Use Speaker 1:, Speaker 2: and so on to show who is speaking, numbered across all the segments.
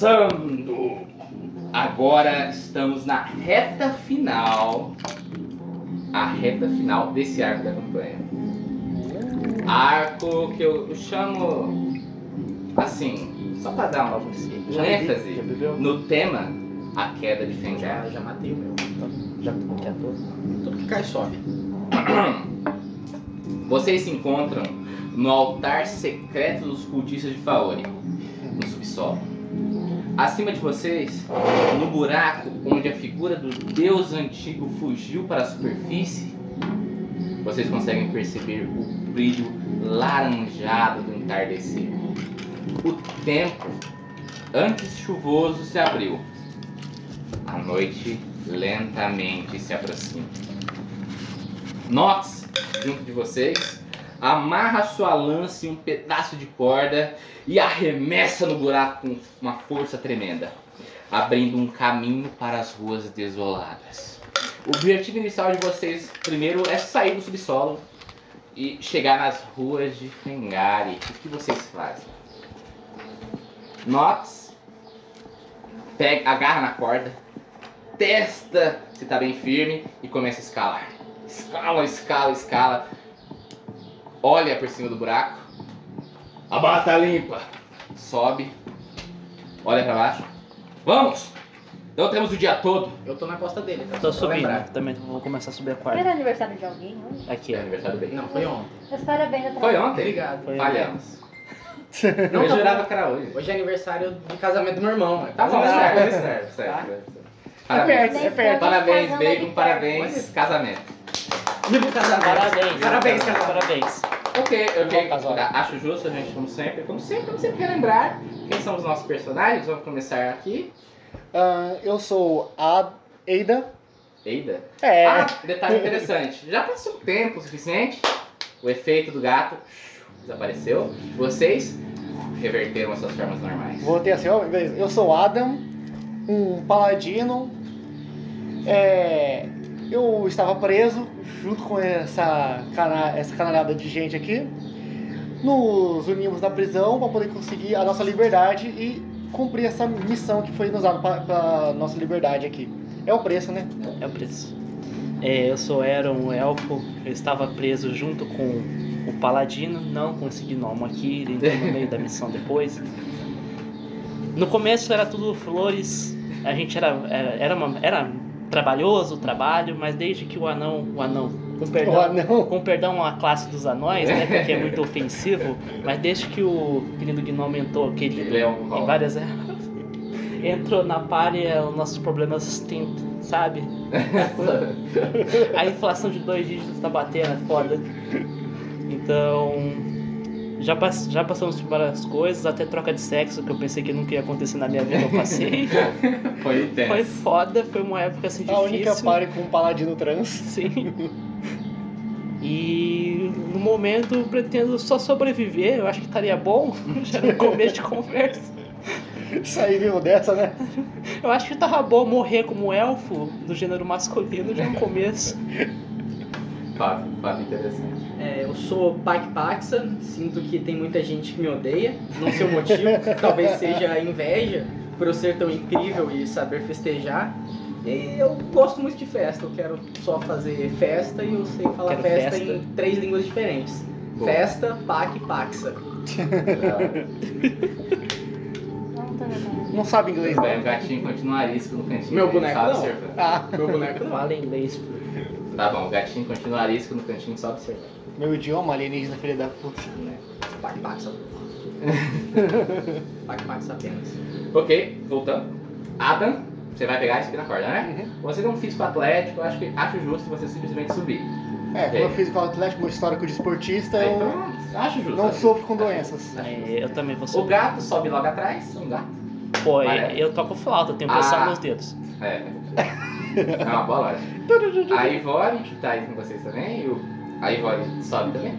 Speaker 1: Começando! Agora estamos na reta final. A reta final desse arco da campanha. Arco que eu chamo assim, só pra dar uma, um
Speaker 2: Já
Speaker 1: ênfase
Speaker 2: bebeu?
Speaker 1: no tema, a queda de
Speaker 2: Já,
Speaker 1: Fengar.
Speaker 2: já matei o meu. Já coloquei a toa.
Speaker 3: Tudo que cai sobe.
Speaker 1: Vocês se encontram no altar secreto dos cultistas de Faori, no subsolo. Acima de vocês, no buraco onde a figura do deus antigo fugiu para a superfície, vocês conseguem perceber o brilho laranjado do entardecer. O tempo, antes chuvoso, se abriu. A noite lentamente se aproxima. Nox junto de vocês, amarra sua lança em um pedaço de corda e arremessa no buraco com uma força tremenda, abrindo um caminho para as ruas desoladas. O objetivo inicial de vocês, primeiro, é sair do subsolo e chegar nas ruas de Fengari. O que vocês fazem? Nox pega, agarra na corda, testa se está bem firme e começa a escalar. Escala, escala, escala. Olha por cima do buraco. A barra tá limpa. Sobe. Olha pra baixo. Vamos! Não temos o dia todo.
Speaker 3: Eu tô na costa dele, tá?
Speaker 2: Tô
Speaker 3: Só pra
Speaker 2: subindo.
Speaker 3: lembrar.
Speaker 2: Também vou começar a subir a
Speaker 4: Era
Speaker 2: quarta.
Speaker 4: aniversário de alguém hoje?
Speaker 2: Aqui,
Speaker 1: É
Speaker 2: ó.
Speaker 1: aniversário dele.
Speaker 3: Não, foi ontem.
Speaker 4: Meus parabéns eu
Speaker 1: Foi
Speaker 4: trabalho.
Speaker 1: ontem?
Speaker 3: Obrigado.
Speaker 2: Foi
Speaker 1: Falhamos.
Speaker 3: Não,
Speaker 1: Eu
Speaker 3: tá
Speaker 1: jurava que era hoje.
Speaker 3: bom. Hoje é aniversário de casamento do meu irmão. né?
Speaker 1: Tá bom,
Speaker 3: Mas-
Speaker 1: certo, certo, certo. Parabéns.
Speaker 4: Parabéns, parabéns,
Speaker 1: Parabéns,
Speaker 4: casando
Speaker 1: bacon,
Speaker 4: ali.
Speaker 1: parabéns, casamento.
Speaker 3: Viva o casamento.
Speaker 2: Parabéns.
Speaker 3: Parabéns,
Speaker 2: cara.
Speaker 3: cara.
Speaker 2: Parabéns.
Speaker 1: Ok, ok.
Speaker 2: Vamos casar.
Speaker 1: Acho justo a gente, como sempre, como sempre, como sempre relembrar quem são os nossos personagens. Vamos começar aqui.
Speaker 5: Ah, eu sou a Ada.
Speaker 1: Eida.
Speaker 5: É.
Speaker 1: Ah, detalhe interessante. Já passou um tempo suficiente, o efeito do gato desapareceu. Vocês reverteram as suas formas normais.
Speaker 5: Voltei assim, ó, beleza. Eu sou Adam, um paladino. É, eu estava preso junto com essa, cana essa canalhada de gente aqui. Nos unimos na prisão para poder conseguir a nossa liberdade e cumprir essa missão que foi nos dada para nossa liberdade aqui. É o preço, né?
Speaker 2: É o preço. É, eu sou Aaron, um elfo. Eu estava preso junto com o paladino, não consegui gnomo aqui, ele entrou no meio da missão depois. No começo era tudo flores, a gente era era, era, uma- era trabalhoso o trabalho, mas desde que o anão, o anão, com
Speaker 5: O
Speaker 2: perdão,
Speaker 5: anão.
Speaker 2: com perdão à classe dos anões, né, porque é muito ofensivo, mas desde que o querido gnomo entrou, querido,
Speaker 1: Ele é um
Speaker 2: em
Speaker 1: rola.
Speaker 2: várias épocas. Entrou na párea, os nossos problemas têm, sabe? A inflação de dois dígitos tá batendo, é foda. Então. Já, pass- já passamos por várias coisas, até troca de sexo, que eu pensei que nunca ia acontecer na minha vida, eu passei.
Speaker 1: Foi
Speaker 2: Foi
Speaker 1: intenso.
Speaker 2: foda, foi uma época assim
Speaker 5: A
Speaker 2: difícil.
Speaker 5: única pare com um paladino trans.
Speaker 2: Sim. E no momento eu pretendo só sobreviver, eu acho que estaria bom, já no começo de conversa.
Speaker 5: Saí vivo dessa, né?
Speaker 2: Eu acho que tava bom morrer como elfo do gênero masculino já no começo.
Speaker 1: Fato, fato interessante.
Speaker 3: É, eu sou Pac Paxa. Sinto que tem muita gente que me odeia. Não sei o motivo. Talvez seja a inveja por eu ser tão incrível e saber festejar. E eu gosto muito de festa. Eu quero só fazer festa e eu sei falar
Speaker 2: Quero
Speaker 3: festa,
Speaker 2: festa.
Speaker 3: em três línguas diferentes.
Speaker 1: Boa.
Speaker 3: Festa, Pac Paxa.
Speaker 4: Não, tá bem.
Speaker 5: Não sabe
Speaker 1: Tudo
Speaker 5: inglês, né?
Speaker 1: bem, o gatinho continua arisco no cantinho.
Speaker 3: Meu
Speaker 1: dele,
Speaker 3: boneco
Speaker 1: só
Speaker 3: não.
Speaker 1: observando.
Speaker 5: Ah,
Speaker 3: Meu boneco não.
Speaker 2: Fala inglês. pô.
Speaker 1: Tá bom, o gatinho continua arisco no cantinho só observando.
Speaker 5: meu idioma alienígena, filho da puta.
Speaker 3: Pac Paxa. Pac Paxa apenas.
Speaker 1: Ok, voltando. Adam, você vai pegar isso aqui na corda, né?
Speaker 5: Uhum.
Speaker 1: Você tem um físico atlético, eu acho, que, acho justo você simplesmente subir.
Speaker 5: É,
Speaker 1: Ok.
Speaker 5: como eu fiz com o Atlético, meu histórico de esportista,
Speaker 1: É,
Speaker 5: eu
Speaker 1: então, acho justo.
Speaker 5: não
Speaker 1: acho
Speaker 5: sofro
Speaker 1: justo,
Speaker 5: com
Speaker 1: acho
Speaker 5: doenças.
Speaker 1: justo, acho justo.
Speaker 2: É, eu também vou
Speaker 1: O
Speaker 2: subir.
Speaker 1: gato sobe logo atrás, um gato.
Speaker 2: Pô,
Speaker 1: Vai.
Speaker 2: eu, eu toco flauta, tenho
Speaker 1: Ah.
Speaker 2: pressão nos dedos.
Speaker 1: É. É uma boa loja. A Ivone, que tá aí com vocês também, e o... a Ivone sobe também.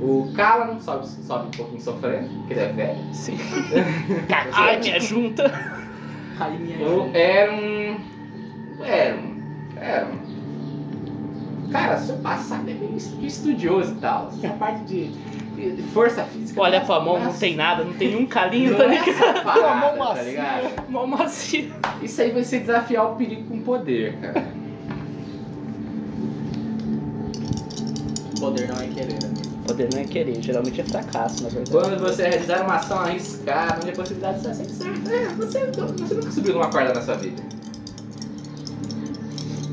Speaker 1: O Callan sobe, sobe um pouquinho sofrendo, porque ele é velho.
Speaker 2: Sim.
Speaker 3: é
Speaker 2: Ai,
Speaker 3: tipo
Speaker 2: me ajunta.
Speaker 3: Aí minha.
Speaker 1: um, O Eron. O Eron. Eron. um, Cara, seu passado é meio estu- estudioso e tal. Essa parte de de força física.
Speaker 2: Olha
Speaker 1: mas-
Speaker 2: pra mão, não
Speaker 1: mas-
Speaker 2: tem nada, não tem um calinho,
Speaker 1: Não
Speaker 2: tá
Speaker 1: é
Speaker 2: ligado?
Speaker 1: essa
Speaker 5: mão
Speaker 1: parada, tá
Speaker 5: macia.
Speaker 1: ligado?
Speaker 2: Mó macio.
Speaker 1: Isso aí vai ser desafiar o perigo com poder, cara.
Speaker 3: Poder não é querer, amigo.
Speaker 2: Poder não é querer, geralmente é fracasso, na verdade.
Speaker 1: Quando você realizar uma ação arriscada, onde a possibilidade de ser certa, é, você, você nunca subiu numa corda na sua vida.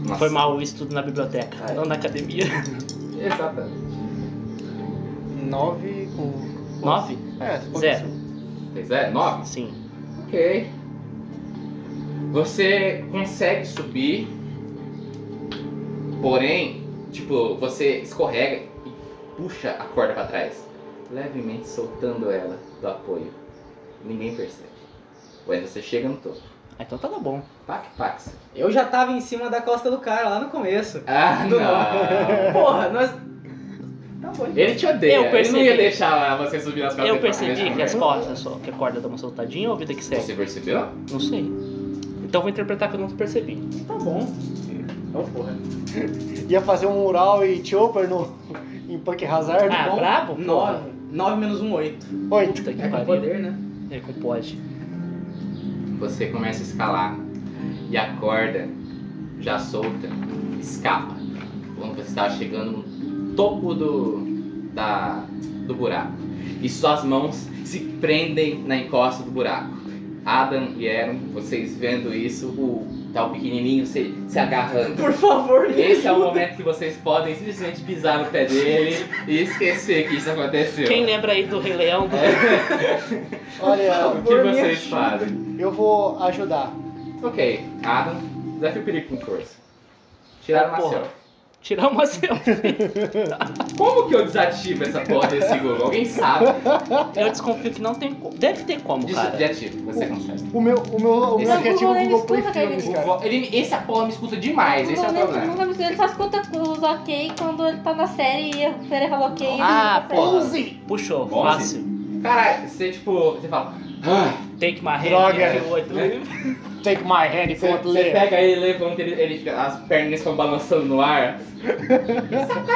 Speaker 1: Nossa.
Speaker 2: Foi mal o estudo na biblioteca,
Speaker 3: Ah, é?
Speaker 2: não na academia.
Speaker 1: Exatamente.
Speaker 5: 9 com.
Speaker 2: Nove?
Speaker 5: É, com
Speaker 2: Zero.
Speaker 1: Fez é? Nove?
Speaker 2: Sim.
Speaker 1: Ok. Você consegue subir, porém, tipo, você escorrega e puxa a corda pra trás, levemente soltando ela do apoio. Ninguém percebe. Ué, você chega no topo.
Speaker 2: Ah, então tá bom.
Speaker 1: Pac, pac.
Speaker 3: Eu já tava em cima da costa do cara lá no começo.
Speaker 1: Ah, não.
Speaker 3: Porra, nós. Tá bom.
Speaker 1: Ele te odeia.
Speaker 2: Eu
Speaker 1: Ele não
Speaker 2: percebi.
Speaker 1: ia deixar você subir nas costas
Speaker 2: Eu
Speaker 1: dele pra
Speaker 2: percebi
Speaker 1: frente,
Speaker 2: que as
Speaker 1: né?
Speaker 2: costas só, que a corda dá uma soltadinha ou a vida que segue?
Speaker 1: Você percebeu?
Speaker 2: Não sei. Então vou interpretar que eu não percebi.
Speaker 3: Tá bom. Ô, porra.
Speaker 5: Ia fazer um mural e chopper no, em Punk Hazard.
Speaker 3: Tá
Speaker 2: Ah,
Speaker 5: bom?
Speaker 2: brabo?
Speaker 3: nove nove menos um oito
Speaker 5: Oito.
Speaker 2: Puta que
Speaker 3: É com
Speaker 2: pariu.
Speaker 3: poder, né?
Speaker 2: É com pode.
Speaker 1: Você começa a escalar e a corda já solta, escapa. Quando você está chegando no topo do, da, do buraco. E suas mãos se prendem na encosta do buraco. Adam e Aaron, vocês vendo isso, o tal pequenininho se, se agarrando.
Speaker 3: Por favor, me
Speaker 1: Esse é o
Speaker 3: ajuda.
Speaker 1: momento que vocês podem simplesmente pisar no pé dele e esquecer que isso aconteceu.
Speaker 3: é?
Speaker 2: Quem lembra aí do Rei Leão? Do...
Speaker 5: Olha,
Speaker 1: O que
Speaker 3: Por me
Speaker 1: vocês
Speaker 3: ajuda.
Speaker 1: fazem?
Speaker 5: eu vou ajudar.
Speaker 1: Ok, Adam, desafio o perigo com força. Tiraram
Speaker 2: Ah,
Speaker 1: uma
Speaker 2: porra.
Speaker 1: selfie.
Speaker 2: Tirar uma selfie.
Speaker 1: Como que eu desativo essa porra desse Google? Alguém sabe?
Speaker 2: Eu desconfio que não tem como. Deve ter como, cara.
Speaker 1: Desativo, você consegue.
Speaker 5: O meu, o meu, o
Speaker 1: Esse
Speaker 5: meu criativo
Speaker 4: Google,
Speaker 5: é
Speaker 4: ele
Speaker 5: Google Play
Speaker 4: escuta aquele
Speaker 5: Filmes,
Speaker 4: vídeo.
Speaker 5: cara.
Speaker 1: Vo- Ele, esse a porra me escuta demais, esse é o
Speaker 4: Não, ele,
Speaker 1: problema.
Speaker 4: nunca me- ele só escuta os ok quando ele tá na série e a Ferreira falou ok. ele
Speaker 2: Ah,
Speaker 4: não tá
Speaker 2: porra.
Speaker 5: Onze!
Speaker 2: Puxou,
Speaker 1: Onze?
Speaker 2: fácil.
Speaker 1: Caralho, você tipo, você fala. "Ah",
Speaker 2: Take my hand,
Speaker 5: Droga.
Speaker 2: 28.
Speaker 5: Take my hand
Speaker 1: Você,
Speaker 5: for to
Speaker 2: É.
Speaker 1: você
Speaker 5: live.
Speaker 1: pega ele, levanta ele, ele fica, as pernas ficam balançando no ar. Sacar!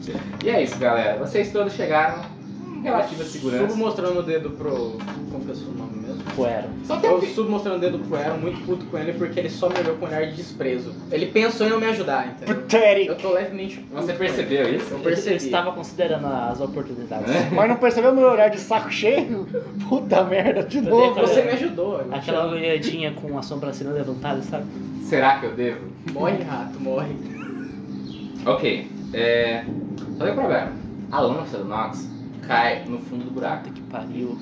Speaker 1: Sacar! E é isso, galera. Vocês todos chegaram com relativa
Speaker 3: Subo
Speaker 1: segurança.
Speaker 3: mostrando o dedo pro. Como que é o seu nome mesmo?
Speaker 2: Poero.
Speaker 1: Só tem
Speaker 3: Eu
Speaker 1: um fi-
Speaker 3: subo mostrando o dedo pro Aaron, muito puto com ele, porque ele só me olhou com um olhar de desprezo. Ele pensou em não me ajudar, entendeu?
Speaker 5: Pathetic.
Speaker 3: Eu tô levemente. puto
Speaker 1: Você
Speaker 3: com
Speaker 1: percebeu isso?
Speaker 3: Eu
Speaker 2: Ele
Speaker 3: percebi.
Speaker 2: estava considerando as oportunidades.
Speaker 1: É.
Speaker 5: Mas não percebeu meu olhar de saco cheio? Puta merda, de
Speaker 2: dei
Speaker 5: novo.
Speaker 2: pra
Speaker 3: Você me ajudou. eu
Speaker 2: Aquela
Speaker 3: te-
Speaker 2: olhadinha com a sobrancelha levantada, sabe?
Speaker 1: Será que eu devo?
Speaker 3: Morre, rato, morre.
Speaker 1: Ok, é. Só tem um problema. A lança do Nox cai no fundo do buraco.
Speaker 2: Puta que pariu.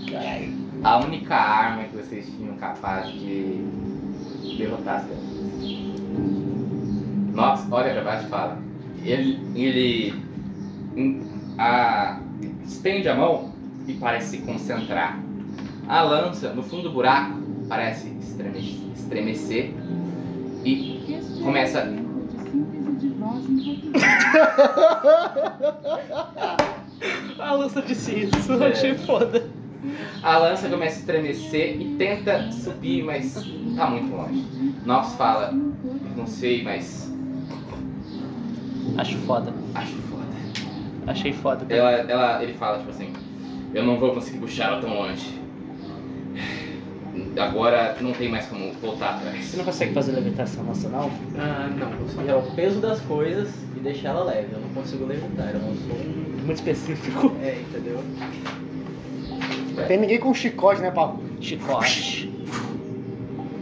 Speaker 1: A única arma que vocês tinham capaz de derrotar as pessoas. Nox olha pra baixo e fala. Ele. ele em- a- estende a mão e parece se concentrar. A lança no fundo do buraco parece estremecer, estremecer e começa.
Speaker 2: A lança disse isso, eu
Speaker 1: É.
Speaker 2: achei foda.
Speaker 1: A lança começa a estremecer e tenta subir, mas tá muito longe. Nox fala, não sei, mas
Speaker 2: Acho foda.
Speaker 1: acho foda.
Speaker 2: Achei foda.
Speaker 1: Ela, ela, ele fala, tipo assim, eu não vou conseguir puxar ela tão longe. Agora não tem mais como voltar atrás.
Speaker 2: Você não consegue fazer levitação nacional?
Speaker 3: Ah, não. Consegui é o peso das coisas e deixar ela leve. Eu não consigo levantar. Eu não sou um.
Speaker 2: Muito específico.
Speaker 3: É, entendeu?
Speaker 5: Tem ninguém com chicote, né, Paulo?
Speaker 2: Chicote.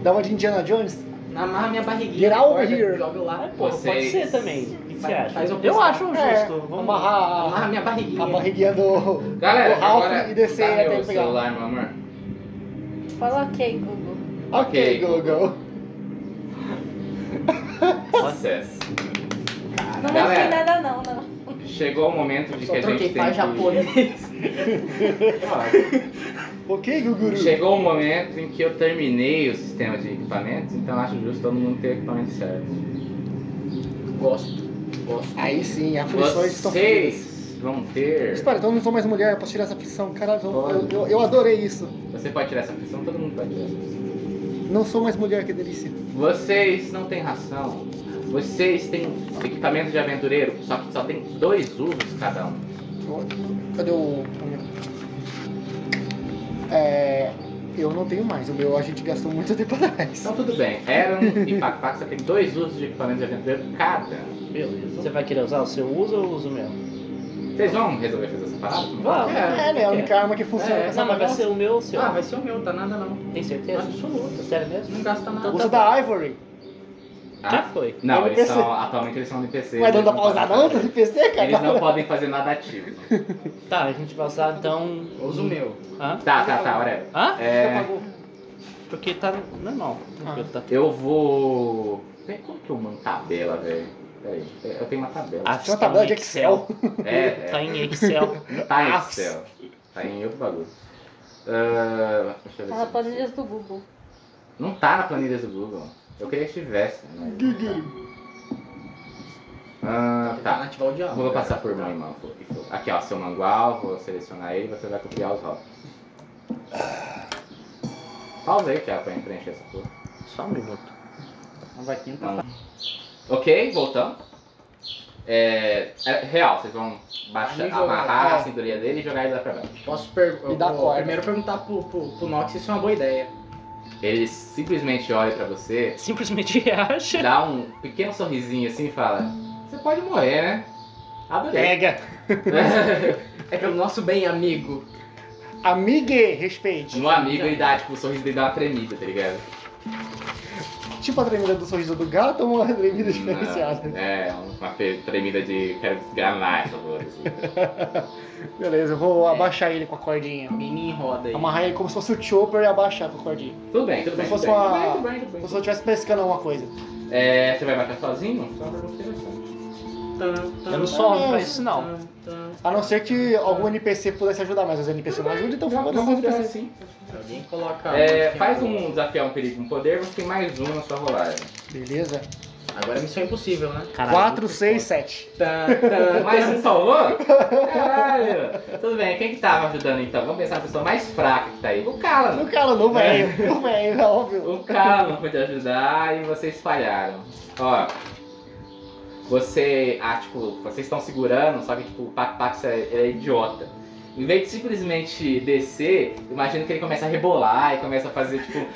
Speaker 5: Dá uma de Indiana Jones?
Speaker 3: Amarra minha barriguinha.
Speaker 5: Get
Speaker 3: na
Speaker 5: out
Speaker 3: corda,
Speaker 5: here.
Speaker 3: Joga lá.
Speaker 2: Pô, pode
Speaker 1: Vocês-
Speaker 2: ser também. O que você
Speaker 3: Faz-
Speaker 2: acha?
Speaker 3: faz o
Speaker 2: eu
Speaker 3: pessoal.
Speaker 2: acho justo.
Speaker 5: É,
Speaker 2: Vamos
Speaker 5: amarrar
Speaker 3: Amarra minha
Speaker 5: a,
Speaker 3: barriguinha.
Speaker 5: a barriguinha do,
Speaker 1: Galera,
Speaker 5: do Ralph
Speaker 1: agora
Speaker 5: e descer
Speaker 3: é
Speaker 1: dá
Speaker 5: ele até
Speaker 1: meu
Speaker 5: ele pegar.
Speaker 1: celular, meu amor.
Speaker 4: consegue. Fala ok, Google.
Speaker 5: Ok,
Speaker 1: Ok,
Speaker 5: Google.
Speaker 1: Sucesso.
Speaker 4: Não
Speaker 1: Galera.
Speaker 4: mexi em nada não, não.
Speaker 1: Chegou o momento de
Speaker 3: Só
Speaker 1: que a gente
Speaker 3: troquei
Speaker 1: tem
Speaker 3: pra
Speaker 1: que...
Speaker 3: japonês.
Speaker 5: Ok, Guguru.
Speaker 1: Chegou o momento em que eu terminei o sistema de equipamentos, então acho justo todo mundo ter o equipamento certo.
Speaker 3: Gosto. Gosto.
Speaker 5: Aí sim, aflições estão feitas.
Speaker 1: Vocês vão ter.
Speaker 5: Espera, então eu não sou mais mulher, eu posso tirar essa aflição. Caralho, eu, eu, eu- eu adorei isso.
Speaker 1: Você pode tirar essa pressão, todo mundo pode tirar essa pressão.
Speaker 5: Não sou mais mulher, que delícia.
Speaker 1: Vocês não têm ração. Vocês têm equipamento de aventureiro, só que só tem dois urros cada um.
Speaker 5: Cadê o. o meu? É. Eu não tenho mais, o meu a gente gastou muito tempo atrás.
Speaker 1: Então tudo bem. Eram e Pac-Pac tem dois urros de equipamento de aventureiro cada.
Speaker 2: Você
Speaker 1: Beleza.
Speaker 2: vai querer usar o seu uso ou uso o meu?
Speaker 1: Vocês vão resolver fazer essa parada?
Speaker 2: Vamos.
Speaker 3: É.
Speaker 5: É, né? A única arma que funciona
Speaker 3: É,
Speaker 5: com essa
Speaker 2: Não, mas vai
Speaker 5: bagaça.
Speaker 2: ser o meu ou o seu?
Speaker 3: Ah, vai ser o meu, tá nada não.
Speaker 2: Tem certeza?
Speaker 3: Absoluto.
Speaker 2: Sério mesmo?
Speaker 3: Não gasta nada.
Speaker 5: Usa da Ivory.
Speaker 2: Já
Speaker 1: Ah,
Speaker 2: foi.
Speaker 1: não, eles
Speaker 5: NPC.
Speaker 1: são. Atualmente eles são NPCs.
Speaker 5: Não é dando
Speaker 1: eles
Speaker 5: pra usar
Speaker 1: podem-
Speaker 5: não? Tá no PC, cara?
Speaker 1: Eles não podem fazer nada ativo.
Speaker 2: Tá, a gente vai usar então.
Speaker 3: Usa o meu.
Speaker 2: Hã?
Speaker 1: Tá, tá, tá, olha.
Speaker 2: Hã?
Speaker 1: É,
Speaker 2: Porque tá normal. Tranquilo, tá.
Speaker 1: eu vou. Tem como que eu mando tabela, velho? Peraí, é, eu tenho uma tabela.
Speaker 2: Ah,
Speaker 5: Tinha uma
Speaker 2: tá
Speaker 5: tabela
Speaker 2: em
Speaker 5: de Excel.
Speaker 1: é, é,
Speaker 2: Tá em Excel.
Speaker 1: tá em
Speaker 5: Nossa.
Speaker 1: Excel. Tá em outro bagulho. Ah, deixa eu ver
Speaker 4: Tá na
Speaker 1: se-
Speaker 4: planilha do Google.
Speaker 1: Não tá na planilha do Google. Eu queria que né? estivesse. Mas...
Speaker 3: é?
Speaker 1: Ah, tá.
Speaker 3: Ativar o diabo.
Speaker 1: Vou passar por mim, mano. Aqui, ó, seu mangual, vou selecionar ele e você vai copiar os rótulos. Pausei, Thiago, é pra preencher essa porra.
Speaker 2: Só um minuto.
Speaker 3: Não vai quinta.
Speaker 1: Não. Ok, voltamos. É, é real, vocês vão baixar,
Speaker 3: Aí jogar.
Speaker 1: amarrar a
Speaker 5: É.
Speaker 1: cinturinha dele e jogar ele lá pra baixo.
Speaker 3: Posso per...
Speaker 5: E dá
Speaker 3: eu-
Speaker 5: corda.
Speaker 3: primeiro perguntar pro, pro, pro Nox se isso é uma boa ideia.
Speaker 1: Ele simplesmente olha pra você,
Speaker 2: Simplesmente reacha.
Speaker 1: dá um pequeno sorrisinho assim e fala: Você pode morrer, né? Adorei.
Speaker 5: Pega.
Speaker 3: É pelo nosso bem, amigo.
Speaker 5: Amigue, respeite.
Speaker 1: No Um amigo ele dá, tipo, o sorriso dele dá uma tremida, tá ligado?
Speaker 5: Tipo a tremida do sorriso do gato ou uma tremida
Speaker 1: Ah.
Speaker 5: diferenciada?
Speaker 1: Não, É, uma fe- tremida de quero desgramar essa porra. assim.
Speaker 5: Beleza, eu vou
Speaker 1: É.
Speaker 5: abaixar ele com a cordinha.
Speaker 3: Menino em roda aí.
Speaker 5: Amarrar ele como se fosse o Chopper e abaixar com a cordinha.
Speaker 1: Tudo bem, tudo bem.
Speaker 5: Como se fosse
Speaker 1: tudo bem,
Speaker 5: uma-
Speaker 1: tudo bem, tudo bem,
Speaker 5: Como se
Speaker 1: tudo
Speaker 5: eu estivesse pescando alguma coisa.
Speaker 1: bem. É, você vai bater sozinho? Só uma pergunta interessante.
Speaker 2: Eu não sou homem pra isso, não.
Speaker 5: A não ser que algum NPC pudesse ajudar, mas os NPC não ajudam, então foda-se os
Speaker 1: Vamos
Speaker 5: NPC.
Speaker 1: assim.
Speaker 3: Alguém coloca.
Speaker 1: É, faz um desafiar um perigo com poder, você tem mais um na sua rolagem.
Speaker 5: Beleza?
Speaker 3: Agora é missão impossível, né?
Speaker 2: Caralho.
Speaker 5: 4, 6, 7.
Speaker 3: Tan, tan,
Speaker 1: Mais um salvou? Caralho! Tudo bem, quem que tava ajudando então? Vamos pensar na pessoa mais fraca que tá aí. O Cala.
Speaker 5: Não cala, não, velho. Não, velho, é óbvio.
Speaker 1: O Cala não pôde ajudar e vocês falharam. Ó. Você. Ah, tipo, vocês estão segurando, só que tipo, o Pac-Pax é, ele é idiota. Em vez de simplesmente descer, imagino que ele começa a rebolar e começa a fazer tipo.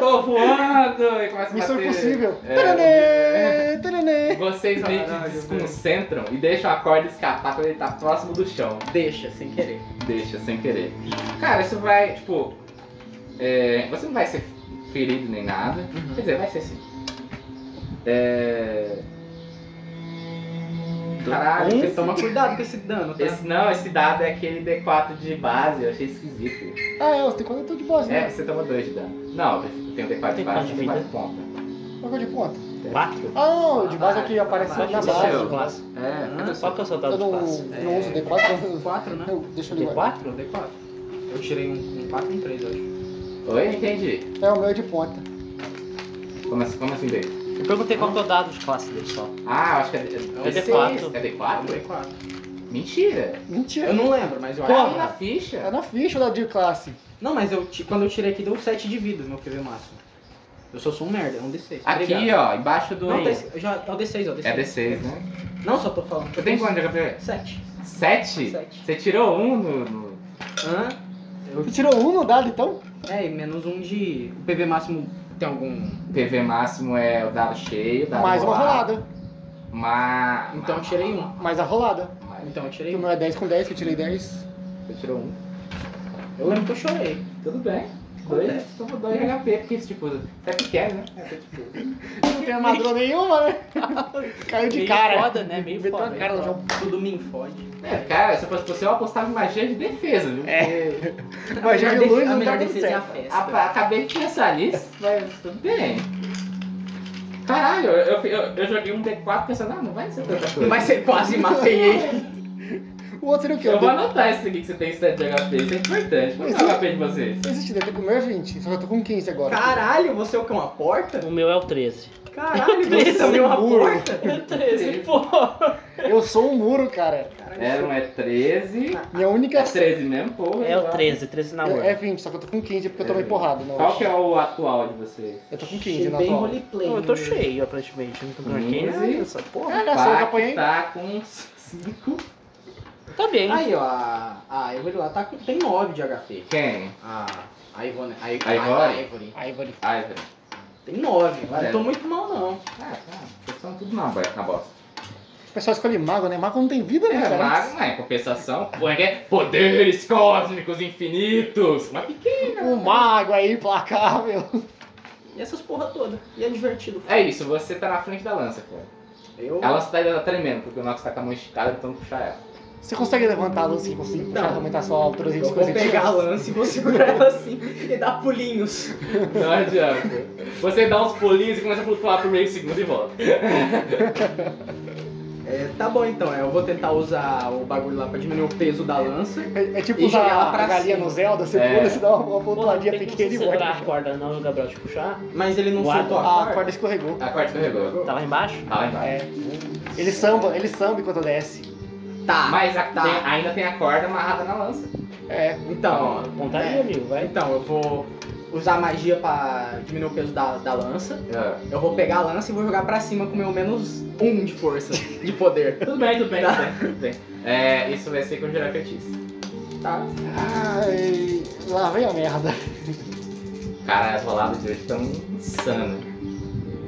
Speaker 1: Tô voando! E começa a
Speaker 5: Missão
Speaker 1: bater.
Speaker 5: impossível.
Speaker 1: É.
Speaker 5: Taranê, taranê.
Speaker 1: Vocês meio que
Speaker 3: Caralho,
Speaker 1: desconcentram e deixam a corda escapar quando ele tá próximo do chão.
Speaker 3: Deixa, sem querer.
Speaker 1: Deixa, sem querer. Cara, isso vai, tipo. é, você não vai ser ferido nem nada.
Speaker 3: Uhum.
Speaker 1: Quer dizer, vai ser sim. É. Caralho,
Speaker 3: Você
Speaker 1: esse,
Speaker 3: toma cuidado Então, com esse dano, tá?
Speaker 1: esse- não, esse dado é aquele D4 de base, eu achei esquisito.
Speaker 5: Ah, é, você tem quando eu tô de boss,
Speaker 1: É,
Speaker 5: né?
Speaker 1: você toma 2 de dano. Não, tem o D4 de
Speaker 2: Tem
Speaker 1: base,
Speaker 2: quatro de
Speaker 1: tem
Speaker 2: vida.
Speaker 1: 4 de ponta.
Speaker 5: Qual que é de ponta?
Speaker 2: Quatro?
Speaker 5: Ah, não, de base é o que aparece
Speaker 3: Ah,
Speaker 5: na
Speaker 3: tá
Speaker 5: base.
Speaker 1: baixo.
Speaker 2: Soldado de classe.
Speaker 1: É.
Speaker 3: Ah,
Speaker 2: Só que eu sou
Speaker 5: Eu
Speaker 2: soldado de
Speaker 5: não,
Speaker 2: classe.
Speaker 5: não uso D4,
Speaker 3: 4, né?
Speaker 5: eu, deixa eu
Speaker 2: Tem
Speaker 5: ligar.
Speaker 2: quatro?
Speaker 3: D4. Eu tirei um 4 e um 3, eu acho.
Speaker 1: Oi, entendi.
Speaker 5: É o meu é de ponta.
Speaker 1: Como assim, como assim, D?
Speaker 2: Eu perguntei qual que é o dado de classe dele só.
Speaker 1: Ah, eu acho que é, é,
Speaker 3: um
Speaker 2: É D4.
Speaker 1: É
Speaker 3: Ah,
Speaker 1: D4?
Speaker 3: D4.
Speaker 1: Mentira!
Speaker 5: Mentira.
Speaker 3: Eu não lembro, mas eu
Speaker 1: Tá aí
Speaker 3: acho.
Speaker 1: na
Speaker 3: que-
Speaker 5: É
Speaker 1: ficha.
Speaker 5: na ficha da de classe.
Speaker 3: Não, mas eu, ti- quando eu tirei aqui deu 7 de vida meu PV máximo. Eu só sou um merda, é um D6.
Speaker 1: Aqui,
Speaker 3: Obrigado.
Speaker 1: ó, embaixo do.
Speaker 3: Não, tá esse- já, é o D6, é o D6.
Speaker 1: É D6, né?
Speaker 3: Não, só tô falando.
Speaker 1: Você tem quanto de HP?
Speaker 3: 7.
Speaker 1: 7?
Speaker 3: Sete.
Speaker 1: Você tirou um no. no-
Speaker 3: Hã?
Speaker 5: Você tirou um no dado, então?
Speaker 3: É, e menos um de. O PV máximo tem algum.
Speaker 1: PV máximo é o dado cheio, dado
Speaker 5: Mais uma
Speaker 1: rolado.
Speaker 5: rolada.
Speaker 1: Ma...
Speaker 3: Então eu tirei um.
Speaker 5: Mais a rolada.
Speaker 1: Mas
Speaker 3: Então eu tirei
Speaker 5: Que o
Speaker 3: um.
Speaker 5: meu é 10 com 10, que eu tirei 10.
Speaker 1: Você tirou um.
Speaker 3: Eu lembro que eu chorei.
Speaker 1: Tudo bem. Dois, Então toma dois de HP, porque tipo, você é pequeno, né?
Speaker 5: Não tem armadura nenhuma, né? Caiu de
Speaker 2: Meio
Speaker 5: cara.
Speaker 2: foda, né? Meio
Speaker 5: Meteu
Speaker 2: foda.
Speaker 5: a cara no chão.
Speaker 3: Tudo me infode.
Speaker 1: É, cara, se eu fosse você, eu apostava em magia de defesa, viu?
Speaker 5: É.
Speaker 1: Porque
Speaker 5: Mas já
Speaker 3: a
Speaker 5: de
Speaker 3: melhor,
Speaker 5: luz
Speaker 3: defe- a
Speaker 5: não
Speaker 3: melhor
Speaker 5: tá tudo
Speaker 3: defesa é a
Speaker 5: certo.
Speaker 3: festa.
Speaker 1: a- acabei de pensar nisso, mas tudo bem. Caralho, eu, eu, eu joguei um D4 pensando, ah, não vai ser tanta coisa.
Speaker 3: Mas você quase matei ele.
Speaker 5: O outro seria o quê?
Speaker 1: Eu vou anotar isso aqui que você tem 7 de HP, isso é importante. Quanto é o HP de vocês?
Speaker 5: Existe, deve ter com o meu é 20, só que eu tô com 15 agora.
Speaker 3: Caralho, você é o que? Uma porta?
Speaker 2: O meu é o 13.
Speaker 3: Caralho, você também é uma
Speaker 5: Burro.
Speaker 3: porta?
Speaker 2: É 13, pô.
Speaker 5: Eu sou um muro, cara.
Speaker 1: Era um é 13.
Speaker 5: Minha única.
Speaker 1: É 13 mesmo, porra. tá.
Speaker 2: É o
Speaker 1: igual.
Speaker 2: 13, 13 na
Speaker 5: É
Speaker 2: hora.
Speaker 5: 20, só que eu tô com 15 porque eu tomei
Speaker 1: É.
Speaker 5: porrada. Não.
Speaker 1: Qual que é o atual de vocês?
Speaker 5: Eu tô com 15
Speaker 3: Achei
Speaker 5: na
Speaker 3: bem
Speaker 5: atual.
Speaker 3: roleplay.
Speaker 2: Não, eu tô
Speaker 3: né?
Speaker 2: cheio, aparentemente. Não tô com
Speaker 1: Quinze.
Speaker 3: É
Speaker 2: 15. Essa porra.
Speaker 5: Olha É, né, só, eu já
Speaker 1: Pac
Speaker 5: apanhei.
Speaker 1: tá com 5.
Speaker 2: Tá bem.
Speaker 3: Aí, ó, a, a Ivory lá tá com, tem 9 de HP.
Speaker 1: Quem?
Speaker 3: A, a Ivone, a,
Speaker 1: A Ivory?
Speaker 3: a Ivory.
Speaker 5: Aí, vale.
Speaker 1: Ivory.
Speaker 3: Tem 9.
Speaker 1: É.
Speaker 3: Não tô muito mal, não.
Speaker 1: Ah, tá. Vocês estão tudo na, bo- na bosta.
Speaker 5: O pessoal escolhe mago, né? Mago não tem vida, né,
Speaker 1: É
Speaker 5: cara?
Speaker 1: mago, né? Compensação. Como é que é? Poderes cósmicos infinitos. Mas pequeno.
Speaker 5: O um mago aí, implacável.
Speaker 3: E essas porra toda. E é divertido.
Speaker 1: É isso, você tá na frente da lança, pô.
Speaker 3: Eu...
Speaker 1: A lança tá ainda tremendo, porque o Nox tá com a mão esticada, então puxar ela.
Speaker 5: Você consegue levantar a assim, conseguir puxar,
Speaker 3: Não.
Speaker 5: aumentar a sua altura assim,
Speaker 3: Eu vou pegar a lança e vou segurar ela assim e dar pulinhos.
Speaker 1: Não adianta. Você dá uns pulinhos e começa a flutuar por meio segundo e volta.
Speaker 3: É, tá bom então, é, eu vou tentar usar o bagulho lá pra diminuir o peso da lança.
Speaker 5: É, é tipo
Speaker 3: E
Speaker 5: usar
Speaker 3: jogar ela
Speaker 5: a
Speaker 3: pra
Speaker 5: galinha
Speaker 3: cima.
Speaker 5: no Zelda, você
Speaker 1: É.
Speaker 5: pula, você dá uma
Speaker 2: Porra, não
Speaker 5: voltadinha
Speaker 2: tem como
Speaker 5: pequena
Speaker 2: você
Speaker 5: e
Speaker 2: segurar a
Speaker 5: volta.
Speaker 2: corda não e o Gabriel te puxar.
Speaker 3: Mas ele não
Speaker 2: Uau.
Speaker 3: soltou a
Speaker 5: A corda escorregou.
Speaker 1: A quarta escorregou.
Speaker 2: Tá lá embaixo?
Speaker 1: Tá lá embaixo.
Speaker 5: É. Ele samba, ele samba enquanto desce.
Speaker 3: Tá,
Speaker 1: Mas a-
Speaker 3: tá.
Speaker 1: tem- ainda tem a corda amarrada na lança.
Speaker 5: É.
Speaker 3: Então,
Speaker 2: Vontade, amigo, vai.
Speaker 3: Então, eu vou usar a magia pra diminuir o peso da, da lança.
Speaker 1: É.
Speaker 3: Eu vou pegar a lança e vou jogar pra cima com o meu menos um de força, de poder.
Speaker 1: Tudo bem, tudo bem.
Speaker 3: Tá.
Speaker 1: Tudo bem. tudo bem. É, isso vai ser com o gerar feitiço.
Speaker 3: Tá?
Speaker 5: Ai, lá vem a merda.
Speaker 1: Cara, as roladas de hoje estão insanas.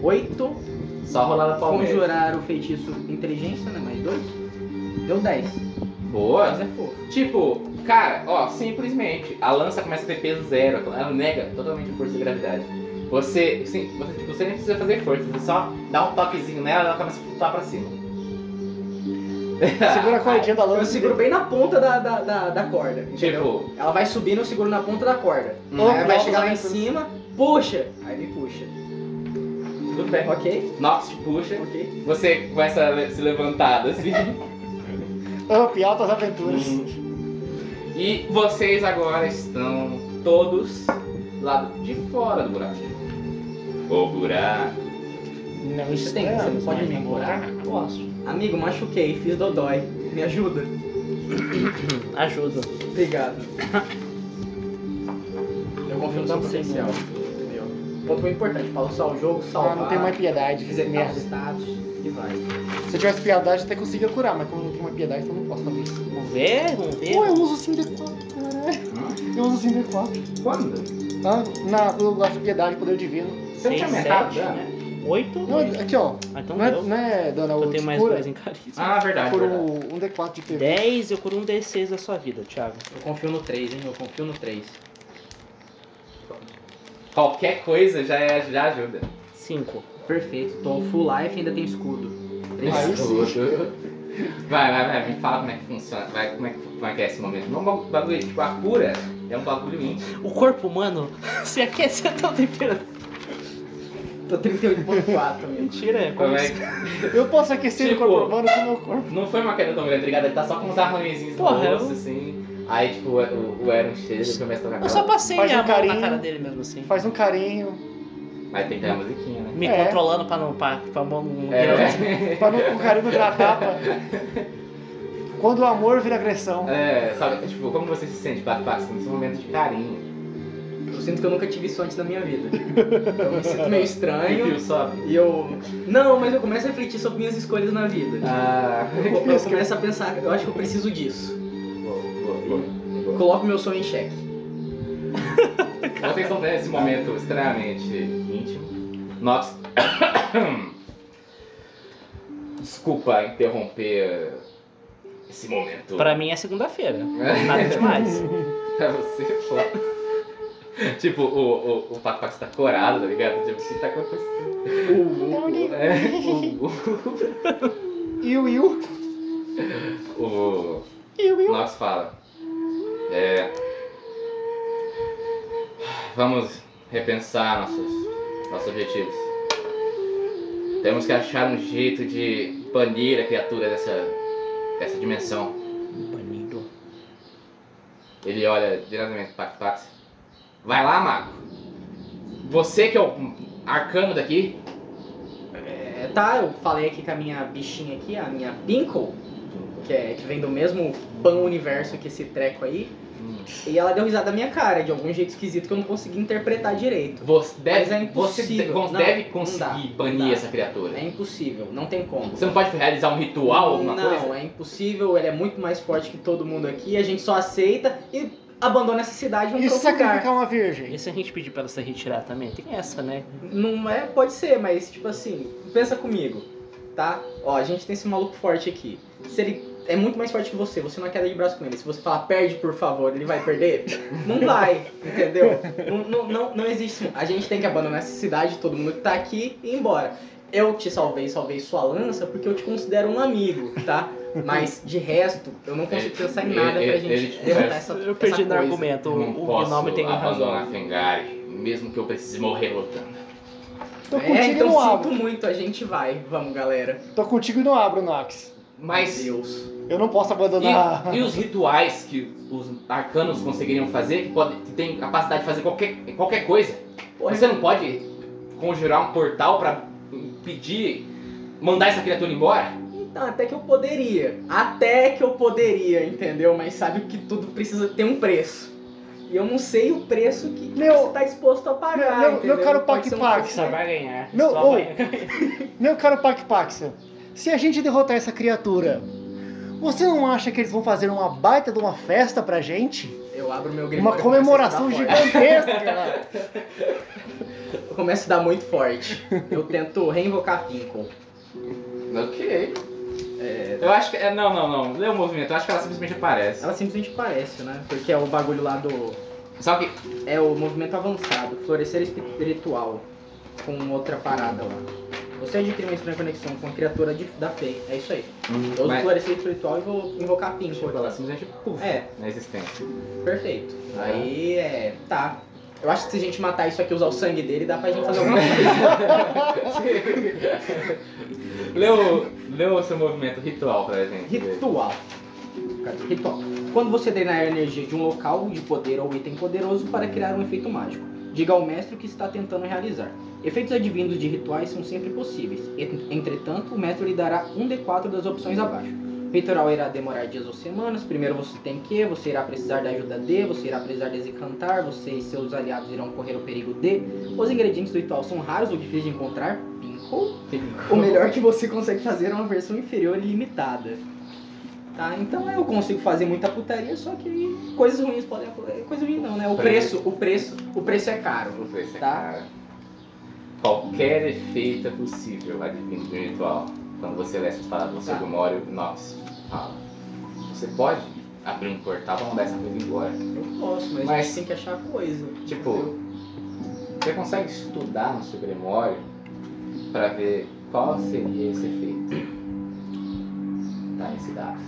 Speaker 3: Oito,
Speaker 1: Só rolada palmeira.
Speaker 3: conjurar o feitiço inteligência, né? Mais dois. Deu dez.
Speaker 1: Boa.
Speaker 3: Mas é fofo.
Speaker 1: Tipo, cara, ó, simplesmente a lança começa a ter peso zero, ela nega totalmente a força de gravidade. Você, sim, você, tipo, você nem precisa fazer força, você só dá um toquezinho nela e ela começa a flutuar pra cima.
Speaker 5: Segura a cordinha da
Speaker 3: Eu
Speaker 5: lança.
Speaker 3: seguro bem na ponta da, da, da, da corda. entendeu?
Speaker 1: Tipo,
Speaker 3: Ela vai subindo, eu seguro na ponta da corda.
Speaker 1: Hum.
Speaker 3: Aí ela vai
Speaker 5: Opa,
Speaker 3: chegar lá em
Speaker 5: opa.
Speaker 3: cima, puxa. Aí me puxa. É,
Speaker 1: tudo bem.
Speaker 3: Ok,
Speaker 1: Nox te puxa,
Speaker 3: ok.
Speaker 1: você começa a le- se levantar assim.
Speaker 5: Up, altas aventuras.
Speaker 1: e vocês agora estão todos do lado de fora do buraco. O buraco.
Speaker 5: Não
Speaker 3: Você tem- você não pode
Speaker 5: mas
Speaker 3: me
Speaker 5: não
Speaker 3: curar?
Speaker 5: vou.
Speaker 2: Posso.
Speaker 3: Amigo, machuquei, fiz dodói. Me ajuda.
Speaker 2: Ajuda.
Speaker 3: Obrigado. Eu confio no seu
Speaker 2: Não sei
Speaker 3: potencial. Meu. Ponto muito é importante, Paulo, só o jogo,
Speaker 5: Ah,
Speaker 3: salvar.
Speaker 5: não tem mais piedade, fiz
Speaker 3: Resetar os
Speaker 5: merda.
Speaker 3: status e vai.
Speaker 5: Se eu tivesse piedade, eu até conseguia curar, mas como não tem mais piedade, então eu não posso fazer isso.
Speaker 2: Vamos ver, vamos ver.
Speaker 5: Pô, eu uso o Cinder 4, caralho.
Speaker 1: Hum?
Speaker 5: Eu uso o Cinder 4.
Speaker 1: Quando?
Speaker 5: Ah, na, quando eu gasto piedade, poder divino.
Speaker 1: Você não
Speaker 2: Seis,
Speaker 1: tinha aumentado
Speaker 2: sete,
Speaker 1: já?
Speaker 2: né? Oito?
Speaker 5: Não,
Speaker 2: Oito.
Speaker 5: aqui ó,
Speaker 2: Ah, então
Speaker 5: não é,
Speaker 2: deu.
Speaker 5: não é dona
Speaker 2: Eu
Speaker 5: o
Speaker 2: tenho
Speaker 5: de
Speaker 2: mais
Speaker 5: cura,
Speaker 2: dois em carisma.
Speaker 1: Ah, verdade.
Speaker 5: Por
Speaker 1: verdade.
Speaker 5: um, um D4 de PV.
Speaker 2: 10, eu curo um D6 da sua vida, Thiago.
Speaker 3: Eu confio no 3, hein? Eu confio no 3.
Speaker 1: Qualquer coisa já, é- já ajuda.
Speaker 2: 5.
Speaker 3: Perfeito. Tô full life e ainda tem escudo. Três
Speaker 5: Aí
Speaker 3: escudos.
Speaker 5: sim.
Speaker 1: Vai, vai, vai, me fala como é que funciona, vai, como, é que, como é que é esse momento. Não é um bagulho, tipo, a cura é um bagulho íntimo.
Speaker 2: O corpo humano se aquece a tal temperatura.
Speaker 3: Tô 38.4, amigo.
Speaker 2: Mentira, é
Speaker 1: Como
Speaker 2: como
Speaker 1: é
Speaker 2: se...
Speaker 1: que-
Speaker 5: Eu posso aquecer
Speaker 1: Tipo-
Speaker 5: o corpo humano com o meu corpo.
Speaker 1: Não foi uma queda tão grande, tá ligado? Ele tá só com uns arranhezinhos no
Speaker 2: Porra,
Speaker 1: rosto, assim. Aí, tipo, o, o Aaron chega e começa a tocar
Speaker 2: Eu só
Speaker 1: aquela-
Speaker 2: passei
Speaker 5: Faz
Speaker 2: a
Speaker 5: um
Speaker 2: mão na
Speaker 5: carinho.
Speaker 2: cara dele mesmo assim.
Speaker 5: Faz um carinho,
Speaker 1: Mas tem que ter uma musiquinha, né?
Speaker 2: Me
Speaker 5: É.
Speaker 2: controlando pra não... Pra, pra mão não...
Speaker 1: É,
Speaker 5: pra não, o carinho não virar tapa. Quando o amor vira agressão.
Speaker 1: é, sabe, tipo, como você se sente, Pato Pato, nesse momento de carinho?
Speaker 3: Eu sinto que eu nunca tive isso antes na minha vida. Eu me sinto meio
Speaker 1: Aí
Speaker 3: estranho.
Speaker 1: viu só?
Speaker 3: E eu. Não, mas eu começo a refletir sobre minhas escolhas na vida.
Speaker 1: Ah,
Speaker 3: Eu, co- eu começo a pensar, eu acho que eu preciso disso.
Speaker 1: boa, boa, boa, boa.
Speaker 3: Coloco meu sonho em xeque.
Speaker 1: Vocês estão tendo esse momento extremamente íntimo. Nox. Desculpa interromper esse momento.
Speaker 2: Pra mim é segunda-feira. Nada demais.
Speaker 1: Pra você, pô. Tipo, o, o, o Paco Paco tá corado, tá ligado? Tipo, o que tá acontecendo? É, o,
Speaker 5: E o Will.
Speaker 1: o, o,
Speaker 5: E o
Speaker 1: o
Speaker 5: Will.
Speaker 1: Nox fala. É. Vamos repensar nossos, nossos objetivos. Temos que achar um jeito de banir a criatura dessa, dessa dimensão. Ele olha diretamente para Pax. Vai lá, mago. Você que é o arcano daqui.
Speaker 3: É, tá, eu falei aqui com a minha bichinha aqui, a minha Pinkle, que, é, que vem do mesmo pão universo que esse treco aí. E ela deu risada na minha cara, de algum jeito esquisito que eu não consegui interpretar direito.
Speaker 1: Você deve,
Speaker 3: Mas é
Speaker 1: você de-
Speaker 3: impossível.
Speaker 1: con-
Speaker 3: Não,
Speaker 1: deve
Speaker 3: não
Speaker 1: conseguir
Speaker 3: dá,
Speaker 1: banir
Speaker 3: não dá.
Speaker 1: essa criatura.
Speaker 3: É impossível, não tem como.
Speaker 1: Você não pode realizar um ritual, alguma
Speaker 3: não,
Speaker 1: coisa?
Speaker 3: é impossível, ele é muito mais forte que todo mundo aqui, a gente só aceita e abandona essa cidade e
Speaker 5: E
Speaker 3: vamos
Speaker 5: se
Speaker 3: pra outro lugar.
Speaker 5: sacrificar uma virgem?
Speaker 2: E se a gente pedir pra ela se retirar também? Tem essa, né?
Speaker 3: Não é, pode ser, mas tipo assim, pensa comigo, tá? Ó, a gente tem esse maluco forte aqui. Se ele é muito mais forte que você, você não queda de braço com ele. Se você falar perde, por favor, ele vai perder? Não vai, entendeu? Não, não, não, não existe. A gente tem que abandonar essa cidade, todo mundo que tá aqui e ir embora. Eu te salvei, salvei sua lança porque eu te considero um amigo, tá? Mas de resto, eu não consigo
Speaker 1: Ele-
Speaker 3: pensar em
Speaker 1: ele-
Speaker 3: nada pra
Speaker 1: ele-
Speaker 3: gente
Speaker 1: ele-
Speaker 3: derrotar essa
Speaker 2: Eu perdi
Speaker 3: essa
Speaker 2: no
Speaker 3: coisa.
Speaker 2: argumento.
Speaker 1: não
Speaker 2: O, o
Speaker 1: posso
Speaker 2: Gnome tem um razão.
Speaker 1: abandonar Fengari, mesmo que eu precise morrer lutando.
Speaker 5: Tô
Speaker 3: É,
Speaker 5: contigo e
Speaker 3: então
Speaker 5: não
Speaker 3: sinto
Speaker 5: abro.
Speaker 3: muito, a gente vai. Vamos, galera.
Speaker 5: Tô contigo e não abro, Nox.
Speaker 1: Mas
Speaker 3: Meu Deus. Ah.
Speaker 5: Eu não posso abandonar.
Speaker 1: E, e os rituais que os arcanos conseguiriam fazer, que, pode, que tem capacidade de fazer qualquer, qualquer coisa.
Speaker 3: Porra,
Speaker 1: Você não pode conjurar um portal pra impedir, mandar essa criatura embora?
Speaker 3: Então, até que eu poderia. Até que eu poderia, entendeu? Mas sabe que tudo precisa ter um preço. E eu não sei o preço que
Speaker 5: Meu-
Speaker 3: você tá disposto a pagar.
Speaker 5: meu- meu
Speaker 3: entendeu?
Speaker 5: caro
Speaker 3: Pode ser um
Speaker 5: Pac-Pac,
Speaker 3: preço-
Speaker 2: Só vai ganhar.
Speaker 5: Não,
Speaker 2: só
Speaker 5: ou-
Speaker 2: vai...
Speaker 5: Meu caro Pac-Paxa, se a gente derrotar essa criatura, você não acha que eles vão fazer uma baita de uma festa pra gente?
Speaker 3: Eu abro meu grifo.
Speaker 5: Uma comemoração gigantesca!
Speaker 3: Eu começo a dar muito forte. Eu tento reinvocar a Pinkle.
Speaker 1: Ok. Eu acho que. é, Não, não, não. Lê o movimento. Eu acho que ela simplesmente aparece.
Speaker 3: Ela simplesmente parece, né? Porque é o bagulho lá do.
Speaker 1: Só que.
Speaker 3: É o movimento avançado, florescer espiritual, com outra parada lá. Você adquire uma estranha conexão com a criatura de- da fei. É isso aí. Eu uso
Speaker 1: Mas,
Speaker 3: florescer espiritual e vou invocar a Pinkle.
Speaker 1: ela simplesmente. Puf,
Speaker 3: É,
Speaker 1: Na existência.
Speaker 3: perfeito. Aí é. Tá. Eu acho que se a gente matar isso aqui e usar o sangue dele, dá pra gente fazer alguma coisa.
Speaker 1: Lê o, lê o seu movimento ritual pra gente. ver.
Speaker 3: Ritual. Cadê? Ritual. Quando você drenar a energia de um local de poder ou item poderoso para criar um efeito mágico, diga ao mestre o que está tentando realizar. Efeitos advindos de rituais são sempre possíveis. Ent- Entretanto, o mestre lhe dará um D4 das opções abaixo. O ritual irá demorar dias ou semanas. Primeiro você tem que, você irá precisar da ajuda de, você irá precisar desencantar, você e seus aliados irão correr o perigo de. Os ingredientes do ritual são raros ou difíceis de encontrar. Pinkle. O melhor que você consegue fazer é uma versão inferior e limitada. Tá? Então eu consigo fazer muita putaria, só que coisas ruins podem acontecer. Coisa ruim não, né? O
Speaker 1: Preço.
Speaker 3: preço, o preço, o preço é caro.
Speaker 1: Não sei se é
Speaker 3: Tá.
Speaker 1: cara. Qualquer efeito é possível advindo de um ritual. Quando você lê essas palavras
Speaker 3: Tá.
Speaker 1: sobre o Mório, nossa, fala. Você pode abrir um portal pra mandar essa coisa embora.
Speaker 3: Eu posso, mas,
Speaker 1: Mas-
Speaker 3: a gente tem que achar a coisa.
Speaker 1: Tipo, você consegue estudar no seu Grimório pra ver qual seria esse efeito. Tá nesse dado.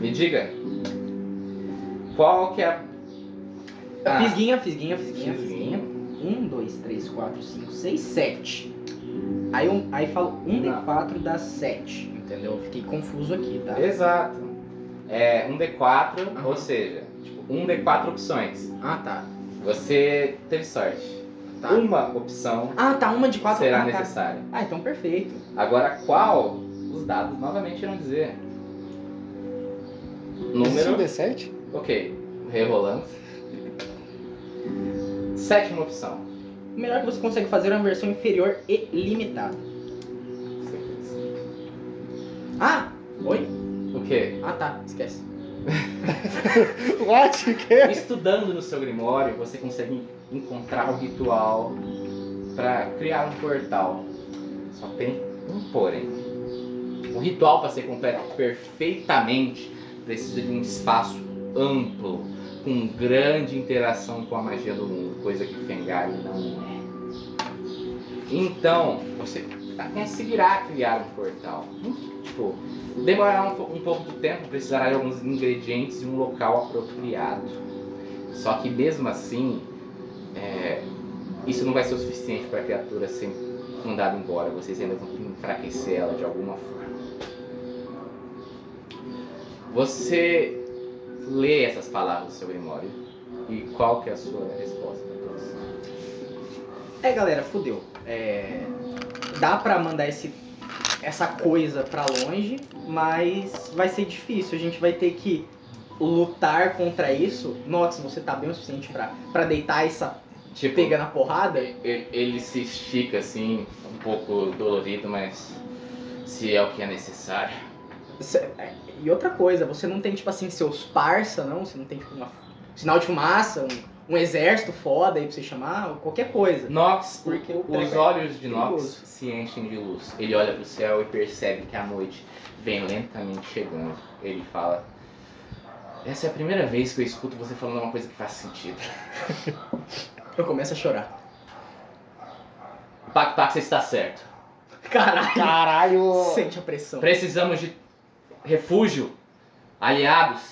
Speaker 1: Me diga, qual que é a... Ah,
Speaker 3: Fisguinha, fisguinha, fisguinha,
Speaker 1: Fisguinha.
Speaker 3: fisguinha. Um, dois, três, quatro, cinco, seis, sete. Aí, eu, aí falo um de
Speaker 1: Não.
Speaker 3: quatro dá sete, entendeu? Fiquei confuso aqui, tá?
Speaker 1: Exato. É um D4,
Speaker 3: Aham.
Speaker 1: ou seja, tipo, um D4 opções.
Speaker 3: Ah, tá.
Speaker 1: Você teve sorte.
Speaker 3: tá.
Speaker 1: Uma opção
Speaker 3: Ah, tá, uma de quatro.
Speaker 1: será
Speaker 3: ah, tá.
Speaker 1: necessária.
Speaker 3: Ah, então perfeito.
Speaker 1: Agora, qual? Os dados novamente irão dizer.
Speaker 5: Isso é um
Speaker 1: Número.
Speaker 5: D7?
Speaker 1: Ok, rerolando. Sétima opção.
Speaker 3: O melhor que você consegue fazer é uma versão inferior e limitada. Ah! Oi?
Speaker 1: O quê?
Speaker 3: Ah tá, esquece.
Speaker 5: What? Que?
Speaker 1: Estudando no seu Grimório, você consegue encontrar o ritual para criar um portal. Só tem um porém. O ritual para ser completo perfeitamente precisa de um espaço amplo, com grande interação com a magia do mundo, coisa que Fengari não é. Então, você conseguirá criar um portal. Tipo, demorará um, po- um pouco de tempo, precisará de alguns ingredientes e um local apropriado. Só que mesmo assim, é, isso não vai ser o suficiente para a criatura ser mandada embora. Vocês ainda vão enfraquecer ela de alguma forma. Você lê essas palavras no seu memória. E qual que é a sua resposta?
Speaker 3: É, galera, fudeu. É, dá pra mandar esse, essa coisa pra longe, mas vai ser difícil. A gente vai ter que lutar contra isso. Nox, você tá bem o suficiente pra, pra deitar essa
Speaker 1: Tipo,
Speaker 3: pega na porrada?
Speaker 1: ele, ele se estica assim, um pouco dolorido, mas se é o que é necessário.
Speaker 3: Cê- é, E outra coisa, você não tem, tipo assim, seus parça, não? Você não tem, tipo, uma, sinal de fumaça, um, um exército foda aí pra você chamar, ou qualquer coisa.
Speaker 1: Nox,
Speaker 3: Porque o
Speaker 1: Os
Speaker 3: trem-
Speaker 1: olhos de Nox
Speaker 3: Perigoso.
Speaker 1: se enchem de luz. Ele olha pro céu e percebe que a noite vem lentamente chegando. Ele fala: Essa é a primeira vez que eu escuto você falando uma coisa que faz sentido.
Speaker 3: Eu começo a chorar.
Speaker 1: Pac Pac, você está certo.
Speaker 3: Caralho,
Speaker 5: Caralho!
Speaker 3: sente a pressão.
Speaker 1: Precisamos de refúgio, aliados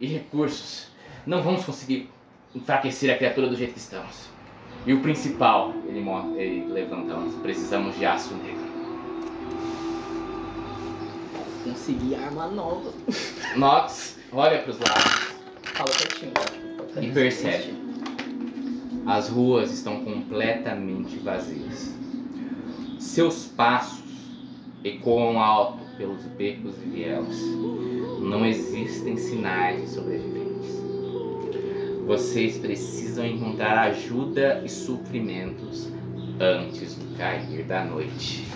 Speaker 1: e recursos. Não vamos conseguir enfraquecer a criatura do jeito que estamos. E o principal, ele, mo- ele levanta, a mão, precisamos de aço negro.
Speaker 3: Consegui arma nova.
Speaker 1: Nox olha pros lados.
Speaker 3: Fala certinho. cara.
Speaker 1: E percebe. As ruas estão completamente vazias. Seus passos ecoam alto pelos becos e vielas. Não existem sinais de sobreviventes. Vocês precisam encontrar ajuda e suprimentos antes do cair da noite.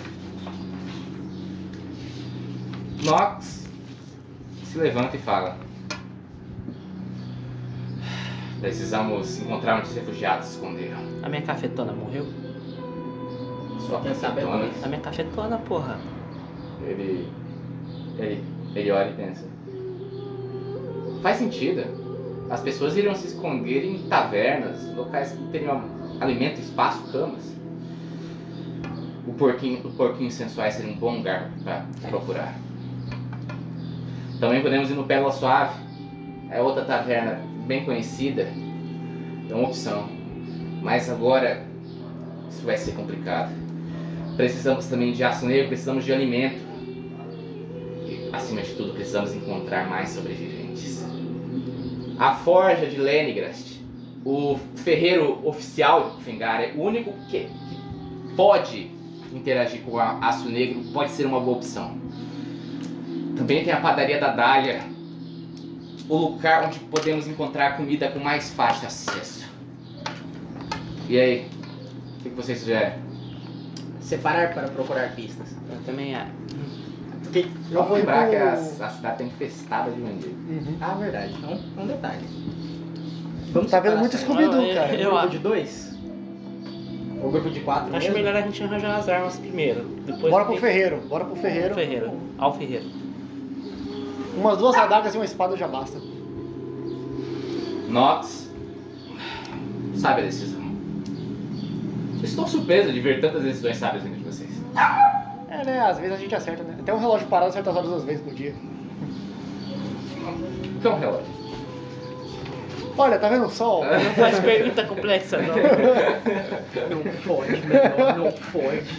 Speaker 1: Nox se levanta e fala: Precisamos encontrar onde os refugiados se esconderam.
Speaker 2: A minha cafetona morreu?
Speaker 1: Sua
Speaker 3: Quem sabe é
Speaker 1: cafetona.
Speaker 2: A minha cafetona, porra.
Speaker 1: Ele, ele, ele olha e pensa. Faz sentido. As pessoas iriam se esconder em tavernas, locais que teriam alimento, espaço, camas. O porquinho, o porquinho sensual seria um bom lugar para procurar. Também podemos ir no Pérola Suave. É outra taverna bem conhecida. É uma opção. Mas agora isso vai ser complicado. Precisamos também de aço negro, precisamos de alimento. E, acima de tudo, precisamos encontrar mais sobreviventes. A forja de Leningrast, o ferreiro oficial de Fengar, é o único que, que pode interagir com o a- aço negro, pode ser uma boa opção. Também tem a padaria da Dália, o lugar onde podemos encontrar comida com mais fácil acesso. E aí, o que que vocês sugerem?
Speaker 3: Separar para procurar pistas.
Speaker 2: Eu também é.
Speaker 5: Eu
Speaker 1: Só
Speaker 5: vou ir
Speaker 1: lembrar
Speaker 5: pro-
Speaker 1: que a, a cidade tá infestada de mendigos.
Speaker 5: Uhum.
Speaker 3: Ah, verdade. Então, é um detalhe. Vamos
Speaker 5: Tá vendo
Speaker 3: separar
Speaker 5: muito
Speaker 3: essa-
Speaker 2: Scooby-
Speaker 5: Scooby-Doo,
Speaker 2: Eu- eu-
Speaker 5: cara.
Speaker 3: Um grupo de dois? Ou grupo de quatro
Speaker 2: Acho
Speaker 3: mesmo?
Speaker 2: melhor a gente arranjar as armas primeiro. Depois
Speaker 5: Bora pro Ferreiro, bora pro Ferreiro.
Speaker 2: Ferreiro. Ao Ferreiro.
Speaker 5: Umas duas adagas e uma espada já basta.
Speaker 1: Nox sabe a decisão. Estou surpreso de ver tantas decisões sábias entre vocês.
Speaker 5: É, né? Às vezes a gente acerta, né? Até um relógio parado acerta as horas duas vezes por dia.
Speaker 1: O que é um relógio?
Speaker 5: Olha, tá vendo o sol?
Speaker 2: Não faz pergunta complexa, não.
Speaker 3: Não pode,
Speaker 2: né?
Speaker 3: melhor não pode.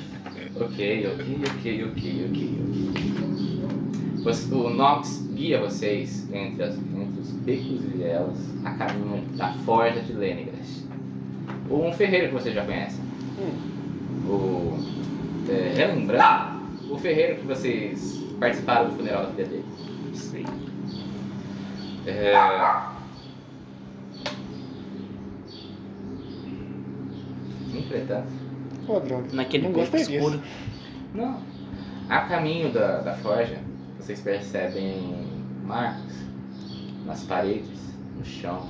Speaker 1: Ok, ok, ok, ok, ok, ok. Você- o Nox guia vocês entre, as- entre os becos e vielas a caminho da forja de Lenegras. Um ferreiro que vocês já conhecem. O. É, relembrando, o ferreiro que vocês participaram do funeral da filha dele.
Speaker 2: Sim.
Speaker 1: É... Entretanto.
Speaker 5: Pô, droga.
Speaker 2: Naquele
Speaker 5: Não
Speaker 2: corpo
Speaker 5: gostei disso.
Speaker 2: escuro.
Speaker 1: Não. A caminho da, da forja, vocês percebem marcas nas paredes, no chão,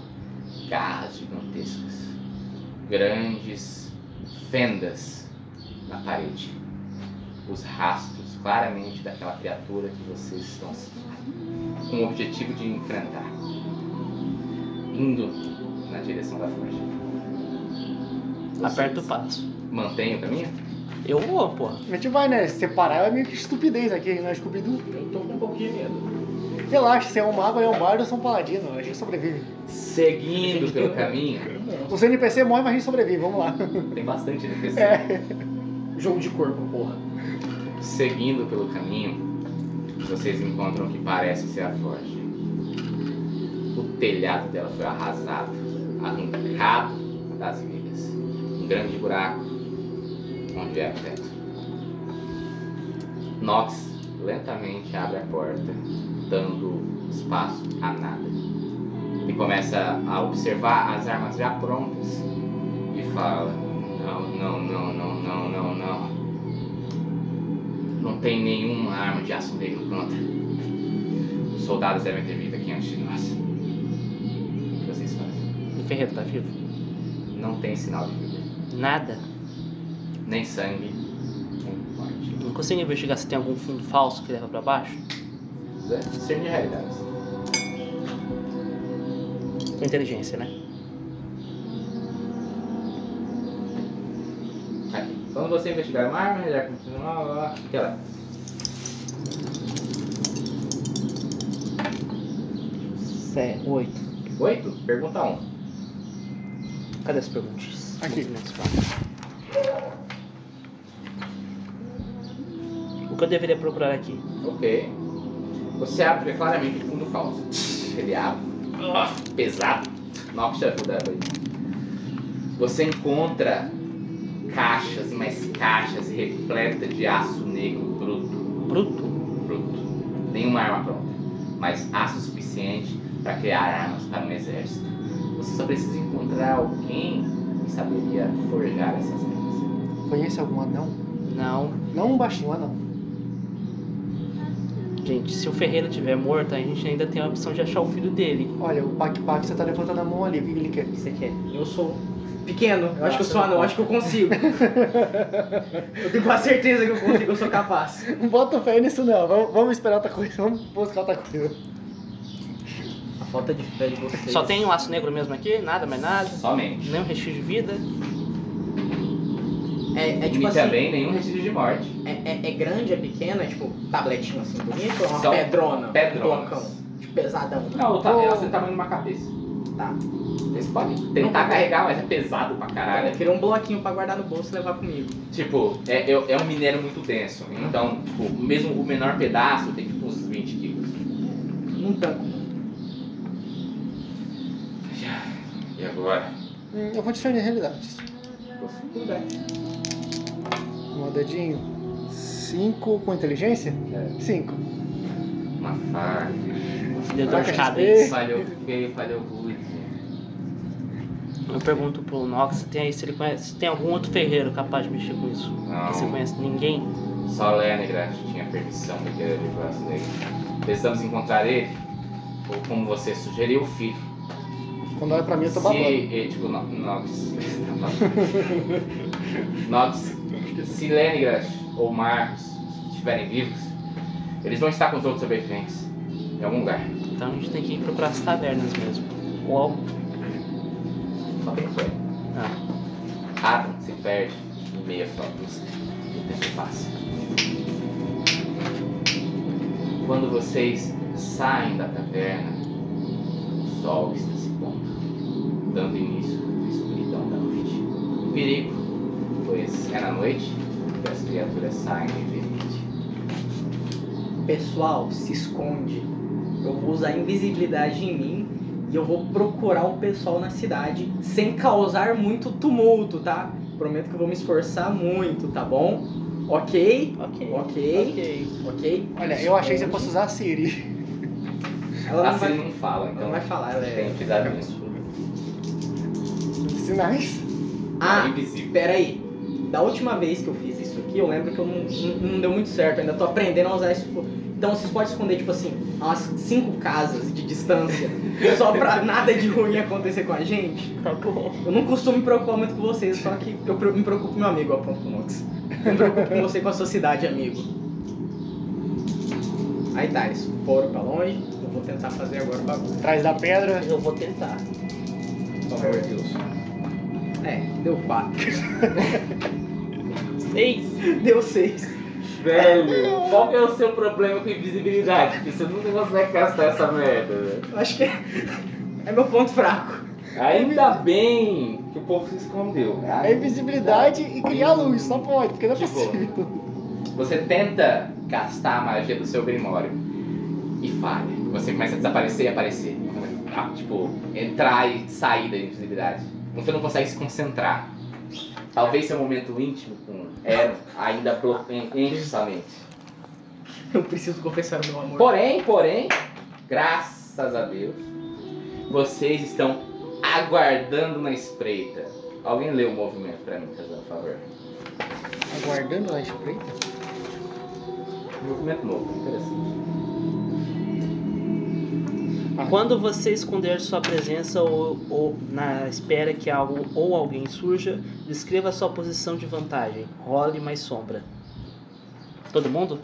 Speaker 1: garras gigantescas, grandes fendas na parede. Os rastros, claramente, daquela criatura que vocês estão com o objetivo de enfrentar. Indo na direção da forja.
Speaker 2: Aperta o passo.
Speaker 1: Mantenha o caminho?
Speaker 2: Eu vou, porra.
Speaker 5: A gente vai, né? Separar é meio que estupidez aqui, né? Scooby-Doo.
Speaker 3: Eu tô com um pouco de medo.
Speaker 5: Relaxa, você é um mago, eu é um bardo, eu sou um paladino. A gente sobrevive.
Speaker 1: Seguindo pelo caminho,
Speaker 5: Os NPC morrem, mas a gente sobrevive. Vamos lá.
Speaker 1: tem bastante NPC.
Speaker 5: É.
Speaker 3: Jogo de corpo, porra.
Speaker 1: Seguindo pelo caminho, vocês encontram o que parece ser a forja. O telhado dela foi arrasado, arrancado das vigas. Um grande buraco onde era o teto. Nox lentamente abre a porta, dando espaço a nada. Ele começa a observar as armas já prontas e fala: Não, não, não, não, não, não, não. Não tem nenhuma arma de aço negro pronta. Os soldados devem ter vindo aqui antes de nós. O que vocês fazem?
Speaker 2: O ferreiro tá vivo?
Speaker 1: Não tem sinal de vida,
Speaker 2: Nada.
Speaker 1: nem sangue, nem morte.
Speaker 2: Não consigo investigar se tem algum fundo falso que leva pra baixo.
Speaker 1: Zé, Ser de realidades.
Speaker 2: Com inteligência, né?
Speaker 1: Aqui. Quando você investigar uma arma,
Speaker 3: é
Speaker 1: já continua
Speaker 3: um
Speaker 1: lá, lá, lá, até lá.
Speaker 2: Cé,
Speaker 5: é
Speaker 2: oito.
Speaker 1: Oito? Pergunta um.
Speaker 2: Cadê as perguntas?
Speaker 5: Aqui.
Speaker 2: Movimentos básicos. O que eu deveria procurar aqui?
Speaker 1: Ok. Você abre vê claramente o fundo falso. Ele abre. Ah, pesado. Nox te ajuda a abrir. Você encontra caixas, mas caixas repletas de aço negro bruto.
Speaker 2: Bruto?
Speaker 1: Bruto. Nenhuma arma pronta. Mas aço suficiente para criar armas para um exército. Você só precisa encontrar alguém que saberia forjar essas armas.
Speaker 5: Conhece algum anão?
Speaker 2: Não.
Speaker 5: Não um baixinho, um anão.
Speaker 2: Gente, se o Ferreira tiver morto, a gente ainda tem a opção de achar o filho dele.
Speaker 5: Olha, o Pac Pac, você tá levantando a mão ali, o que que ele quer?
Speaker 2: O que você quer?
Speaker 3: Eu sou pequeno, eu acho que
Speaker 2: Nossa,
Speaker 3: eu sou
Speaker 2: eu
Speaker 3: anão, eu acho que eu consigo. eu tenho quase certeza que eu consigo, eu sou capaz.
Speaker 5: Não bota fé nisso não, vamos, vamos esperar outra coisa, vamos buscar outra coisa.
Speaker 3: A falta de fé de vocês.
Speaker 2: Só tem um aço negro mesmo aqui? Nada, mais nada.
Speaker 1: Somente.
Speaker 2: Nenhum restígio de vida.
Speaker 3: É, é tipo
Speaker 1: e
Speaker 3: assim,
Speaker 1: também nenhum restígio de morte.
Speaker 3: é, é- é grande, é pequena, é tipo tabletinho assim, bonito ou é uma
Speaker 1: São
Speaker 3: pedrona?
Speaker 1: pedronas.
Speaker 3: Blocão, tipo pesadão.
Speaker 1: Não, o ta-
Speaker 5: Ou-
Speaker 1: ela tem o tamanho de uma cabeça.
Speaker 3: Tá.
Speaker 1: Vocês podem tentar
Speaker 3: Não.
Speaker 1: carregar, mas é pesado pra caralho.
Speaker 3: Eu queria um bloquinho pra guardar no bolso e levar comigo.
Speaker 1: Tipo, é, é- é um minério muito denso. Então, tipo, mesmo o menor pedaço tem tipo uns 20 quilos.
Speaker 3: Não tanco.
Speaker 1: E agora?
Speaker 5: Hum, eu vou discernir realidades.
Speaker 1: Você puder.
Speaker 5: Um dedinho. Cinco com inteligência?
Speaker 1: É.
Speaker 5: Cinco.
Speaker 1: Uma faca.
Speaker 2: Deu dor de
Speaker 5: Marca
Speaker 2: cabeça.
Speaker 5: respeito.
Speaker 1: Falhou feio, falhou ruim.
Speaker 2: Eu pergunto pro Nox se tem, aí- se ele conhece, se tem algum outro ferreiro capaz de mexer com isso.
Speaker 1: Não.
Speaker 2: Você conhece ninguém?
Speaker 1: Só Leningrad tinha permissão de querer livrar-se dele. Precisamos encontrar ele, ou como você sugeriu, o filho.
Speaker 5: Quando olha pra mim, eu tô
Speaker 1: se,
Speaker 5: babando.
Speaker 1: eh, tipo, no- Nox. Tá Nox. Se Lenigras ou Marcos estiverem vivos, eles vão estar com os outros sobreviventes. Em algum lugar.
Speaker 2: Então a gente tem que ir procurar as tavernas mesmo. Ou algo-
Speaker 1: Só tem isso aí.
Speaker 2: Ah,
Speaker 1: Adam se perde no meio da sua busca. E o tempo passa. Quando vocês saem da caverna, o sol está se pondo, dando início à escuridão da noite. O perigo, pois é na noite que as criaturas saem do limite.
Speaker 3: Pessoal, se esconde. Eu vou usar a invisibilidade em mim e eu vou procurar o pessoal na cidade sem causar muito tumulto, tá? Prometo que eu vou me esforçar muito, tá bom? Ok?
Speaker 2: ok.
Speaker 3: Ok? Ok?
Speaker 5: Olha, eu achei que você fosse usar a Siri.
Speaker 3: Ela não
Speaker 1: Assim
Speaker 3: vai,
Speaker 1: não fala,
Speaker 3: ela não
Speaker 1: então
Speaker 3: vai falar, ela
Speaker 1: tem
Speaker 3: é.
Speaker 1: que dar isso.
Speaker 5: Sinais.
Speaker 1: É
Speaker 3: Ah,
Speaker 1: invisível.
Speaker 3: pera aí. Da última vez que eu fiz isso aqui, eu lembro que eu não, não- não deu muito certo. Ainda tô aprendendo a usar isso. Então vocês podem esconder, tipo assim, a umas cinco casas de distância. só pra nada de ruim acontecer com a gente.
Speaker 2: Tá bom.
Speaker 3: Eu não costumo me preocupar muito com vocês, só que eu pre- me preocupo com meu amigo, aponto pro Nox. Eu me preocupo com você e com a sua cidade, amigo. Aí tá, eles foram pra longe. Eu vou tentar fazer agora o bagulho.
Speaker 5: Atrás da pedra.
Speaker 2: Eu vou tentar.
Speaker 3: Pelo amor de Deus. É, deu quatro.
Speaker 2: Seis.
Speaker 3: deu seis.
Speaker 1: Velho, qual que é o seu problema com invisibilidade? Porque você nunca consegue castar essa merda, né? velho.
Speaker 3: Eu acho que é, é meu ponto fraco.
Speaker 1: Ainda bem que o povo se escondeu. né?
Speaker 5: A invisibilidade e criar luz, só pode, porque não é
Speaker 1: Tipo,
Speaker 5: possível.
Speaker 1: Você tenta gastar a magia do seu Grimório e falha. Você começa a desaparecer e aparecer. Ah, tipo, entrar e sair da invisibilidade. Você não consegue se concentrar. Talvez seu momento íntimo com Eren ainda blo- en- enche sua mente.
Speaker 3: Eu preciso confessar o meu amor.
Speaker 1: Porém, porém, graças a Deus, vocês estão aguardando na espreita. Alguém lê o movimento pra mim, fazendo um favor.
Speaker 5: Aguardando a espreita.
Speaker 1: Movimento novo, interessante.
Speaker 2: Quando você esconder sua presença ou, ou na espera que algo ou alguém surja, descreva sua posição de vantagem. Role mais sombra. Todo mundo?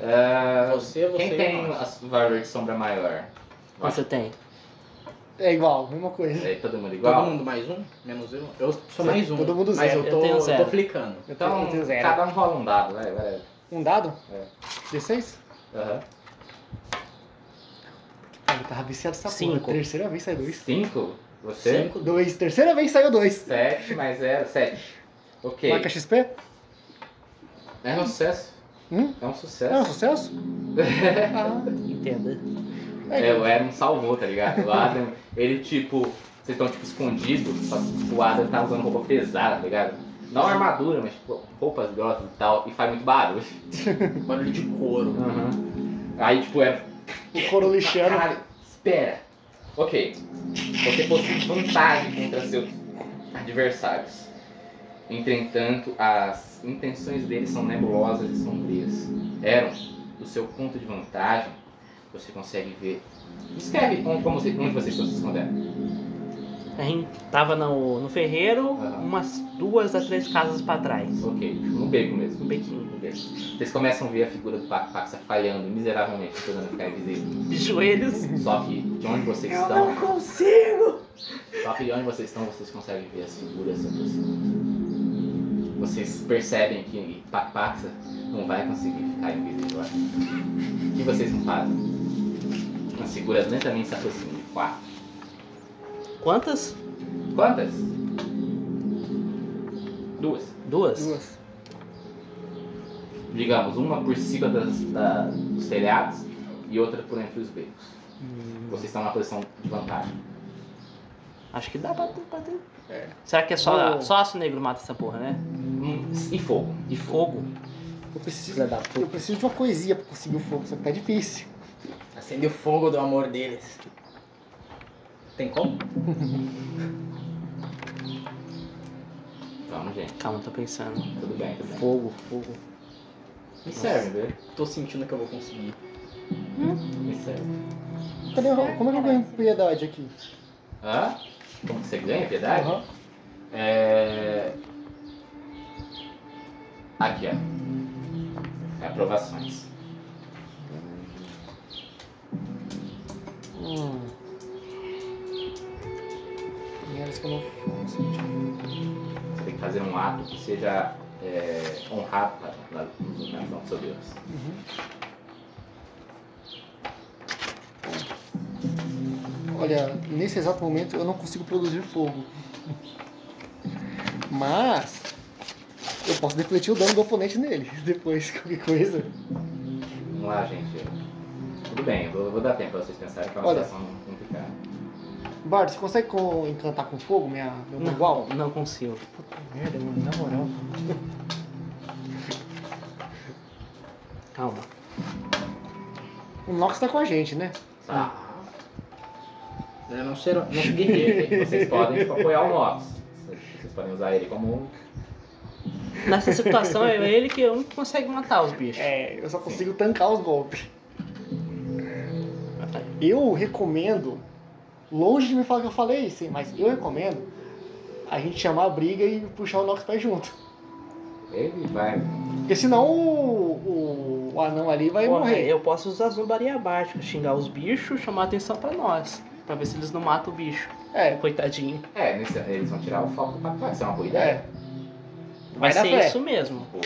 Speaker 1: Ah,
Speaker 3: Você, você é
Speaker 1: quem
Speaker 3: e
Speaker 1: tem
Speaker 3: nós.
Speaker 1: o valor de sombra maior?
Speaker 2: Você tem.
Speaker 5: É igual, mesma coisa.
Speaker 1: É todo mundo igual?
Speaker 3: Todo mundo mais um? Menos eu? Eu sou mais um.
Speaker 5: Todo mundo
Speaker 3: mas
Speaker 5: zero.
Speaker 3: eu
Speaker 2: Eu
Speaker 3: tô,
Speaker 2: tenho zero.
Speaker 3: tô flicando.
Speaker 5: Eu tenho-
Speaker 1: Então,
Speaker 5: eu tenho zero.
Speaker 1: cada um rola um dado, vai, vai.
Speaker 5: Um dado?
Speaker 1: É.
Speaker 5: 16?
Speaker 1: Aham.
Speaker 5: Cara, eu tava viciado essa
Speaker 2: Cinco.
Speaker 5: porra. Terceira vez saiu dois.
Speaker 1: Cinco? Você?
Speaker 3: Cinco,
Speaker 5: Dois. Terceira vez saiu dois.
Speaker 1: Sete mais zero, sete. Ok.
Speaker 5: Marca XP?
Speaker 1: É um sucesso.
Speaker 5: Hum?
Speaker 1: É um
Speaker 5: É um
Speaker 1: sucesso.
Speaker 5: sucesso? Ah,
Speaker 2: Entenda.
Speaker 5: é.
Speaker 1: É, o Adam salvou, tá ligado? O Adam, ele tipo. Vocês estão tipo escondidos, só que tipo, o Adam tá usando roupa pesada, tá ligado? Não armadura, mas tipo, roupas grossas e tal, e faz muito barulho.
Speaker 3: barulho de couro.
Speaker 1: Aí tipo é.
Speaker 5: o couro lixeiro.
Speaker 1: Caralho, espera. Ok. Você possui vantagem contra seus adversários. Entretanto, as intenções deles são nebulosas e sombrias. Eram, do seu ponto de vantagem, você consegue ver. Escreve como, como, você- onde vocês estão se escondendo.
Speaker 2: A gente tava no, no ferreiro,
Speaker 5: Ah.
Speaker 1: Aham.
Speaker 2: umas duas a três casas pra trás.
Speaker 1: Ok, no beco mesmo.
Speaker 2: Um bequinho.
Speaker 1: Vamos ver. Vocês começam a ver a figura do Pa- Paxa falhando miseravelmente, tentando ficar invisível.
Speaker 2: De joelhos.
Speaker 1: Só que de onde vocês estão,
Speaker 3: consigo!
Speaker 1: só que de onde vocês estão, vocês conseguem ver as figuras se aproximando. Vocês percebem que Pa- Paxa não vai conseguir ficar invisível lá. O que vocês não fazem? As figuras lentamente se aproximam de quatro.
Speaker 2: Quantas?
Speaker 1: Quantas? Duas.
Speaker 2: Duas.
Speaker 5: Duas.
Speaker 1: Digamos, uma por cima das, da- dos telhados e outra por entre os becos.
Speaker 2: Hum,
Speaker 1: Vocês estão na posição de vantagem.
Speaker 2: acho que dá pra ter. pra ter. Será que é só,
Speaker 5: Oh.
Speaker 2: só aço negro mata essa porra, né?
Speaker 1: Hum, E fogo.
Speaker 2: E fogo?
Speaker 5: Eu preciso,
Speaker 2: Filha da
Speaker 5: eu
Speaker 2: puta.
Speaker 5: preciso de uma poesia pra conseguir o fogo, só que tá difícil.
Speaker 3: Acende o fogo do amor deles. Tem como?
Speaker 1: Vamos, gente.
Speaker 2: Calma, tô pensando.
Speaker 1: Tudo bem, tudo bem.
Speaker 2: Fogo, fogo.
Speaker 1: Me serve, velho.
Speaker 3: Tô sentindo que eu vou conseguir.
Speaker 1: Me serve.
Speaker 5: Cadê, o- como é que eu ganho piedade aqui?
Speaker 1: Hã? Como que você ganha, piedade?
Speaker 5: Aham.
Speaker 1: É... Aqui, ó. Aprovações.
Speaker 5: Hum. Mulheres que eu não-
Speaker 1: Você tem que fazer um ato que seja é, honrado na, na, na ação do seu Deus.
Speaker 5: Olha, nesse exato momento eu não consigo produzir fogo. Mas eu posso defletir o dano do oponente nele. Depois, qualquer coisa.
Speaker 1: Vamos lá, gente. Tudo bem, eu vou, vou dar tempo pra vocês pensarem que é uma
Speaker 5: Olha.
Speaker 1: situação complicada.
Speaker 5: Bart, você consegue co- encantar com fogo minha, meu
Speaker 2: Não,
Speaker 5: manual?
Speaker 2: não consigo.
Speaker 5: Puta merda, mano, na moral.
Speaker 2: Calma.
Speaker 5: O Nox tá com a gente, né?
Speaker 1: Tá?
Speaker 3: Eu Né? não sei, não sou guerreiro. hein?
Speaker 1: Vocês podem apoiar o Nox. Vocês podem usar ele como
Speaker 2: Nessa situação é ele que não consegue matar os bichos.
Speaker 5: É, eu só consigo tancar os golpes. Eu recomendo, longe de me falar que eu falei isso, hein, mas eu recomendo a gente chamar a briga e puxar o Nox pra junto.
Speaker 1: Ele vai.
Speaker 5: Porque senão o, o, o anão ali vai
Speaker 2: Porra,
Speaker 5: morrer.
Speaker 2: Eu posso usar zombaria básica, xingar os bichos, chamar a atenção pra nós. Pra ver se eles não matam o bicho.
Speaker 5: É,
Speaker 2: Coitadinho.
Speaker 1: É, nesse- eles vão tirar o foco do papai. Isso é uma boa ideia.
Speaker 5: é.
Speaker 2: Vai,
Speaker 5: Vai dar
Speaker 2: ser
Speaker 5: fé.
Speaker 2: isso
Speaker 5: É.
Speaker 2: mesmo.
Speaker 1: Pô,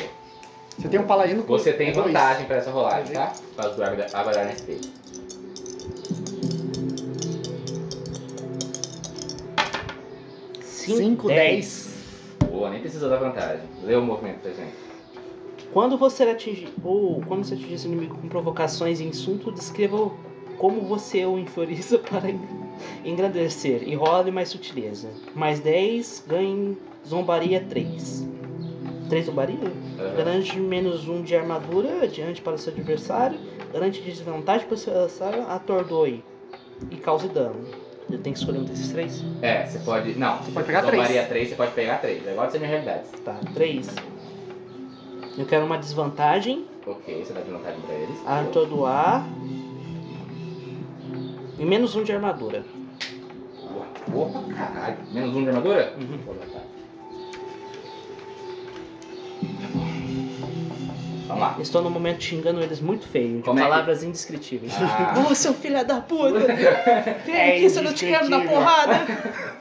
Speaker 5: Você tem um paladino com
Speaker 1: Você tem
Speaker 5: dois.
Speaker 1: vantagem pra essa rolagem, tá? Para os do aguardar aguardar na SP.
Speaker 2: Cinco,
Speaker 5: 5,
Speaker 2: dez.
Speaker 5: 10.
Speaker 1: Boa, nem precisa da vantagem. Lê o movimento pra gente.
Speaker 2: Quando você atingir ou quando você atingir seu inimigo com provocações e insulto, descreva o como você o influencia para engrandecer. E role mais sutileza. Mais 10, ganhe zombaria 3. 3 zombaria?
Speaker 1: Aham.
Speaker 2: Garante menos 1 de armadura adiante para seu adversário. Garante desvantagem para o seu adversário. Atordoe e cause dano. Eu tenho que escolher um desses três?
Speaker 1: É, você pode. Não,
Speaker 5: Você pode pegar
Speaker 1: Tomaria
Speaker 5: três.
Speaker 1: três, você pode pegar três. Agora você é minha realidade.
Speaker 2: Tá, três. Eu quero uma desvantagem.
Speaker 1: Ok, você dá de vantagem pra eles.
Speaker 5: Ah,
Speaker 2: Atordoar. E menos 1 de armadura.
Speaker 1: Opa, caralho. Menos um de armadura? tá.
Speaker 2: Uhum.
Speaker 1: Vou botar. Vamos lá.
Speaker 2: Estou no momento xingando eles muito feio, de
Speaker 1: Como é que-
Speaker 2: palavras indescritíveis.
Speaker 1: Ah.
Speaker 2: Ô, seu filho da puta! Vem
Speaker 5: É
Speaker 2: aqui, se eu não tá te quero na porrada!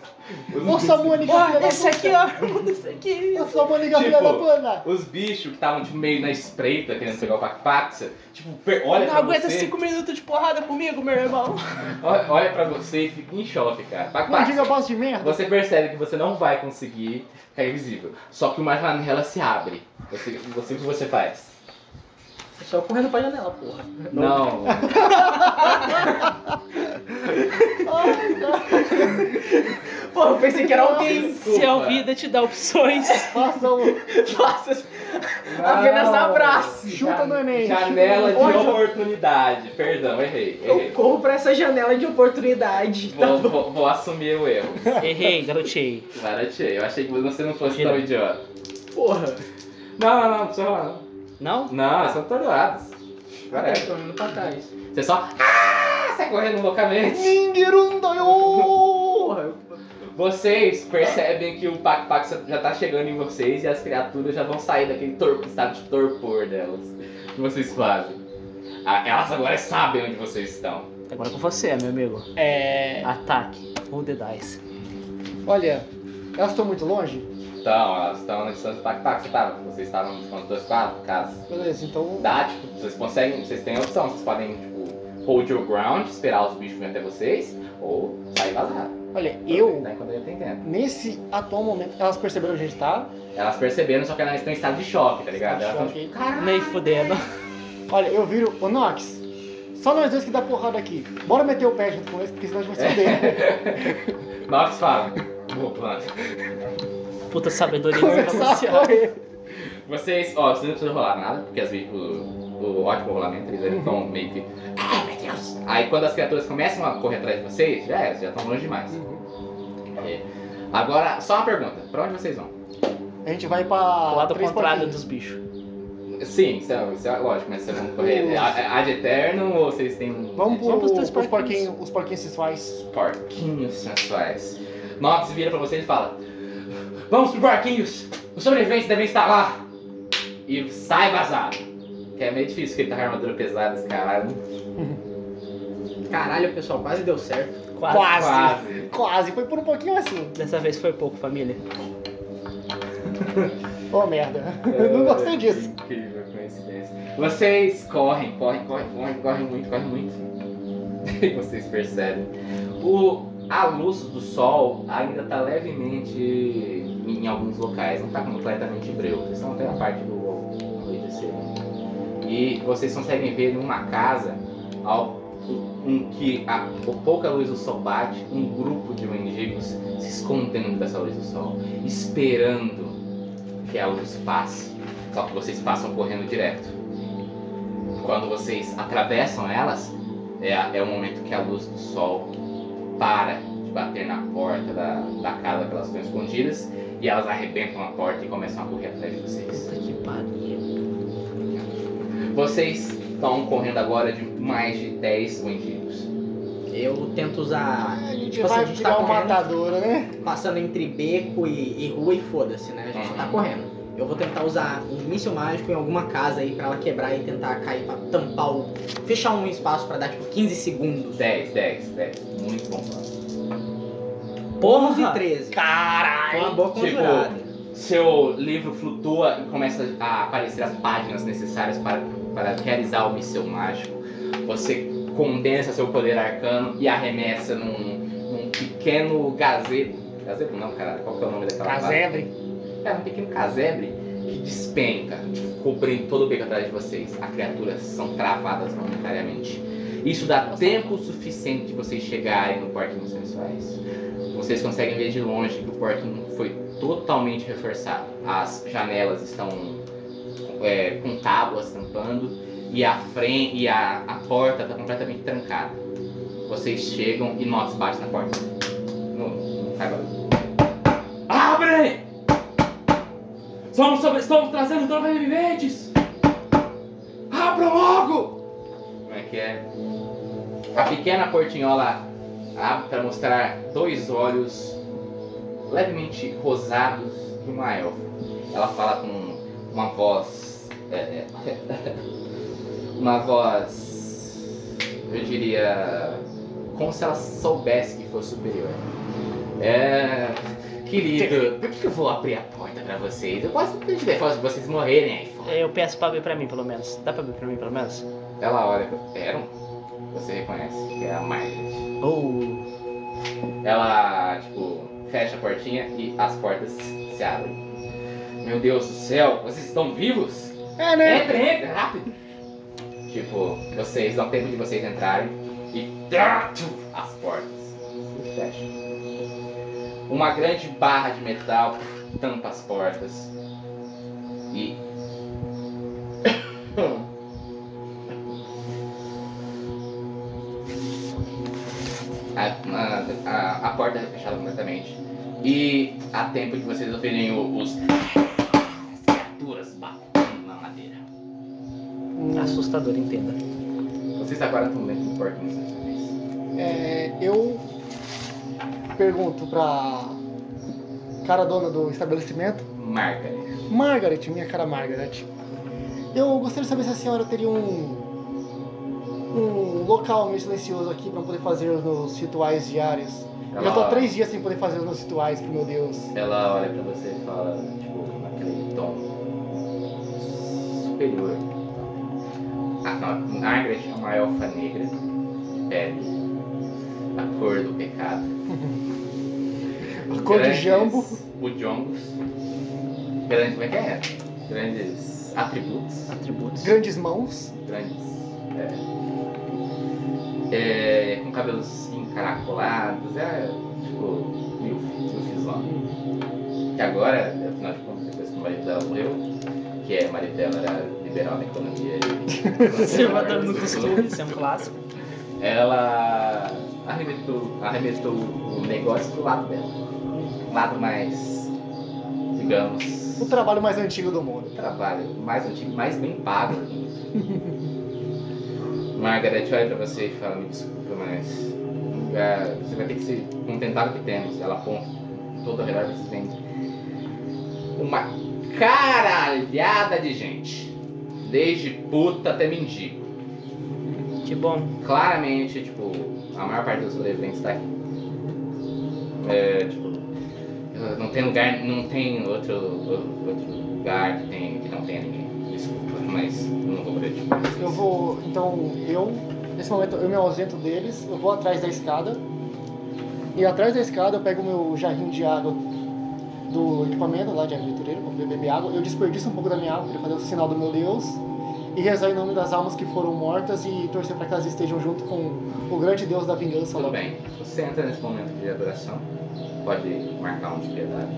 Speaker 5: Nossa, Mônica, filha
Speaker 2: Ó,
Speaker 5: da
Speaker 2: esse
Speaker 5: puta.
Speaker 2: aqui, ó, muda esse aqui!
Speaker 5: Nossa, Mônica, filha
Speaker 1: Tipo,
Speaker 5: da puta.
Speaker 1: Os bichos que estavam tipo, meio na espreita, querendo pegar o Papaxa, tipo, pe- olha
Speaker 2: Não
Speaker 1: pra
Speaker 2: aguenta
Speaker 1: você,
Speaker 2: cinco minutos de porrada comigo, meu irmão!
Speaker 1: olha, olha pra você e fica em choque, cara.
Speaker 5: Mandinga
Speaker 1: Papaxa,
Speaker 5: bosta de merda.
Speaker 1: você percebe que você não vai conseguir ficar invisível. Só que uma janela se abre. Você, você o que você faz?
Speaker 3: Só correndo pra janela, porra.
Speaker 1: Não.
Speaker 3: Porra, eu pensei que era um alguém.
Speaker 1: Desculpa.
Speaker 2: Se a vida te dá opções,
Speaker 5: Faça o...
Speaker 3: Faça. Apenas abraço.
Speaker 5: Chuta no Enem.
Speaker 1: Janela de
Speaker 3: Olha.
Speaker 1: oportunidade. Perdão, errei.
Speaker 3: Eu
Speaker 1: errei.
Speaker 3: corro pra essa janela de oportunidade. Tá
Speaker 1: Vou,
Speaker 3: bom.
Speaker 1: vou- vou assumir o erro.
Speaker 2: errei, garotei.
Speaker 1: Barateei. Eu achei que você não fosse
Speaker 2: Tira.
Speaker 1: tão idiota.
Speaker 3: Porra.
Speaker 1: Não, não, não, não precisa rolar, não.
Speaker 2: Não?
Speaker 1: Não, são tordoados.
Speaker 3: Eu
Speaker 1: Caraca.
Speaker 3: tô indo pra trás.
Speaker 1: Você só. Ah! Sai correndo loucamente.
Speaker 5: Ningirundayo!
Speaker 3: Porra, eu-
Speaker 1: Vocês percebem que o Pac Pac já tá chegando em vocês e as criaturas já vão sair daquele tor- estado de torpor delas. O que vocês fazem? Ah, elas agora sabem onde vocês estão.
Speaker 2: Agora é com você, meu amigo.
Speaker 5: É...
Speaker 2: Ataque. Roll the dice.
Speaker 5: Olha, elas estão muito longe?
Speaker 1: Então, elas estão na distância do Pac Pac. Você tava- Vocês estavam com os dois quatro casos.
Speaker 5: Beleza, então...
Speaker 1: Dá, tipo, vocês conseguem, vocês têm a opção. Vocês podem, tipo, hold your ground, esperar os bichos virem até vocês, ou sair vazar.
Speaker 5: Olha, eu...
Speaker 1: Aproveitar Enquanto ainda tem tempo.
Speaker 5: Nesse atual momento, elas perceberam onde a gente tá.
Speaker 1: Elas perceberam, só que elas estão em estado de choque, tá ligado? Elas estão tipo,
Speaker 5: Choque.
Speaker 2: Nem fudendo.
Speaker 5: Olha, eu viro o Nox. Só nós dois que dá porrada aqui. Bora meter o pé junto com eles, porque senão a gente vai se
Speaker 1: É.
Speaker 5: fuder.
Speaker 1: Nox fala. Boa planta.
Speaker 2: Puta sabedoria
Speaker 5: Começar
Speaker 2: social.
Speaker 5: a correr.
Speaker 1: Vocês, ó, vocês não precisam rolar nada, porque às vezes o, o ótimo rolamento eles eles estão meio que. Ai meu Deus! Aí quando as criaturas começam a correr atrás de vocês, já é, já estão longe demais. É. Agora, só uma pergunta: pra onde vocês vão?
Speaker 5: A gente vai
Speaker 2: O
Speaker 5: pra.
Speaker 2: lado
Speaker 5: três
Speaker 2: contrário
Speaker 5: porquinhos.
Speaker 2: dos bichos.
Speaker 1: Sim, isso é, isso é lógico, mas vocês vão correr é, a- é ad eternum ou vocês têm um.
Speaker 5: Vamos, pro,
Speaker 2: Vamos pros três
Speaker 5: pros
Speaker 2: porquinhos.
Speaker 5: porquinhos, os porquinhos sensuais.
Speaker 3: é
Speaker 1: Porquinhos sensuais. Nox vira pra vocês e fala: Vamos pro Barquinhos! Os sobreviventes devem estar lá! E sai vazado! Que é meio difícil, porque ele tá com a armadura pesada, esse caralho. É
Speaker 3: Caralho, pessoal, quase deu certo.
Speaker 2: Quase.
Speaker 1: Quase.
Speaker 5: Quase, foi por um pouquinho assim.
Speaker 2: Dessa vez foi pouco, família.
Speaker 5: Ô merda. Não gostei
Speaker 1: É,
Speaker 5: disso.
Speaker 1: Incrível coincidência. Vocês correm, correm, correm, correm, correm muito, correm muito. E vocês percebem. O, a luz do sol ainda tá levemente em alguns locais, não tá completamente breu. Vocês estão vendo a parte do anoitecer. E vocês conseguem ver numa casa ao, em Um que a, a pouca luz do sol bate, um grupo de mendigos se escondendo dessa luz do sol, esperando que a luz passe. Só que vocês passam correndo direto. Quando vocês atravessam elas, é, a- é o momento que a luz do sol para de bater na porta da, da casa que elas estão escondidas e elas arrebentam a porta e começam a correr atrás de vocês.
Speaker 2: Puta que pariu.
Speaker 1: Vocês estão correndo agora de mais de 10 bandidos.
Speaker 3: Eu tento usar.
Speaker 5: A gente
Speaker 3: Tipo assim,
Speaker 5: vai
Speaker 3: a gente
Speaker 5: virar
Speaker 3: tá
Speaker 5: um
Speaker 3: correndo.
Speaker 5: matador, né?
Speaker 3: Passando entre beco e, e rua e foda-se, né? A gente só tá
Speaker 1: Uhum.
Speaker 3: correndo. Eu vou tentar usar um míssil mágico em alguma casa aí pra ela quebrar e tentar cair pra tampar o. Fechar um espaço pra dar tipo 15 segundos.
Speaker 1: 10, 10, 10. Muito bom. plano.
Speaker 3: Porra!
Speaker 2: Porra!
Speaker 3: 11 e 13. Foi uma
Speaker 5: Caralho!
Speaker 3: boa
Speaker 1: Tipo,
Speaker 3: conjurada.
Speaker 1: Seu livro flutua e começa a aparecer as páginas necessárias para, para realizar o míssil mágico. Você condensa seu poder arcano e arremessa num, num pequeno gazebo. Gazebo não, caralho. Qual que é o nome daquela parada?
Speaker 5: Casebre.
Speaker 1: É um pequeno casebre que despenca, cobrindo todo o beco atrás de vocês. As criaturas são travadas momentaneamente. Isso dá tempo suficiente de vocês chegarem no Parque dos Sensuais. Vocês conseguem ver de longe que o parking foi totalmente reforçado. As janelas estão é, com tábuas tampando e a frente e a, a porta está completamente trancada. Vocês chegam e Nox bate na porta. Não, não faz barulho. Abre! Somos, sobre- estamos trazendo sobreviventes! Abram logo! Como é que é? A pequena portinhola abre para mostrar dois olhos levemente rosados de uma elfa. Ela fala com uma voz. é, é, uma voz. Eu diria. Como se ela soubesse que fosse superior. É. Querido, por que eu vou abrir a porta pra vocês? Eu posso pedir de vocês morrerem aí fora.
Speaker 2: Eu peço pra abrir pra mim, pelo menos. Dá pra abrir pra mim, pelo menos?
Speaker 1: Ela olha pra Eron, você reconhece que é a Margaret.
Speaker 2: Oh,
Speaker 1: Ela, tipo, fecha a portinha e as portas se abrem. Meu Deus do céu, vocês estão vivos?
Speaker 5: É, né?
Speaker 1: Entra, entra, rápido! Tipo, vocês, dá um tempo de vocês entrarem e tá, tchum, as portas se fecham. Uma grande barra de metal tampa as portas e. A, a, a- a porta é fechada completamente. E há tempo de vocês ouvirem o- os. As criaturas batendo na madeira.
Speaker 2: assustador, entenda.
Speaker 1: Vocês agora estão dentro do porquinho né? dessa vez.
Speaker 5: É, eu pergunto pra cara dona do estabelecimento,
Speaker 1: Marca.
Speaker 5: Margaret, minha cara Margaret. Eu gostaria de saber se a senhora teria um um local meio silencioso aqui pra eu poder fazer os meus rituais diários. Eu já tô há três dias sem poder fazer os meus rituais, meu Deus.
Speaker 1: Ela olha pra você e fala, tipo, naquele tom superior. A a Margaret é uma elfa negra de pele, a cor do pecado.
Speaker 5: A cor de
Speaker 1: Grandes
Speaker 5: jambo.
Speaker 1: Bujongos. Grandes, como é que é? Grandes atributos.
Speaker 2: Atributos.
Speaker 5: Grandes mãos.
Speaker 1: grandes. É. É, com cabelos encaracolados, é tipo milf, milfzão. Que agora, afinal de contas, depois que o marido dela morreu, que é marido dela era liberal na economia e
Speaker 2: Conservador no costume, isso é um clássico.
Speaker 1: ela arremessou, arremessou o negócio pro lado dela. Um lado mais, digamos,
Speaker 5: O trabalho mais antigo do mundo.
Speaker 1: trabalho mais antigo, mais bem pago. Margaret olha pra você e fala, me desculpa, mas é, você vai ter que se contentar com o que temos. Ela aponta todo ao redor que você tem. Uma caralhada de gente. Desde puta até mendigo.
Speaker 2: Que bom.
Speaker 1: Claramente, tipo, a maior parte dos sobreviventes tá aqui. É, tipo, não tem lugar, não tem outro, outro lugar que, tem, que não tenha ninguém. Desculpa, mas eu não vou poder te conhecer.
Speaker 5: Eu vou, então, eu, nesse momento, eu me ausento deles, eu vou atrás da escada. E atrás da escada eu pego o meu jarrinho de água do equipamento lá de aventureiro para poder beber água. Eu desperdiço um pouco da minha água para fazer o sinal do meu Deus e rezar em nome das almas que foram mortas e torcer para que elas estejam junto com o grande Deus da vingança
Speaker 1: Tudo
Speaker 5: logo.
Speaker 1: bem, você entra nesse momento de adoração, pode marcar um de piedade.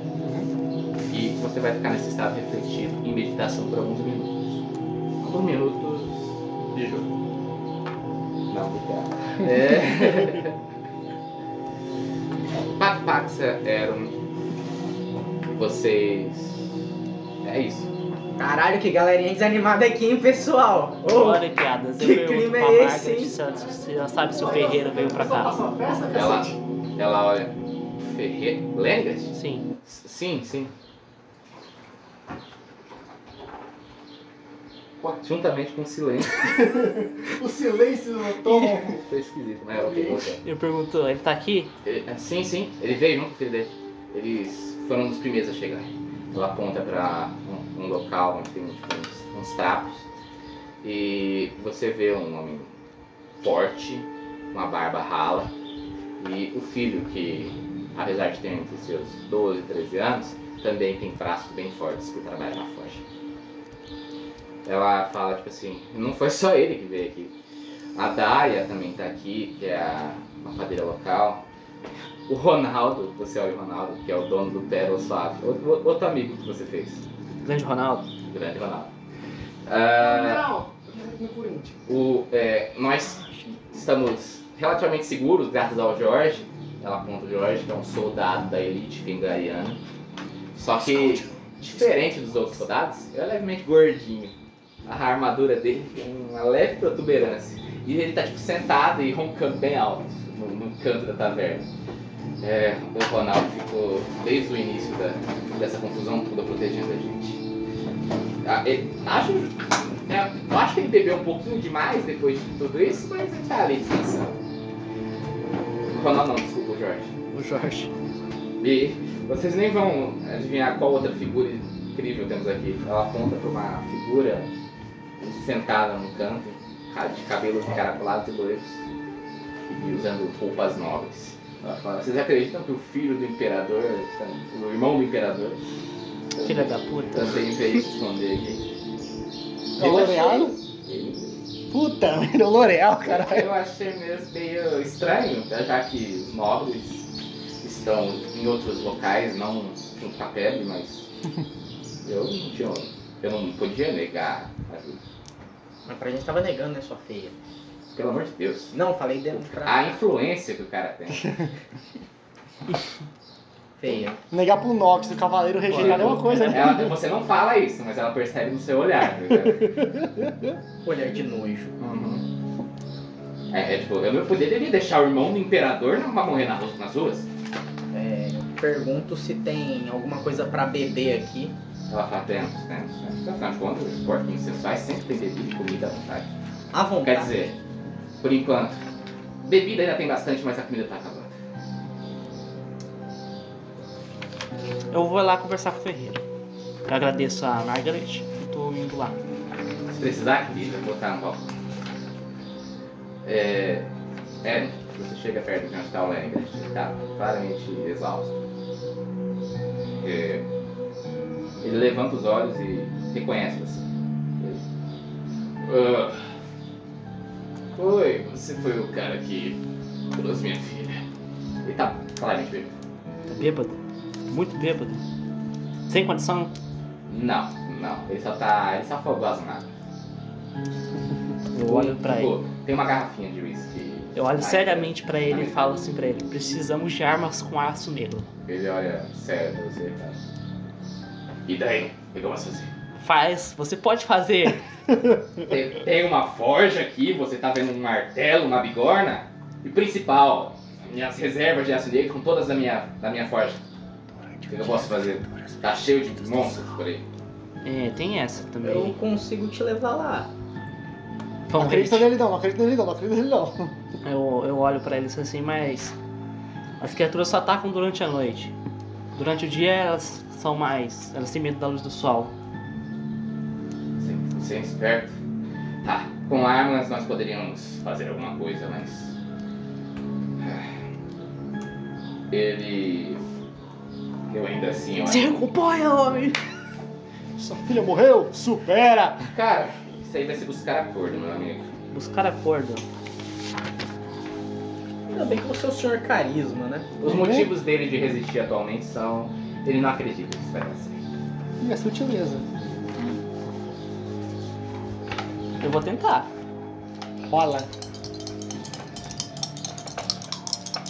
Speaker 1: E você vai ficar nesse estado refletido em meditação por alguns minutos. Alguns minutos de jogo. Não, obrigado. É. Papaxa eram. um- Vocês. É isso.
Speaker 3: Caralho, que galerinha desanimada aqui, hein, pessoal? Ô,
Speaker 2: Olha, piadas. Eu
Speaker 3: Oh, que
Speaker 2: pergunto
Speaker 3: clima
Speaker 2: pra
Speaker 3: é
Speaker 2: Margaret
Speaker 3: esse, hein?
Speaker 2: se ela, se ela sabe se o Ferreira veio pra cá.
Speaker 5: Tá
Speaker 1: Ela, ela olha. Ferreira. Lengas?
Speaker 2: Sim.
Speaker 1: Sim, sim. Ué, Juntamente com o silêncio.
Speaker 5: O silêncio no tom.
Speaker 1: Foi esquisito, né? mas ok, vamos lá.
Speaker 2: Eu pergunto, ele tá aqui?
Speaker 1: Ele- é, Sim, sim, ele veio junto com o filho dele. Eles foram um dos primeiros a chegar. Ela aponta pra um, um local onde tem tipo, uns, uns trapos. E você vê um homem forte, uma barba rala. E o filho, que apesar de ter entre seus 12 e 13 anos, também tem traços bem fortes que trabalha na forja. Ela fala tipo assim, não foi só ele que veio aqui. A Daya também tá aqui, que é a mapadeira local. O Ronaldo, você olha o Ronaldo, que é o dono do Pérola Suave. Outro, outro amigo que você fez.
Speaker 2: Grande Ronaldo.
Speaker 1: Grande Ronaldo. Ah,
Speaker 3: Não, no Corinthians.
Speaker 1: o, é, nós estamos relativamente seguros, graças ao Jorge. Ela aponta o Jorge, que é um soldado da elite vingariana. Só que, diferente dos outros soldados, ele é levemente gordinho. A armadura dele tem uma leve protuberância. E ele tá tipo sentado e roncando bem alto no, no canto da taverna. É, o Ronaldo ficou desde o início da- dessa confusão toda protegendo a gente. Ah, ele- acho é, eu acho que ele bebeu um pouquinho demais depois de tudo isso, mas ele tá ali descansando. Ronaldo não, desculpa, o Jorge.
Speaker 5: O Jorge.
Speaker 1: E vocês nem vão adivinhar qual outra figura incrível temos aqui. Ela aponta pra uma figura sentada num canto, ca- de cabelos encaracolados e loiros, e usando roupas nobres. Ela fala, vocês acreditam que o filho do imperador, o irmão do imperador,
Speaker 2: Filha da puta.
Speaker 1: também veio se esconder aqui?
Speaker 5: É o
Speaker 1: Eu
Speaker 5: L'Oreal?
Speaker 1: achei-
Speaker 5: Puta, merda, o L'Oreal, caralho.
Speaker 1: Eu achei mesmo meio estranho, né, já que os nobres estão em outros locais, não no Capelli, mas eu não tinha. Eu não podia negar ajuda.
Speaker 3: Mas pra gente tava negando, né, sua feia.
Speaker 1: Pelo amor de Deus.
Speaker 3: Não, falei dentro pra
Speaker 1: A influência que o cara tem.
Speaker 3: Ah. feia.
Speaker 5: Negar pro Nox do Cavaleiro Regenerado é uma coisa, né?
Speaker 1: Ela- você não fala isso, mas ela percebe no seu olhar, tá ligado?
Speaker 3: Olhar de nojo.
Speaker 1: Uhum. É, é, tipo, eu não poderia deixar o irmão do imperador não pra morrer na ru- nas ruas.
Speaker 3: Pergunto se tem alguma coisa pra beber aqui.
Speaker 1: Ela fala, temos, temos, temos. Afinal de contas, os porquinhos sensuais é sempre tem bebida e comida à vontade. Então,
Speaker 3: À
Speaker 1: Quer
Speaker 3: vontade.
Speaker 1: dizer, por enquanto, bebida ainda tem bastante, mas a comida tá acabando.
Speaker 2: Eu vou lá conversar com o Ferreira. Eu agradeço a Margaret e tô indo lá.
Speaker 1: Se precisar, querida, vou botar um copo. É. É, você chega perto de onde tá o Langret, ele tá claramente exausto. É, ele levanta os olhos e reconhece você. Ele, "Ah, Oi, você foi o cara que trouxe minha filha. Ele tá claramente bêbado.
Speaker 2: Bêbado. Muito bêbado. Sem condição.
Speaker 1: Não, não. Ele só tá. Ele só foi blasmado.
Speaker 2: Eu olho pra ele.
Speaker 1: Tipo, Tem uma garrafinha de whisky.
Speaker 2: Eu olho
Speaker 1: Aí,
Speaker 2: seriamente pra ele e falo assim pra ele: precisamos de armas com aço negro.
Speaker 1: Ele olha sério pra você e fala. E daí? O que eu posso fazer?
Speaker 2: Faz, você pode fazer.
Speaker 1: Tem, tem uma forja aqui, você tá vendo um martelo, uma bigorna? E principal, minhas reservas de aço negro com todas da minha, da minha forja. O que eu posso fazer? Tá cheio de monstros por aí.
Speaker 2: É, tem essa também.
Speaker 3: Eu consigo te levar lá.
Speaker 5: Não
Speaker 2: Vamos,
Speaker 5: acredito
Speaker 2: gente.
Speaker 5: nele não, não acredito nele não, não acredito nele não.
Speaker 2: Eu, eu olho pra eles assim, mas as criaturas só atacam durante a noite. Durante o dia elas são mais. Elas têm medo da luz do sol.
Speaker 1: Você, você é esperto. Tá, com armas nós poderíamos fazer alguma coisa, mas. ah, Ele. Eu ainda assim,
Speaker 2: Se
Speaker 1: olha.
Speaker 2: recomponha, homem!
Speaker 5: Sua filha morreu? Supera!
Speaker 1: Cara, isso aí vai se buscar acordo, meu amigo.
Speaker 2: Buscar acordo.
Speaker 3: Ainda bem que você é o senhor carisma, né?
Speaker 1: Os
Speaker 5: Uhum.
Speaker 1: motivos dele de resistir atualmente são. Ele não acredita que isso vai dar certo.
Speaker 5: E a sutileza.
Speaker 2: Eu vou tentar.
Speaker 5: Rola.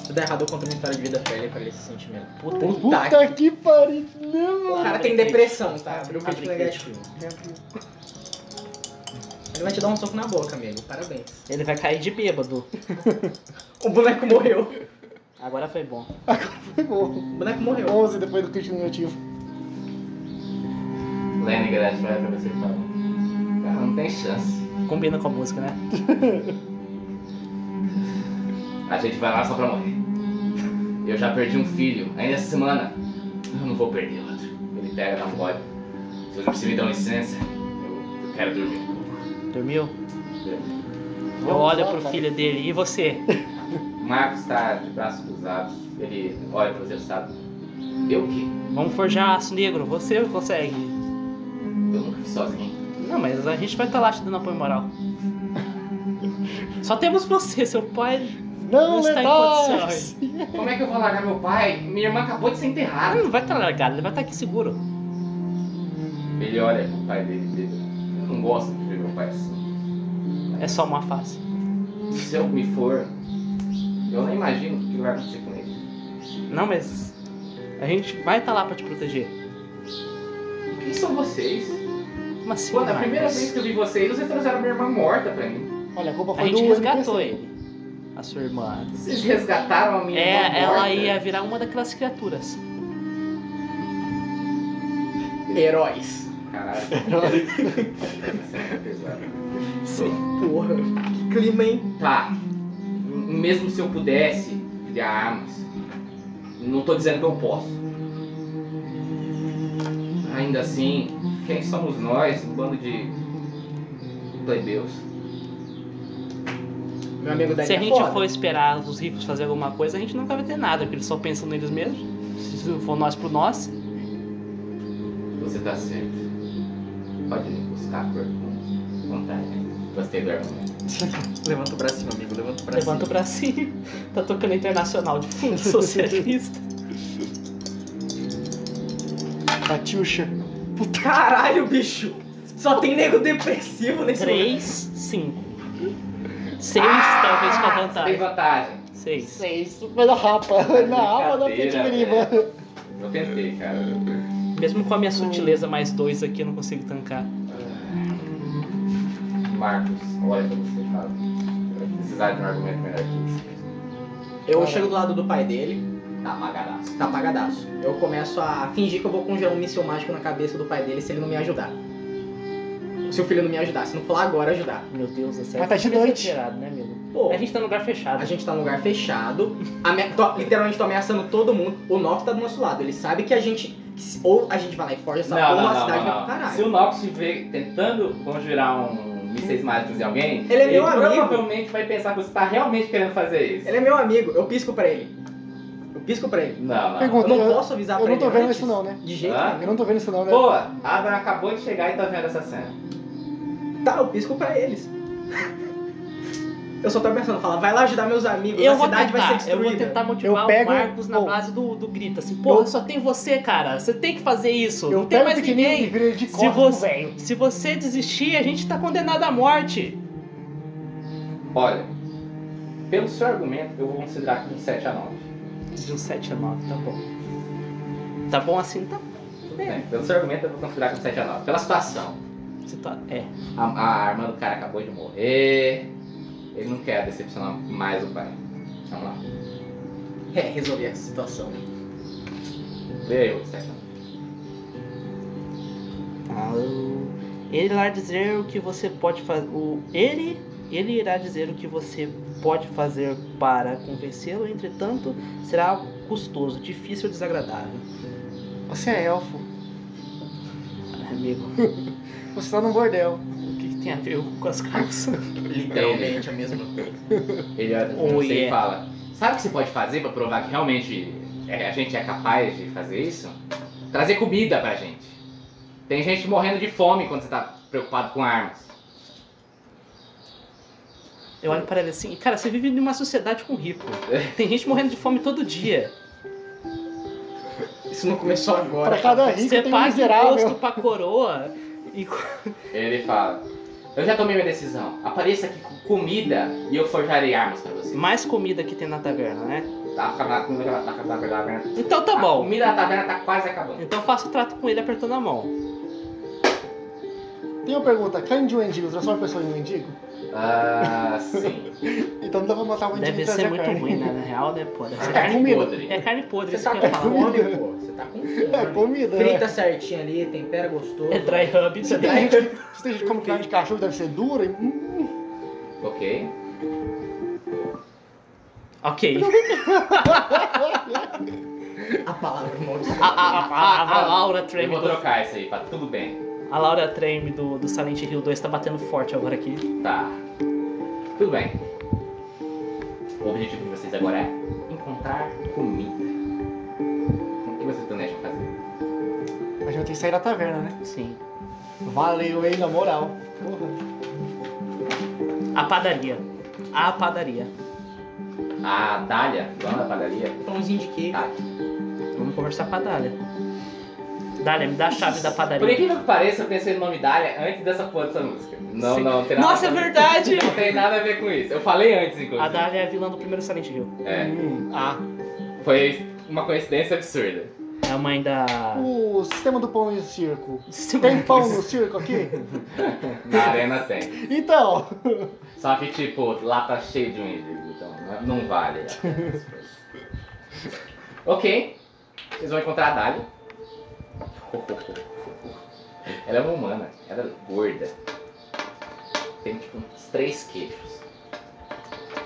Speaker 3: Se der errado, eu conto minha história de vida pra ele, pra ele se sentir melhor.
Speaker 2: Puta que.
Speaker 5: Puta
Speaker 3: Tá.
Speaker 5: que pariu. Não,
Speaker 3: O
Speaker 5: mano.
Speaker 3: cara tem
Speaker 2: Abre
Speaker 3: depressão, tá? Abriu o
Speaker 2: Abre
Speaker 3: vídeo
Speaker 2: crítico.
Speaker 3: negativo. Ele vai te dar um soco na boca, amigo. Parabéns.
Speaker 2: Ele vai cair de bêbado.
Speaker 3: O boneco morreu.
Speaker 2: Agora foi bom.
Speaker 5: Pegou.
Speaker 3: O boneco morreu.
Speaker 5: 11 depois do crítico negativo.
Speaker 1: Leningrad vai pra você e fala. Cara, não tem chance.
Speaker 2: Combina com a música, né?
Speaker 1: A gente vai lá só pra morrer. Eu já perdi um filho, ainda essa semana. Eu não vou perder outro. Ele pega na gole. Se você me dão licença, eu, eu quero dormir.
Speaker 2: Dormiu? Eu
Speaker 5: Vamos
Speaker 2: olho
Speaker 5: lá,
Speaker 2: pro
Speaker 5: cara.
Speaker 2: filho dele. E você?
Speaker 1: O Marcos tá de braços cruzados. Ele olha pra você e sabe. Eu o quê?
Speaker 2: Vamos forjar aço negro. Você consegue.
Speaker 1: Eu nunca fiz sozinho.
Speaker 2: tá Não, mas a gente vai estar lá te dando apoio moral. Só temos você, seu pai.
Speaker 5: Não,
Speaker 2: Não está tá em
Speaker 5: letais!
Speaker 1: Como é que eu vou largar meu pai? Minha irmã acabou de ser
Speaker 2: Ah,
Speaker 1: enterrada.
Speaker 2: não vai estar largado, ele vai estar aqui seguro.
Speaker 1: Ele olha pro pai dele e diz, eu não gosto de ver meu pai assim.
Speaker 2: É só uma fase.
Speaker 1: Se eu me for, eu não imagino o que vai acontecer com ele.
Speaker 2: Não, mas a gente vai estar lá pra te proteger.
Speaker 1: Quem são vocês?
Speaker 2: Como assim,
Speaker 1: Quando a primeira
Speaker 2: Marcos?
Speaker 1: vez que eu vi vocês, vocês trouxeram minha irmã morta pra mim.
Speaker 5: Olha, a culpa
Speaker 2: A
Speaker 5: foi assim.
Speaker 2: gente
Speaker 5: do
Speaker 2: resgatou
Speaker 5: NPC.
Speaker 2: ele. A sua irmã.
Speaker 1: Vocês resgataram a minha irmã
Speaker 2: É,
Speaker 1: morta.
Speaker 2: ela ia virar uma daquelas criaturas.
Speaker 3: Heróis.
Speaker 1: Caralho. é
Speaker 2: Sim.
Speaker 3: Porra, que clima, hein?
Speaker 1: Tá. Mesmo se eu pudesse criar armas, não tô dizendo que eu posso. Ainda assim, quem somos nós, um bando de plebeus?
Speaker 3: Meu amigo Daniel.
Speaker 2: Se a gente
Speaker 3: é foda.
Speaker 2: for esperar os ricos fazer alguma coisa, a gente nunca vai ter nada, porque eles só pensam neles mesmos. Se for nós por nós,
Speaker 1: Você tá certo. Pode me buscar por vontade. Gostei do argumento.
Speaker 3: Levanta o bracinho, amigo, levanta o bracinho.
Speaker 2: levanta o bracinho. Tá tocando internacional de fundo socialista.
Speaker 5: Catiuxa.
Speaker 3: Caralho, bicho! Só tem nego depressivo nesse momento.
Speaker 2: 3, 5. 6,
Speaker 1: Ah!
Speaker 2: talvez com a
Speaker 1: Tem
Speaker 2: vantagem.
Speaker 1: vantagem.
Speaker 2: 6.
Speaker 5: Seis. Foi na rapa. Na rapa da frente
Speaker 1: Brincadeira,
Speaker 5: periba.
Speaker 1: Eu tentei, cara.
Speaker 2: Mesmo com a minha sutileza mais 2 aqui, eu não consigo tancar.
Speaker 1: Marcos, olha pra você e fala. Eu vou precisar de um argumento melhor que esse.
Speaker 3: Eu chego do lado do pai dele,
Speaker 1: Tá apagadaço.
Speaker 3: tá apagadaço. Eu começo a fingir que eu vou congelar um míssil mágico na cabeça do pai dele se ele não me ajudar. Se o filho não me ajudar, se não falar agora, ajudar.
Speaker 2: Meu Deus do céu.
Speaker 5: Mas tá de
Speaker 2: Isso é
Speaker 5: noite.
Speaker 2: exagerado, né, amigo?
Speaker 3: Pô,
Speaker 2: A gente tá num lugar fechado.
Speaker 3: a gente tá num lugar fechado, ame- tô- literalmente tô ameaçando todo mundo. O Nox tá do nosso lado, ele sabe que a gente. que se- Ou a gente vai lá e forja essa porra, a cidade vai pro caralho.
Speaker 1: Se o Nox estiver tentando conjurar um mísseis mágicos em alguém,
Speaker 3: Hum. Ele é meu amigo.
Speaker 1: provavelmente vai pensar que você tá realmente querendo fazer isso.
Speaker 3: Ele é meu amigo, eu pisco pra ele. Eu pisco pra ele.
Speaker 1: Não, não.
Speaker 5: Pergunta,
Speaker 3: Eu não
Speaker 5: eu-
Speaker 3: posso avisar
Speaker 5: Eu não
Speaker 3: pra ele.
Speaker 5: tô vendo
Speaker 3: Tá antes,
Speaker 5: isso não, né?
Speaker 3: De jeito
Speaker 1: Ah.
Speaker 5: Eu não tô vendo isso não, né?
Speaker 1: Boa, Adam acabou de chegar e tá vendo essa cena.
Speaker 3: nenhum. Tá, eu pisco pra eles. Eu só tô pensando, fala, vai lá ajudar meus amigos,
Speaker 2: Eu
Speaker 3: a
Speaker 2: vou,
Speaker 3: cidade vai ser
Speaker 2: tentar, eu
Speaker 3: destruída.
Speaker 2: vou tentar motivar
Speaker 5: Eu pego-
Speaker 2: o Marcos na
Speaker 5: Bom.
Speaker 2: base do, do grito, assim, pô,
Speaker 5: Eu-
Speaker 2: só tem você, cara, você tem que fazer isso,
Speaker 5: Eu
Speaker 2: não tem
Speaker 5: pego o
Speaker 2: mais
Speaker 5: pequenino e
Speaker 2: ninguém.
Speaker 5: viro ele de
Speaker 2: Se
Speaker 5: costas pro
Speaker 2: você-
Speaker 5: velho.
Speaker 2: Se você desistir, a gente tá condenado à morte.
Speaker 1: Olha, pelo seu argumento, eu vou considerar que um 7 a 9.
Speaker 2: De um 7 a 9, tá bom. Tá bom assim? Tá.
Speaker 1: Tudo
Speaker 3: É.
Speaker 1: bem. Né? Pelo seu argumento, eu vou considerar que um 7 a 9. Pela situação.
Speaker 2: Você tá- É.
Speaker 1: A, a arma do cara acabou de morrer. Ele não quer decepcionar mais o pai. Vamos lá.
Speaker 3: É, resolver essa situação.
Speaker 1: Vê aí o 7 a 9.
Speaker 2: Alô. Ele irá dizer o que você pode fazer. Ele, ele irá dizer o que você pode fazer para convencê-lo, entretanto, será custoso, difícil ou desagradável.
Speaker 5: Você é elfo.
Speaker 2: Ah, Amigo,
Speaker 5: Você tá num bordel.
Speaker 2: o que, que tem a ver com as calças?
Speaker 3: Literalmente a mesma coisa.
Speaker 1: Ele olha pra
Speaker 2: Oh,
Speaker 1: você e
Speaker 2: yeah.
Speaker 1: fala: Sabe o que você pode fazer pra provar que realmente é, a gente é capaz de fazer isso? Trazer comida pra gente. Tem gente morrendo de fome quando você tá preocupado com armas.
Speaker 2: Eu olho para ele assim, cara, você vive numa sociedade com rico. Tem gente morrendo de fome todo dia.
Speaker 3: Isso não começou agora.
Speaker 5: Pra cada rico
Speaker 2: Você
Speaker 5: tem um
Speaker 2: paga
Speaker 5: miserável.
Speaker 2: imposto pra coroa. E...
Speaker 1: Ele fala: Eu já tomei minha decisão. Apareça aqui com comida e eu forjarei armas pra você.
Speaker 2: Mais comida que tem na taverna, né?
Speaker 1: Tá acabando a comida da da- da- da- da taverna.
Speaker 2: Então tá
Speaker 1: A
Speaker 2: bom.
Speaker 1: comida da taverna tá quase acabando.
Speaker 2: Então faço o trato com ele apertando a mão.
Speaker 5: Tem uma pergunta, carne de um mendigo transforma a pessoa em um mendigo?
Speaker 1: Ah, sim.
Speaker 5: Então não dá pra matar um mendigo
Speaker 2: Deve
Speaker 5: e
Speaker 2: ser
Speaker 5: trazer a
Speaker 2: muito
Speaker 5: carne.
Speaker 2: ruim, né? Na real, né? Pô, deve ser
Speaker 1: É
Speaker 2: carne
Speaker 1: carne
Speaker 5: comida.
Speaker 1: podre.
Speaker 2: É carne podre,
Speaker 3: Você
Speaker 2: isso que
Speaker 3: tá
Speaker 2: eu ia
Speaker 3: com
Speaker 2: falar.
Speaker 3: fome, pô. Você tá com
Speaker 5: É
Speaker 3: fome.
Speaker 5: comida, né?
Speaker 3: Frita certinho ali, tempera gostoso.
Speaker 2: É dry hub.
Speaker 5: Se tem gente, se tem gente que come carne de cachorro, deve ser dura. e- hum,
Speaker 1: Ok.
Speaker 2: Ok.
Speaker 3: A palavra
Speaker 2: A,
Speaker 3: maldição.
Speaker 2: a, a, a, a Laura
Speaker 1: Eu
Speaker 2: Treme
Speaker 1: vou
Speaker 2: do,
Speaker 1: trocar isso aí, tá tudo bem.
Speaker 2: a Laura Treme do, do Silent Hill 2 tá batendo forte agora aqui.
Speaker 1: Tá. Tudo bem. O objetivo de vocês agora é encontrar comida. O que vocês planejam fazer?
Speaker 5: A gente vai ter que sair da taverna, né?
Speaker 2: Sim.
Speaker 5: Valeu, hein, na moral. Porra.
Speaker 2: A padaria. A padaria.
Speaker 1: A Dália, dona da padaria,
Speaker 3: Pãozinho de queijo.
Speaker 1: tá
Speaker 2: Vamos conversar com a Dália. Dália, me dá a chave da
Speaker 1: Por
Speaker 2: padaria.
Speaker 1: incrível que pareça, eu pensei no nome Dália antes dessa porra dessa música. Não,
Speaker 2: Sim.
Speaker 1: não, não tem nada
Speaker 2: Nossa,
Speaker 1: a
Speaker 2: é
Speaker 1: ver.
Speaker 2: verdade!
Speaker 1: Não tem nada a ver com isso. Eu falei antes, inclusive.
Speaker 2: A Dália é a vilã do primeiro Silent Hill.
Speaker 1: É,
Speaker 5: Hum.
Speaker 2: Ah,
Speaker 1: foi uma coincidência absurda.
Speaker 2: é a mãe da.
Speaker 5: O sistema do pão e o circo. Tem um pão no circo aqui?
Speaker 1: Na arena tem.
Speaker 5: Então,
Speaker 1: Só que, tipo, lá tá cheio de um híbrido, então não- não vale. ok, vocês vão encontrar a Dália. Ela é uma humana, ela é gorda. Tem, tipo, uns três queijos.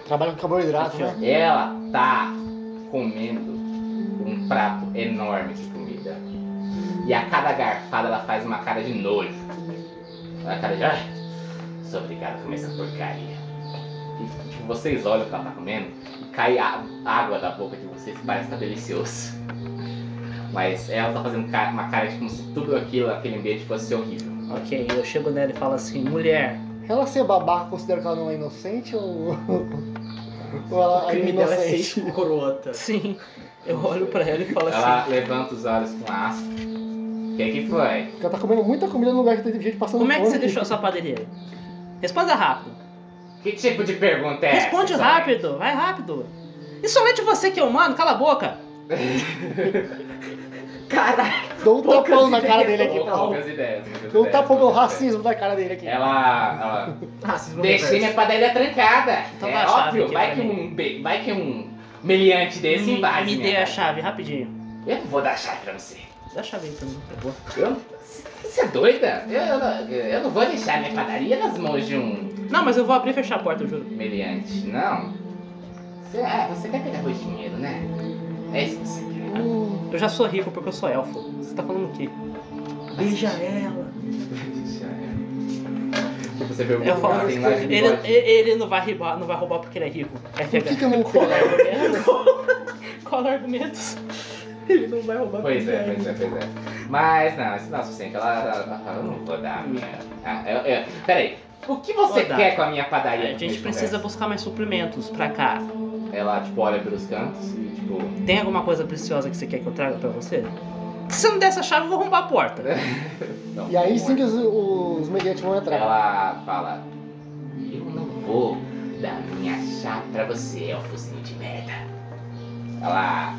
Speaker 5: trabalha com carboidrato, né?
Speaker 1: Ela tá comendo um prato enorme de comida. E a cada garfada ela faz uma cara de nojo. Uma cara de. Ai, sou obrigado a comer essa porcaria. E tipo, vocês olham o que ela tá comendo e cai a água da boca de vocês, parece que tá delicioso. Mas ela tá fazendo ca- uma cara de como se tudo aquilo, aquele ambiente fosse horrível.
Speaker 2: Ok, eu chego nela e falo assim: mulher,
Speaker 5: Ela ser babaca considera que ela não é inocente ou. ou ela
Speaker 3: O
Speaker 5: é
Speaker 3: crime dela é ser
Speaker 5: inocente?
Speaker 3: escrota.
Speaker 2: sim. Eu olho pra ela e falo
Speaker 1: Ela
Speaker 2: assim:
Speaker 1: levanta os olhos com asco. O que que foi?
Speaker 5: Porque ela tá comendo muita comida num lugar que tem gente passando
Speaker 2: como é que você
Speaker 5: fome.
Speaker 2: deixou a sua padaria aí? Responda rápido.
Speaker 1: Que tipo de pergunta é essa?
Speaker 2: Responde
Speaker 1: Zóia?
Speaker 2: rápido, vai rápido. E somente você que é humano, cala a boca.
Speaker 3: Caralho,
Speaker 5: Dou um
Speaker 3: Poucas
Speaker 5: tapão na cara
Speaker 3: ideias.
Speaker 5: dele aqui, pra
Speaker 1: poucas ideias. poucas
Speaker 5: Dou um
Speaker 1: ideias,
Speaker 5: tapão pelo
Speaker 1: poucas ideias.
Speaker 5: racismo da cara dele aqui.
Speaker 1: Ela. ela
Speaker 3: racismo
Speaker 1: deixei minha
Speaker 3: reverso.
Speaker 1: padaria trancada.
Speaker 2: Então dá
Speaker 1: é
Speaker 2: a chave
Speaker 1: óbvio,
Speaker 2: aqui
Speaker 1: vai
Speaker 2: pra
Speaker 1: que,
Speaker 2: mim.
Speaker 1: um, be- vai que um meliante desse
Speaker 2: me
Speaker 1: invade.
Speaker 2: me
Speaker 1: minha
Speaker 2: dê a
Speaker 1: casa.
Speaker 2: chave, rapidinho.
Speaker 1: Eu não vou dar a chave pra você.
Speaker 2: Dá a chave aí pra mim, por favor.
Speaker 1: Eu? Você é doida? Eu, eu não, eu não vou deixar minha padaria nas mãos de um
Speaker 2: Não, mas eu vou abrir e fechar a porta, eu juro.
Speaker 1: meliante, não. Você, ah, você quer pegar meu dinheiro, né? É isso que você quer.
Speaker 5: Hum,
Speaker 2: Eu já sou rico porque eu sou elfo. Você tá falando o quê?
Speaker 3: Beija ela.
Speaker 1: Você vê o
Speaker 2: Eu falo.
Speaker 1: cara tem lá de
Speaker 2: Ele,
Speaker 1: bigode.
Speaker 2: ele- ele não vai roubar, não vai roubar porque ele é rico. É
Speaker 5: Por que,
Speaker 2: FH.
Speaker 5: que eu não
Speaker 2: Cola
Speaker 5: colo?
Speaker 2: argumentos. Cola argumentos.
Speaker 3: Ele não vai roubar
Speaker 1: Pois é,
Speaker 3: ninguém.
Speaker 1: pois é, pois é. Mas não, isso não é o suficiente. Ela, ela, ela- eu não vou dar a minha. Ah, eu, eu, peraí. O que você
Speaker 2: Vou dar. É,
Speaker 1: quer com a minha padaria?
Speaker 2: A gente
Speaker 1: Conversa.
Speaker 2: precisa buscar mais suplementos pra cá.
Speaker 1: Ela, tipo, olha pelos cantos e, tipo.
Speaker 2: Tem alguma coisa preciosa que você quer que eu traga pra você? Se você não der essa chave, eu vou arrombar a porta.
Speaker 1: É. não,
Speaker 5: E aí
Speaker 1: não
Speaker 5: sim que os, os mediantes vão entrar.
Speaker 1: Ela fala: Eu não vou dar minha chave pra você, elfozinho de merda. Ela.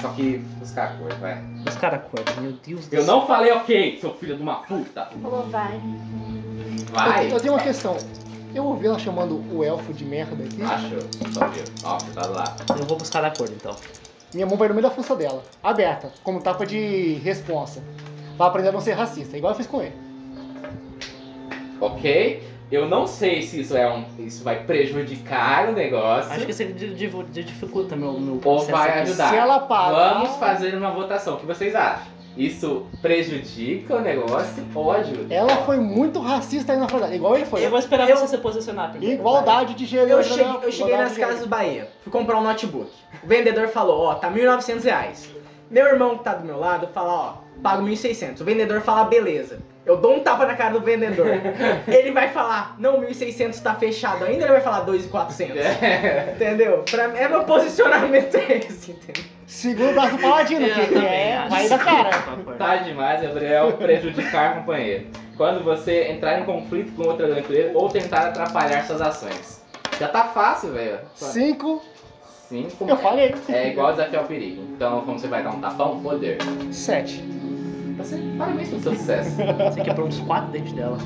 Speaker 1: Só que buscar a cor, vai.
Speaker 2: Os caras acordam, meu Deus do
Speaker 1: Eu
Speaker 2: céu.
Speaker 1: não falei ok, seu filho de uma puta.
Speaker 4: Falou, vai.
Speaker 5: Eu
Speaker 1: Vai.
Speaker 5: tenho- Eu tenho uma questão. Eu ouvi ela chamando o elfo de merda aqui.
Speaker 1: Acho, só viu. Ó, tá do lado.
Speaker 2: Eu vou buscar da cor então.
Speaker 5: Minha mão vai no meio da força dela, aberta, como tapa de responsa. Pra aprender a não ser racista, igual eu fiz com ele.
Speaker 1: Ok? Eu não sei se isso é um. Isso vai prejudicar o negócio.
Speaker 2: Acho que isso di- di- di- dificulta meu, meu
Speaker 1: Ou vai
Speaker 2: aqui.
Speaker 1: ajudar. Tá.
Speaker 5: Se ela parar.
Speaker 1: Vamos fazer uma votação. O que vocês acham? Isso prejudica o negócio? Ódio.
Speaker 5: Ela foi muito racista aí na frase dela, igual ele foi.
Speaker 2: Eu vou esperar
Speaker 3: Eu-
Speaker 2: você se posicionar primeiro.
Speaker 5: Igualdade de gênero.
Speaker 3: Eu
Speaker 5: né?
Speaker 3: cheguei, eu cheguei
Speaker 5: Igualdade
Speaker 3: nas
Speaker 5: de gênero.
Speaker 3: Casas Bahia, fui comprar um notebook. O vendedor falou, ó, tá 1.900 reais. Meu irmão que tá do meu lado fala, ó, pago 1.600. O vendedor fala, beleza. Eu dou um tapa na cara do vendedor. ele vai falar, não, 1.600 tá fechado ainda, ele vai falar 2.400.
Speaker 1: É.
Speaker 3: Entendeu? Pra mim, é meu posicionamento é esse, entendeu?
Speaker 5: Segura o braço do paladino,
Speaker 2: Eu
Speaker 5: que
Speaker 2: também
Speaker 5: é
Speaker 2: acho.
Speaker 5: vai da cara.
Speaker 1: Tá demais, Gabriel, prejudicar companheiro. Quando você entrar em conflito com outro aventureiro ou tentar atrapalhar suas ações. Já tá fácil, velho.
Speaker 5: Cinco,
Speaker 1: Cinco.
Speaker 5: eu falei.
Speaker 1: É igual desafiar o perigo. Então, como você vai dar um tapão? Poder.
Speaker 5: Sete.
Speaker 1: Você, parabéns pelo seu sucesso.
Speaker 2: Você quebrou uns quatro dentes dela.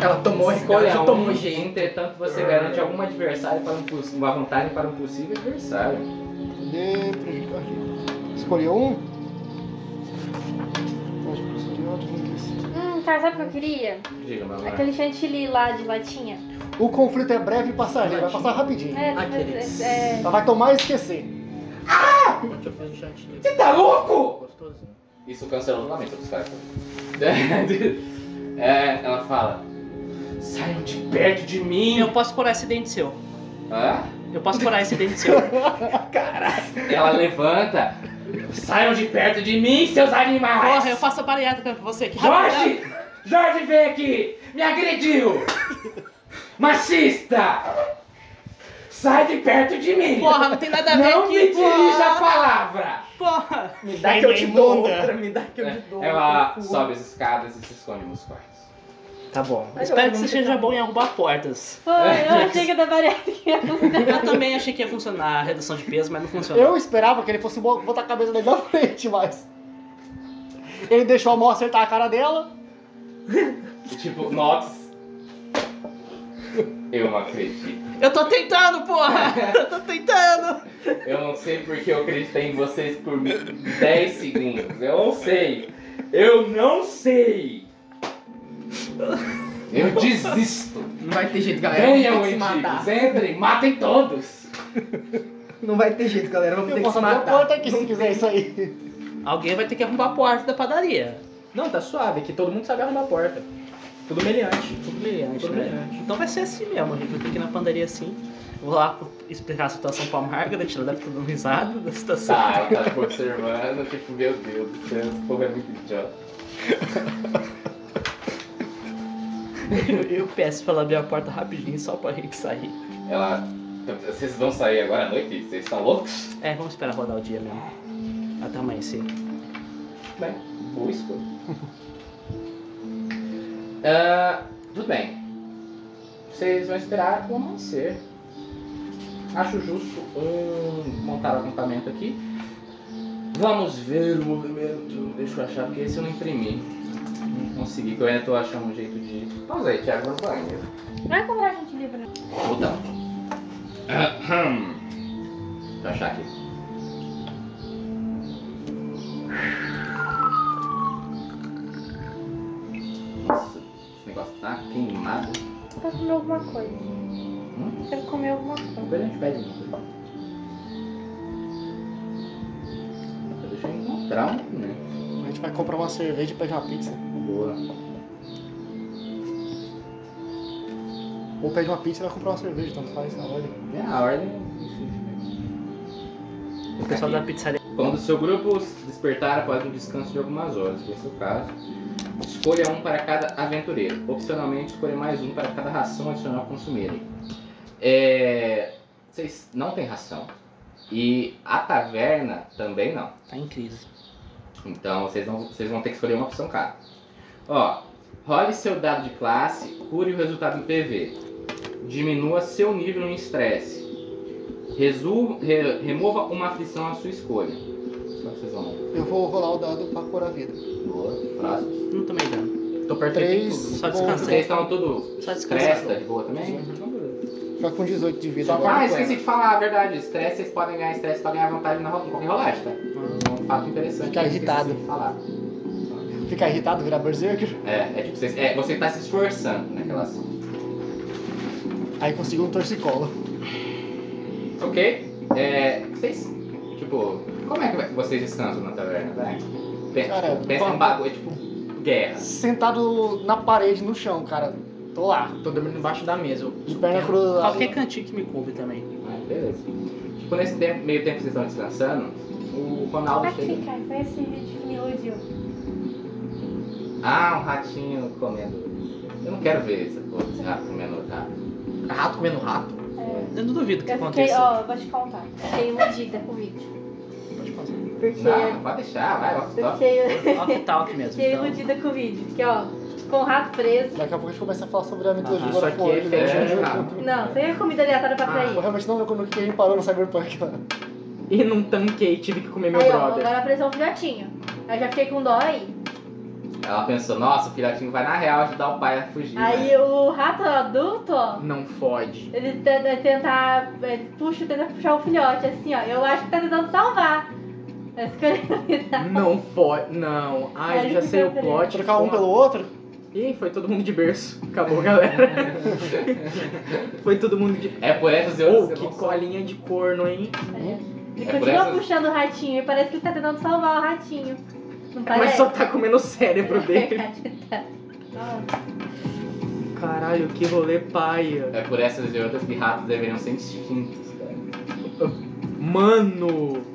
Speaker 3: Ela tomou
Speaker 1: Escolha
Speaker 3: ela
Speaker 1: um,
Speaker 3: tomou jeito.
Speaker 1: entretanto você garante algum adversário para um poss- uma vantagem para um possível adversário.
Speaker 5: Cadê? Prejudicar aqui. Escolheu um.
Speaker 4: Hum, cara, sabe o que eu queria?
Speaker 1: Diga, meu amor.
Speaker 4: Aquele chantilly lá de latinha.
Speaker 5: O conflito é breve e passageiro, vai passar rapidinho.
Speaker 4: É,
Speaker 3: Aquele.
Speaker 4: mas, é, é,
Speaker 5: Ela vai tomar e esquecer.
Speaker 3: Deixa eu fazer um chantilly.
Speaker 1: Você tá louco?
Speaker 3: Gostosinho.
Speaker 1: Isso cancelou novamente os caras. É, ela fala. Saiam de perto de mim!
Speaker 2: Eu posso curar esse dente seu.
Speaker 1: Hã?
Speaker 2: Eu posso curar esse dente seu.
Speaker 1: Ela levanta. Saiam de perto de mim, seus animais!
Speaker 2: Porra, eu faço a bariátrica pra você aqui.
Speaker 1: Jorge! Jorge, vem aqui! Me agrediu! Machista! Sai de perto de mim!
Speaker 3: Porra, não tem nada a ver
Speaker 1: não
Speaker 3: aqui,
Speaker 1: me dirija a
Speaker 3: porra.
Speaker 1: palavra!
Speaker 3: Porra. Me dá
Speaker 5: Vem,
Speaker 3: que eu te dou
Speaker 5: imunda.
Speaker 3: outra, me dá que
Speaker 1: É,
Speaker 3: eu te dou
Speaker 1: Ela
Speaker 3: outra.
Speaker 1: sobe as escadas e se esconde nos quartos.
Speaker 2: Tá bom.
Speaker 3: Mas eu
Speaker 2: Espero que
Speaker 3: não
Speaker 2: você
Speaker 3: sei
Speaker 2: seja
Speaker 3: como.
Speaker 2: bom em arrombar portas.
Speaker 4: Foi, eu achei que da Mariana que ia
Speaker 2: Eu também achei que ia funcionar a redução de peso, mas não funcionou.
Speaker 5: Eu esperava que ele fosse bo- botar a cabeça dele na frente, mas. Ele deixou a mão acertar a cara dela.
Speaker 1: E, tipo, Nox. Eu não acredito.
Speaker 2: Eu tô tentando, porra! Eu tô tentando!
Speaker 1: Eu não sei porque eu acreditei em vocês por 10 segundos. Eu não sei. Eu não sei. Eu desisto.
Speaker 3: Não vai ter jeito, galera.
Speaker 1: Venham,
Speaker 3: Vamos ter que se
Speaker 1: antigos.
Speaker 3: matar.
Speaker 1: Entrem, matem todos.
Speaker 3: Não vai ter jeito, galera. Vamos
Speaker 5: Eu
Speaker 3: ter que
Speaker 5: posso
Speaker 3: se
Speaker 5: abrir a porta
Speaker 3: matar.
Speaker 5: aqui se quiser isso aí.
Speaker 2: Alguém vai ter que arrombar a porta da padaria.
Speaker 3: Não, tá suave, que todo mundo sabe arrumar a porta. Tudo meliante.
Speaker 2: Tudo brilhante,
Speaker 3: Tudo
Speaker 2: né?
Speaker 3: brilhante.
Speaker 2: Então vai ser assim mesmo, a gente vai ter que ir na padaria assim. Vou lá explicar a situação pra né? Margaret, ela deve estar dando risada da situação.
Speaker 1: Tá, ela tá tipo, observando, tipo, meu Deus do céu, esse povo é muito idiota.
Speaker 2: Eu, eu peço pra ela abrir a porta rapidinho só pra gente sair.
Speaker 1: Ela. Vocês vão sair agora à noite? Vocês estão loucos?
Speaker 2: É, vamos esperar rodar o dia mesmo. Até amanhecer.
Speaker 1: Bem, boa escolha. Ah, tudo bem. Vocês vão esperar o amanhecer. Acho justo um, montar o acampamento aqui. Vamos ver o movimento. Deixa eu achar, porque esse eu não imprimi. Não consegui, que eu ainda tô achando um jeito de. Pausa aí, Thiago, vamos lá ainda.
Speaker 4: Vai comprar a gente livro. não.
Speaker 1: Voltamos. Aham. Deixa eu achar aqui. Nossa, esse negócio tá queimado.
Speaker 4: Eu comi alguma coisa.
Speaker 1: Hum,
Speaker 4: Eu comi alguma coisa.
Speaker 1: depois a gente pede uma coisa. Deixa eu encontrar um, né?
Speaker 5: A gente vai comprar uma cerveja e pegar uma pizza.
Speaker 1: Boa.
Speaker 5: Ou pede uma pizza e vai comprar uma cerveja, tanto faz na hora.
Speaker 1: É a ordem.
Speaker 2: O pessoal da pizzaria.
Speaker 1: Quando o seu grupo se despertar após um descanso de algumas horas, se esse é o caso, escolha um para cada aventureiro. Opcionalmente, escolha mais um para cada ração adicional consumirem. É, Vocês não têm ração. E a taverna também não.
Speaker 2: Tá em crise.
Speaker 1: Então vocês vão, vocês vão ter que escolher uma opção cara. Ó, role seu dado de classe, cure o resultado do PV. Diminua seu nível em estresse. Resu- re- remova uma aflição à sua escolha. Só que vocês vão.
Speaker 5: Eu vou rolar o dado pra curar a vida.
Speaker 1: Boa,
Speaker 5: Tá
Speaker 1: próximo.
Speaker 2: Não tomei dano.
Speaker 3: Tô perfeito. em
Speaker 5: Três.
Speaker 3: tudo.
Speaker 2: Só
Speaker 5: com-
Speaker 2: descansei.
Speaker 1: Vocês estão tudo
Speaker 2: Só descansar.
Speaker 1: estresse, tá de boa também?
Speaker 5: Tá com 18 de vida
Speaker 3: Só
Speaker 5: agora.
Speaker 1: Ah, esqueci de falar a verdade. Estresse, vocês podem ganhar estresse pra ganhar vantagem na ro- em qualquer rolagem, tá? Um fato interessante.
Speaker 5: Ficar
Speaker 1: que eu esqueci
Speaker 5: irritado.
Speaker 1: de falar.
Speaker 5: Ficar irritado, virar berserker.
Speaker 1: É, é tipo, vocês, é, você tá se esforçando naquela ação.
Speaker 5: Aí conseguiu um torcicola.
Speaker 1: Ok. É, vocês, tipo, como é que vai- vocês descansam na taverna, velho?
Speaker 5: Cara,
Speaker 1: Pensa, pensa num bagulho, é tipo, guerra.
Speaker 5: Sentado na parede, no chão, cara. Tô lá.
Speaker 3: Tô dormindo embaixo da mesa. eu-
Speaker 5: De perna cruzada.
Speaker 2: Qualquer cantinho que me coube também.
Speaker 1: Ah, beleza. Tipo, nesse tempo, meio tempo que vocês estão descansando, o Ronaldo chega.
Speaker 4: Aqui, cara, foi esse vídeo que me iludiu.
Speaker 1: Ah, um ratinho comendo. Eu não quero ver essa porra, esse rato comendo rato.
Speaker 3: Rato comendo rato.
Speaker 2: Eu não duvido que
Speaker 4: Eu fiquei,
Speaker 2: aconteça.
Speaker 4: ó, eu vou te contar. Fiquei iludida com o vídeo.
Speaker 2: Pode passar.
Speaker 4: Porque
Speaker 1: Não, não pode deixar, vai, ó,
Speaker 4: eu
Speaker 1: stop.
Speaker 4: fiquei,
Speaker 2: Ó, tá aqui mesmo.
Speaker 4: fiquei
Speaker 2: Então.
Speaker 4: iludida com o vídeo. Porque, ó, com o rato preso.
Speaker 5: Daqui a pouco a gente começa a falar sobre a mitologia
Speaker 3: Ah,
Speaker 5: agora
Speaker 3: isso
Speaker 5: com
Speaker 3: aqui é
Speaker 5: ele,
Speaker 1: fake,
Speaker 5: né?
Speaker 1: não.
Speaker 4: Não, tem a comida aleatória pra
Speaker 3: Ah,
Speaker 4: trair.
Speaker 5: Eu realmente não lembro no que a gente parou no Cyberpunk. Né?
Speaker 3: E não tanquei, tive que comer meu
Speaker 4: Aí, ó,
Speaker 3: brother.
Speaker 4: agora apareceu um filhotinho. Eu já fiquei com dó aí.
Speaker 1: Ela pensou, nossa, o filhotinho vai na real ajudar o pai a fugir. né?
Speaker 4: Aí o rato adulto, ó,
Speaker 3: Não fode.
Speaker 4: ele é, tenta, tentar, ele puxa, tenta puxar o filhote, assim, ó. Eu acho que tá tentando salvar. Mas que ele-
Speaker 3: Não fode. Não. Ai,
Speaker 4: Ele
Speaker 3: já sei o
Speaker 4: fica
Speaker 3: plot.
Speaker 5: Trocar um
Speaker 3: Uma-
Speaker 5: pelo outro?
Speaker 3: Ih, foi todo mundo de berço. Acabou, galera. foi todo mundo de.
Speaker 1: É por essas e
Speaker 3: Ou
Speaker 4: Oh,
Speaker 1: outras
Speaker 3: que
Speaker 1: que eu não-
Speaker 3: colinha de corno, hein?
Speaker 1: É
Speaker 4: Ele
Speaker 1: por
Speaker 4: continua
Speaker 1: essas-
Speaker 4: puxando o ratinho e parece que ele tá tentando salvar o ratinho. Não
Speaker 3: Mas
Speaker 4: parece?
Speaker 3: só tá comendo o cérebro dele.
Speaker 4: Tá. Nossa,
Speaker 3: Caralho, que rolê paia.
Speaker 1: É por essas e outras que ratos deveriam ser extintos, cara.
Speaker 3: Mano!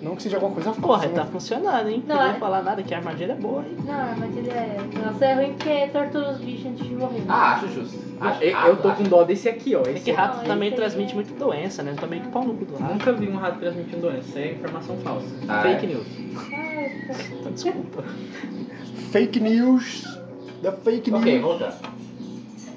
Speaker 5: Não que seja alguma coisa fácil.
Speaker 2: Porra,
Speaker 5: né?
Speaker 2: tá funcionando, hein?
Speaker 4: Não,
Speaker 2: Não
Speaker 4: é-
Speaker 2: vou falar nada, que a armadilha é boa, hein?
Speaker 4: Não, a armadilha é. Nossa, é ruim porque tortura os bichos antes de morrer.
Speaker 1: Ah, acho justo. Acho,
Speaker 3: Eu, eu tô com dó desse aqui, ó.
Speaker 2: É que
Speaker 3: Esse
Speaker 2: rato
Speaker 4: Não,
Speaker 2: também
Speaker 4: esse aí
Speaker 2: transmite
Speaker 4: é-
Speaker 2: muita doença, né? Também que pau no cu do rato.
Speaker 3: Nunca vi um rato transmitindo doença. Isso é informação falsa.
Speaker 1: Ah,
Speaker 3: Fake
Speaker 1: é?
Speaker 3: news.
Speaker 4: Ah,
Speaker 2: Então, desculpa.
Speaker 5: Fake news. Da fake news.
Speaker 1: Ok, voltando.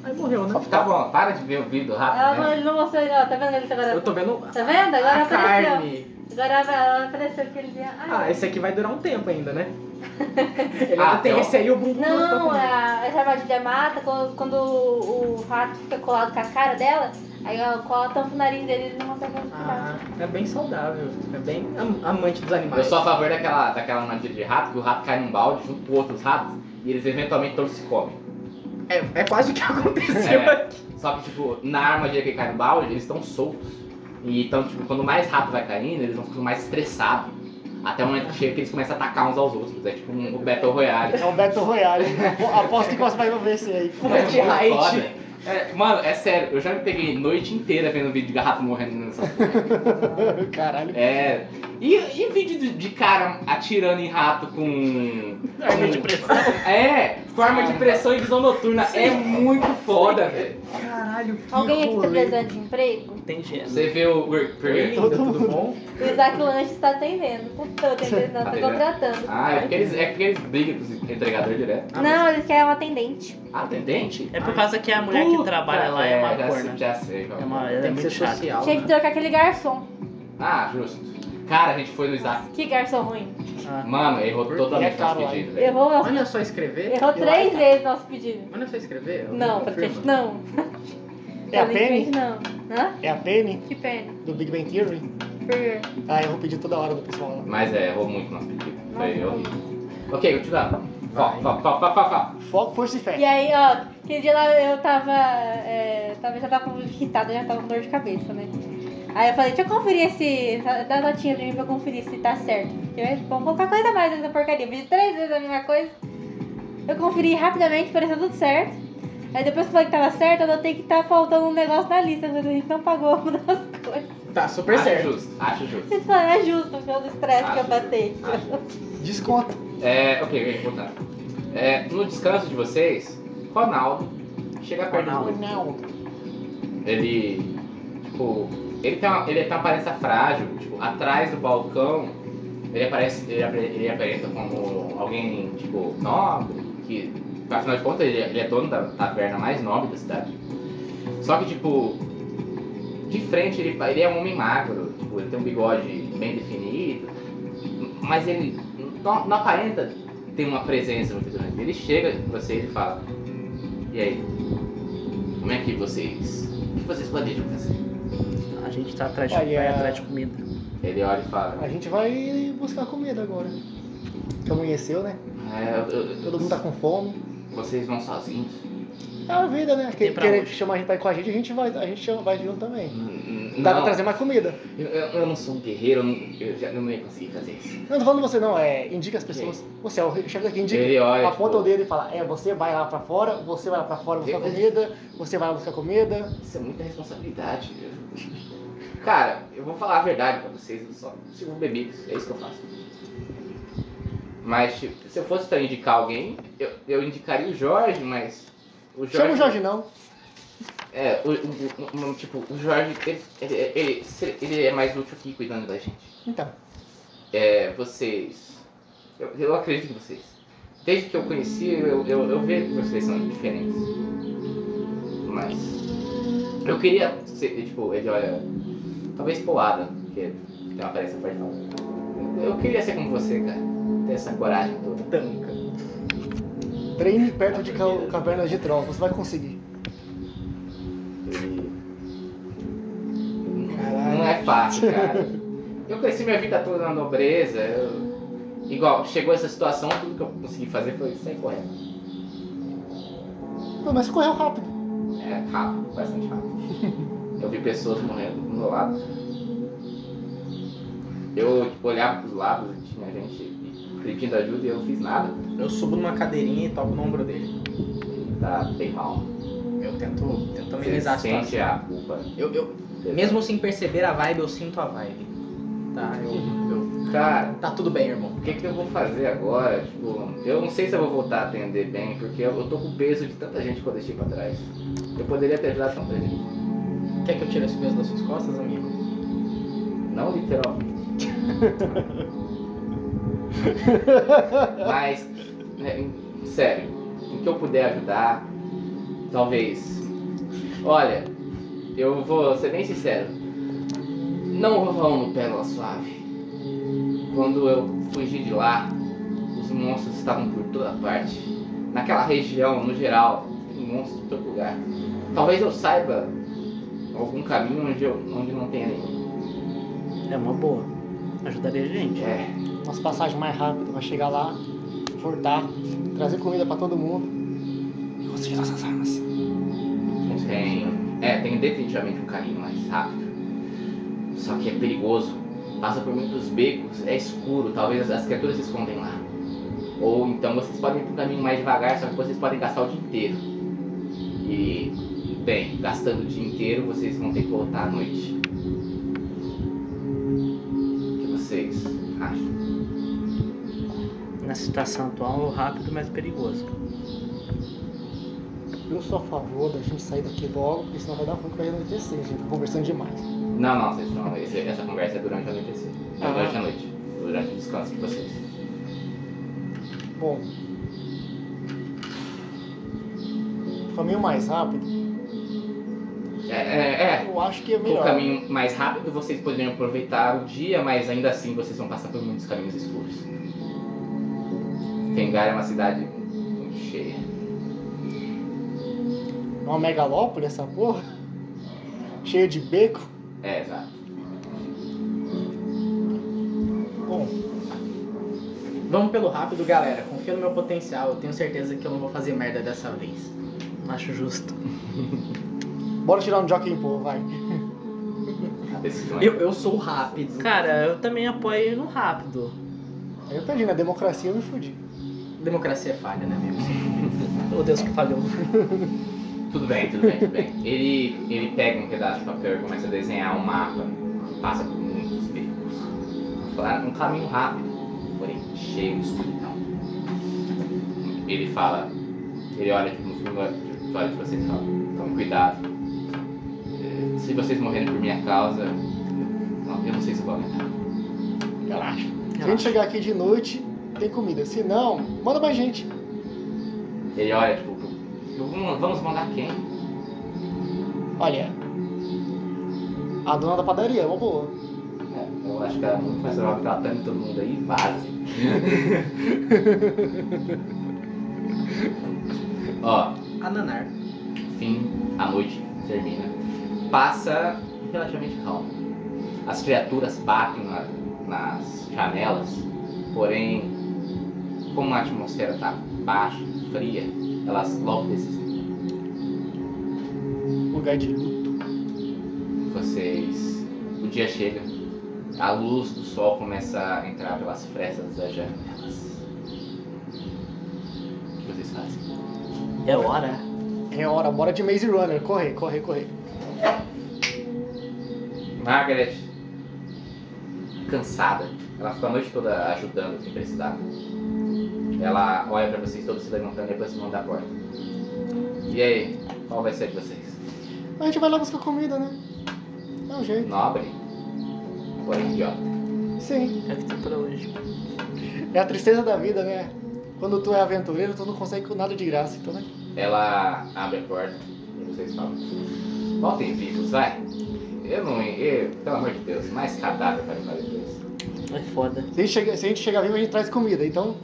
Speaker 3: Aí morreu, né?
Speaker 1: Tá bom, para de ver o vídeo
Speaker 4: Ah, ela
Speaker 1: rápido,
Speaker 4: não-
Speaker 1: né?
Speaker 4: ele não mostrou ainda, ó, tá vendo ele agora?
Speaker 3: Eu tô vendo
Speaker 4: Tá vendo? Agora
Speaker 3: a
Speaker 4: apareceu.
Speaker 3: carne.
Speaker 4: Agora ela apareceu aquele dia. Ai,
Speaker 3: Ah, esse aqui vai durar um tempo ainda, né? Ele
Speaker 1: Ah,
Speaker 3: ainda tem
Speaker 1: então.
Speaker 3: esse aí e o bumbum.
Speaker 4: Não,
Speaker 3: é.
Speaker 4: a, essa armadilha mata quando, quando o, o rato fica colado com a cara dela, aí ela cola tampa o nariz dele e ele não consegue respirar.
Speaker 3: Ah, é bem saudável. É bem am- amante dos
Speaker 1: Eu
Speaker 3: animais.
Speaker 1: sou a favor daquela, daquela armadilha de rato, que o rato cai num balde junto com outros ratos e eles eventualmente todos se comem.
Speaker 3: É, é quase o que aconteceu
Speaker 1: É.
Speaker 3: aqui.
Speaker 1: Só que, tipo, na armadilha que cai no balde, eles estão soltos. E então, tipo, quando mais rato vai caindo, eles vão ficando mais estressados. Até o momento que chega que eles começam a atacar uns aos outros. É tipo um, um Battle Royale.
Speaker 5: É o Battle Royale. Aposto que você vai ver esse aí.
Speaker 1: É
Speaker 3: Flat height.
Speaker 1: foda. É, mano, é sério, eu já me peguei noite inteira vendo vídeo de garrafa morrendo nessa.
Speaker 5: Caralho.
Speaker 1: É. E, e vídeo de, de cara atirando em rato com.
Speaker 2: Arma de pressão.
Speaker 1: É, com arma de pressão e visão noturna. É muito foda, velho.
Speaker 3: Caralho, que
Speaker 4: Alguém aqui tá
Speaker 3: rolê.
Speaker 4: precisando de emprego?
Speaker 2: Tem gênero.
Speaker 1: Você vê o.
Speaker 3: Oi, linda,
Speaker 5: Todo
Speaker 3: tudo
Speaker 5: mundo.
Speaker 3: bom?
Speaker 4: O Isaac Lanche tá atendendo. Tá todo atendendo, não, tá contratando.
Speaker 1: Ah, é porque eles, é porque eles brigam com os entregadores direto.
Speaker 3: Ah,
Speaker 4: Não, ele quer um atendente.
Speaker 1: Atendente?
Speaker 2: É por causa que a mulher que trabalha lá é uma
Speaker 1: já
Speaker 2: corna.
Speaker 1: sei- Já sei, qual
Speaker 2: É uma, ela é
Speaker 3: Tem que
Speaker 2: muito
Speaker 3: ser
Speaker 2: chata.
Speaker 3: social.
Speaker 4: Tinha que
Speaker 3: né?
Speaker 4: trocar aquele garçom.
Speaker 1: Ah, justo. Cara, a gente foi no
Speaker 3: Tá.
Speaker 1: Isaac.
Speaker 4: Que garçom ruim.
Speaker 3: Ah.
Speaker 1: Mano, errou
Speaker 3: Por
Speaker 1: totalmente
Speaker 2: é
Speaker 5: que,
Speaker 1: nosso
Speaker 5: Caroline?
Speaker 1: pedido, velho.
Speaker 4: Errou,
Speaker 3: Olha só escrever.
Speaker 4: errou
Speaker 3: Eu
Speaker 4: três
Speaker 3: acho-
Speaker 4: vezes nosso pedido.
Speaker 3: Olha só escrever. eu
Speaker 4: Não,
Speaker 3: confirmo.
Speaker 4: não.
Speaker 5: É a
Speaker 4: Pelo
Speaker 5: Penny?
Speaker 4: inglês, Não. Hã?
Speaker 5: É a Penny
Speaker 4: Que pena.
Speaker 5: do Big Bang Theory?
Speaker 4: Por...
Speaker 5: Ah, eu vou pedir toda hora do pessoal lá.
Speaker 1: Mas é, errou muito nosso pedido.
Speaker 4: Nossa,
Speaker 1: Foi
Speaker 4: ruim.
Speaker 1: horrível. Ok, continuando. Fó,
Speaker 3: Vai.
Speaker 1: fó, fó, fó, fó, fó.
Speaker 5: Foco, força e
Speaker 4: E
Speaker 5: fé.
Speaker 4: aí, ó, aquele dia lá eu tava. É, tava já tava irritada, já tava com dor de cabeça, né? Aí eu falei, deixa eu conferir esse. essa- Dá uma notinha pra mim pra eu conferir se tá certo. Porque eu- vamos colocar coisa a mais nessa porcaria. Eu pedi três vezes a mesma coisa. Eu conferi rapidamente, pareceu tudo certo. Aí depois que eu falei que tava certo, eu notei que tá faltando um negócio na lista, mas a gente não pagou uma das coisas.
Speaker 3: Tá super
Speaker 4: Ah,
Speaker 1: acho
Speaker 3: certo.
Speaker 1: justo, acho justo.
Speaker 4: Isso não é justo pelo estresse que eu
Speaker 1: Acho.
Speaker 4: passei.
Speaker 1: Acho
Speaker 5: Desconto.
Speaker 1: É, ok, ok, voltando. É, no descanso de vocês, Ronaldo chega perto do
Speaker 3: Ronaldo.
Speaker 1: grupo. Ele, tipo, ele tem, uma, ele tem uma aparência frágil, tipo, atrás do balcão, ele aparece, ele, apre- ele aparenta como alguém, tipo, nobre, que, afinal de contas, ele, é- ele é dono da taverna mais nobre da cidade. Só que, tipo, de frente ele, pa- ele é um homem magro, tipo, ele tem um bigode bem definido, mas ele não, não aparenta ter uma presença muito grande. Ele chega com você e ele fala, e aí, como é que vocês, o que vocês planejam fazer?
Speaker 2: A gente tá atrás de,
Speaker 5: Olha.
Speaker 2: vai atrás de comida.
Speaker 1: Ele olha e fala,
Speaker 5: A gente vai buscar comida agora. Que amanheceu, né?
Speaker 1: é, eu- eu-
Speaker 5: Todo mundo tá com fome.
Speaker 1: vocês vão sozinhos?
Speaker 5: É a vida, né?
Speaker 2: E
Speaker 5: Quem
Speaker 2: pra
Speaker 5: querer
Speaker 2: onde?
Speaker 5: chamar a gente pra ir com a gente, a gente vai, a gente chama- vai junto também.
Speaker 1: N- n-
Speaker 5: Dá pra
Speaker 1: Não,
Speaker 5: trazer mais comida.
Speaker 1: eu, eu- eu não sou um guerreiro, eu, não, eu já eu não ia conseguir fazer isso.
Speaker 5: Não tô falando você não, é indica as pessoas. Você é o chefe daqui, indica.
Speaker 1: Ele olha,
Speaker 5: Aponta o
Speaker 1: tipo,
Speaker 5: dedo e fala, é, você vai lá pra fora, você vai lá pra fora buscar
Speaker 1: Eu-
Speaker 5: comida, você vai lá buscar comida.
Speaker 1: isso é muita responsabilidade. eu- Cara, eu vou falar a verdade pra vocês, eu só sigo bebidas, é isso que eu faço. Mas tipo, se eu fosse pra indicar alguém, eu, eu indicaria o Jorge, mas... O Jorge,
Speaker 5: Chama o Jorge não.
Speaker 1: É, o, o- o- o- tipo, o Jorge, ele, ele- ele- se- ele é mais útil aqui cuidando da gente.
Speaker 5: Então,
Speaker 1: É, vocês. Eu, eu acredito em vocês. Desde que eu conheci, eu, eu, eu vejo que vocês são diferentes. Mas. Eu queria ser. Tipo, ele olha. Talvez poada, porque tem é uma aparência forte. não. Eu queria ser como você, cara. Ter essa coragem toda.
Speaker 3: Tanca.
Speaker 5: treine perto de ca- cavernas de troll, você vai conseguir.
Speaker 1: E- Não é fácil, cara. Eu cresci minha vida toda na nobreza. eu- Igual, chegou essa situação, tudo que eu consegui fazer foi sair correndo.
Speaker 5: Pô, mas correu rápido.
Speaker 1: É rápido, bastante rápido. Eu vi pessoas morrendo do meu lado. Eu tipo, olhava pros lados e tinha gente pedindo ajuda e eu não fiz nada.
Speaker 3: Eu subo numa cadeirinha e toco no ombro dele.
Speaker 1: Ele tá bem mal.
Speaker 3: Eu tento, tento
Speaker 1: Você
Speaker 3: amenizar a situação.
Speaker 1: sente a culpa.
Speaker 3: Eu, eu,
Speaker 1: Você-
Speaker 3: mesmo sem perceber a vibe, eu sinto a vibe. Tá, eu, eu
Speaker 1: Cara,
Speaker 3: Tá tudo bem, irmão.
Speaker 1: o que, que eu vou fazer agora? Tipo, eu não sei se eu vou voltar a atender bem, porque eu, eu tô com o peso de tanta gente que eu deixei pra trás. Eu poderia ter ajudado tanta gente.
Speaker 3: Quer que eu tire esse peso das suas costas, amigo?
Speaker 1: Não literalmente. Mas, né, em- sério, o que eu puder ajudar, talvez. Olha, eu vou ser bem sincero. Não vou falar um no Pérola Suave. Quando eu fugi de lá, os monstros estavam por toda parte. Naquela região, no geral, tem monstros por todo lugar. Talvez eu saiba algum caminho onde, eu, onde não tenha nenhum.
Speaker 2: É uma boa. Ajudaria a gente.
Speaker 1: É,
Speaker 5: Umas passagens mais rápidas pra chegar lá, furtar, trazer comida pra todo mundo e conseguir nossas armas.
Speaker 1: não tem. É, tem definitivamente um caminho mais rápido. Só que é perigoso. Passa por muitos becos, é escuro, talvez as criaturas se escondem lá. Ou então vocês podem ir pro caminho mais devagar, só que vocês podem gastar o dia inteiro. E, bem, gastando o dia inteiro, vocês vão ter que voltar à noite. O que vocês acham?
Speaker 2: Na situação atual, rápido, mas perigoso.
Speaker 5: Eu sou a favor da gente sair daqui logo, porque senão vai dar ruim que vai anoitecer, a gente tá conversando demais.
Speaker 1: Não, não, vocês não. esse- Essa conversa é durante a noite. esse- É
Speaker 5: Ah.
Speaker 1: durante a noite. Durante o descanso de vocês.
Speaker 5: Bom. O caminho mais rápido,
Speaker 1: É, é, é.
Speaker 5: eu acho que é
Speaker 1: O
Speaker 5: melhor.
Speaker 1: caminho mais rápido vocês poderiam aproveitar o dia, mas ainda assim vocês vão passar por muitos caminhos escuros. Tengar é uma cidade muito cheia.
Speaker 5: É Uma megalópole essa porra. Cheia de beco.
Speaker 1: É, exato.
Speaker 5: Bom,
Speaker 3: Vamos pelo rápido, galera. Confia no meu potencial. Eu tenho certeza que eu não vou fazer merda dessa vez.
Speaker 2: Acho justo.
Speaker 5: bora tirar um jockey em pô, vai.
Speaker 1: A decisão é-
Speaker 3: Eu, eu sou rápido.
Speaker 2: Cara, eu também apoio no rápido.
Speaker 5: Aí eu perdi, na democracia eu me fudi.
Speaker 3: Democracia é falha, né, amigo?
Speaker 2: Ô Oh, Deus que falhou.
Speaker 1: Tudo bem, tudo bem, tudo bem. Ele, ele pega um pedaço de papel e começa a desenhar um mapa. Passa por muitos perigos. Claro, um caminho rápido, porém cheio de escuridão. Ele fala, ele olha no fundo dos olhos de vocês e fala, tome cuidado. Eh, Se vocês morrerem por minha causa, não, eu não sei se eu vou aguentar.
Speaker 5: Relaxa. Se a gente chegar aqui de noite, tem comida. Se não, manda mais gente.
Speaker 1: Ele olha, tipo, vamos vamos mandar quem?
Speaker 5: Olha. A dona da padaria é uma boa.
Speaker 1: É, eu acho que ela é muito mais provável que ela tame todo mundo aí e vaze. Ó,
Speaker 3: Ananar.
Speaker 1: fim, a noite termina. Passa relativamente calmo. As criaturas batem na- nas janelas, porém, como a atmosfera tá baixa, fria, elas logo desistem.
Speaker 5: Lugar de luto.
Speaker 1: Vocês. O dia chega, a luz do sol começa a entrar pelas frestas das janelas. O que vocês fazem?
Speaker 2: É hora.
Speaker 5: É hora, bora de Maze Runner. Corre, corre, corre.
Speaker 1: Margaret, cansada, ela fica a noite toda ajudando quem precisar. Ela olha pra vocês todos se levantando e aproximando da porta. E aí, qual vai ser a de vocês?
Speaker 5: A gente vai lá buscar comida, né? É um jeito.
Speaker 1: Nobre? Porém, idiota.
Speaker 5: Sim.
Speaker 2: É que tem pra hoje.
Speaker 5: É a tristeza da vida, né? Quando tu é aventureiro, tu não consegue nada de graça, então né?
Speaker 1: Ela abre a porta e vocês falam. Voltem vivos, vai. Eu não. Eu, pelo amor de Deus, mais cadáver pra levar depois.
Speaker 2: É foda.
Speaker 5: Se a gente chegar, se a gente chegar vivo, a gente traz comida. Então,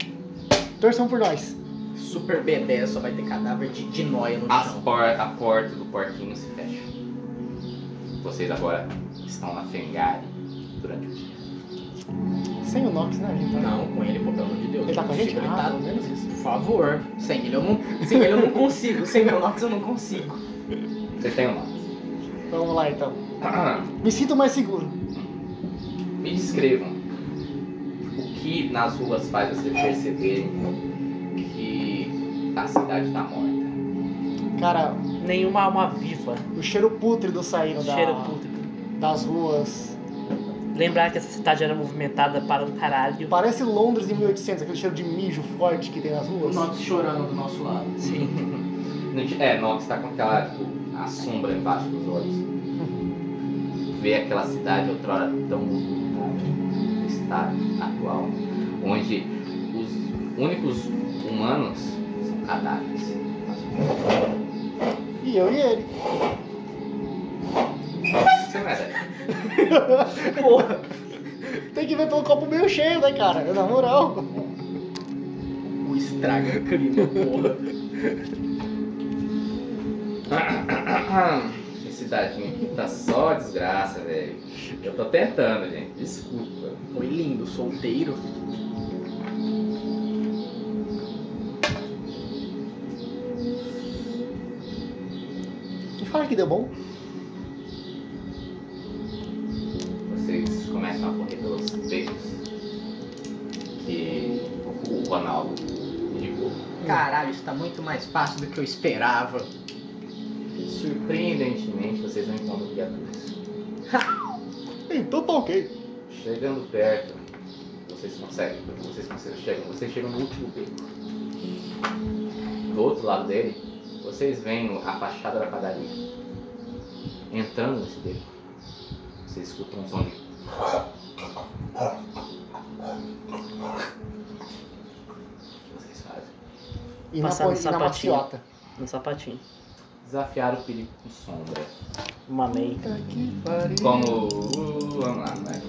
Speaker 5: torçam por nós.
Speaker 3: Super B10 só vai ter cadáver de, de noia no
Speaker 1: As
Speaker 3: chão.
Speaker 1: por, a porta do porquinho se fecha. Vocês agora estão na Fengari durante o dia.
Speaker 5: Sem o Nox, né? gente?
Speaker 3: Não, com ele, pô, pelo amor de Deus.
Speaker 5: Ele tá com a
Speaker 3: Não
Speaker 5: gente? Ah,
Speaker 3: consigo, ele tá-
Speaker 5: pelo menos isso.
Speaker 3: Por favor. Sem ele eu não, sem ele eu não consigo. Sem meu Nox eu não consigo.
Speaker 1: Vocês têm um nome.
Speaker 5: Vamos lá, então. Me sinto mais seguro.
Speaker 1: Me descrevam o que nas ruas faz vocês perceberem que a cidade tá morta.
Speaker 5: Cara,
Speaker 2: Nenhuma alma viva.
Speaker 5: o cheiro pútrido saindo da,
Speaker 2: Cheiro pútrido.
Speaker 5: das ruas.
Speaker 2: Lembrar que essa cidade era movimentada para um caralho.
Speaker 5: Parece Londres em 1800, aquele cheiro de mijo forte que tem nas
Speaker 6: O
Speaker 5: ruas.
Speaker 6: Nox chorando do nosso lado.
Speaker 2: Sim.
Speaker 1: É, não, você tá com aquela tipo, a sombra embaixo dos olhos. Ver aquela cidade outrora tão movimentada, no estado atual, onde os únicos humanos são cadáveres.
Speaker 5: E eu e ele.
Speaker 1: Você não é daqui.
Speaker 3: Porra,
Speaker 5: Tem que ver pelo copo meio cheio, né, cara? Na moral.
Speaker 3: o estraga clima, porra.
Speaker 1: Esse dadinho Ah, aqui tá só desgraça, velho. Eu tô tentando, gente. Desculpa.
Speaker 3: Oi, lindo, solteiro.
Speaker 5: E fala que deu bom.
Speaker 1: Vocês começam a correr pelos peitos que o Ronaldo indicou.
Speaker 3: Caralho, isso tá muito mais fácil do que eu esperava.
Speaker 1: Surpreendentemente, vocês não encontram criaturas.
Speaker 5: Então tá ok.
Speaker 1: Chegando perto, vocês conseguem, vocês conseguem, chegam, vocês chegam no último pico. Do outro lado dele, vocês veem a fachada da padaria. Entrando nesse beco, vocês escutam um som de... O que vocês fazem?
Speaker 5: E na,
Speaker 2: Passar
Speaker 5: po- e
Speaker 2: no
Speaker 5: na
Speaker 2: sapatinho.
Speaker 5: maciota.
Speaker 2: Um sapatinho.
Speaker 1: Desafiar o perigo com sombra.
Speaker 2: Uma meia.
Speaker 5: Puta que pariu.
Speaker 1: Como... Uh, vamos lá, vai.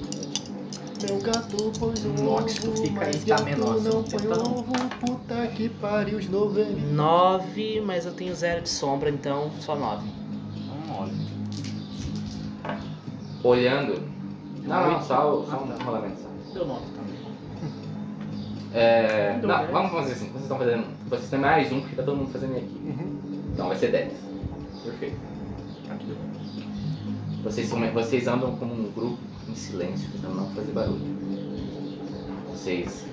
Speaker 5: Meu gato pôs um
Speaker 3: Nox, tu
Speaker 5: ovo,
Speaker 3: fica aí,
Speaker 5: mas
Speaker 3: tá
Speaker 5: gato
Speaker 3: menor,
Speaker 5: não
Speaker 3: você
Speaker 5: põe
Speaker 3: tá não.
Speaker 5: ovo. Puta que pariu de novo, ele.
Speaker 2: Nove, mas eu tenho zero de sombra, então só nove.
Speaker 1: Olhando... Não, não, só, o- só
Speaker 3: Ah,
Speaker 1: um
Speaker 3: tá.
Speaker 1: rolamento só.
Speaker 3: Deu nove também.
Speaker 1: É,
Speaker 3: Então,
Speaker 1: não,
Speaker 3: dez.
Speaker 1: vamos fazer assim. Vocês estão fazendo. Vocês têm mais um, porque tá todo mundo fazendo aqui.
Speaker 5: Uhum.
Speaker 1: Então vai ser 10. Perfeito. Vocês, são- vocês andam como um grupo em silêncio, tentando não fazer barulho. Vocês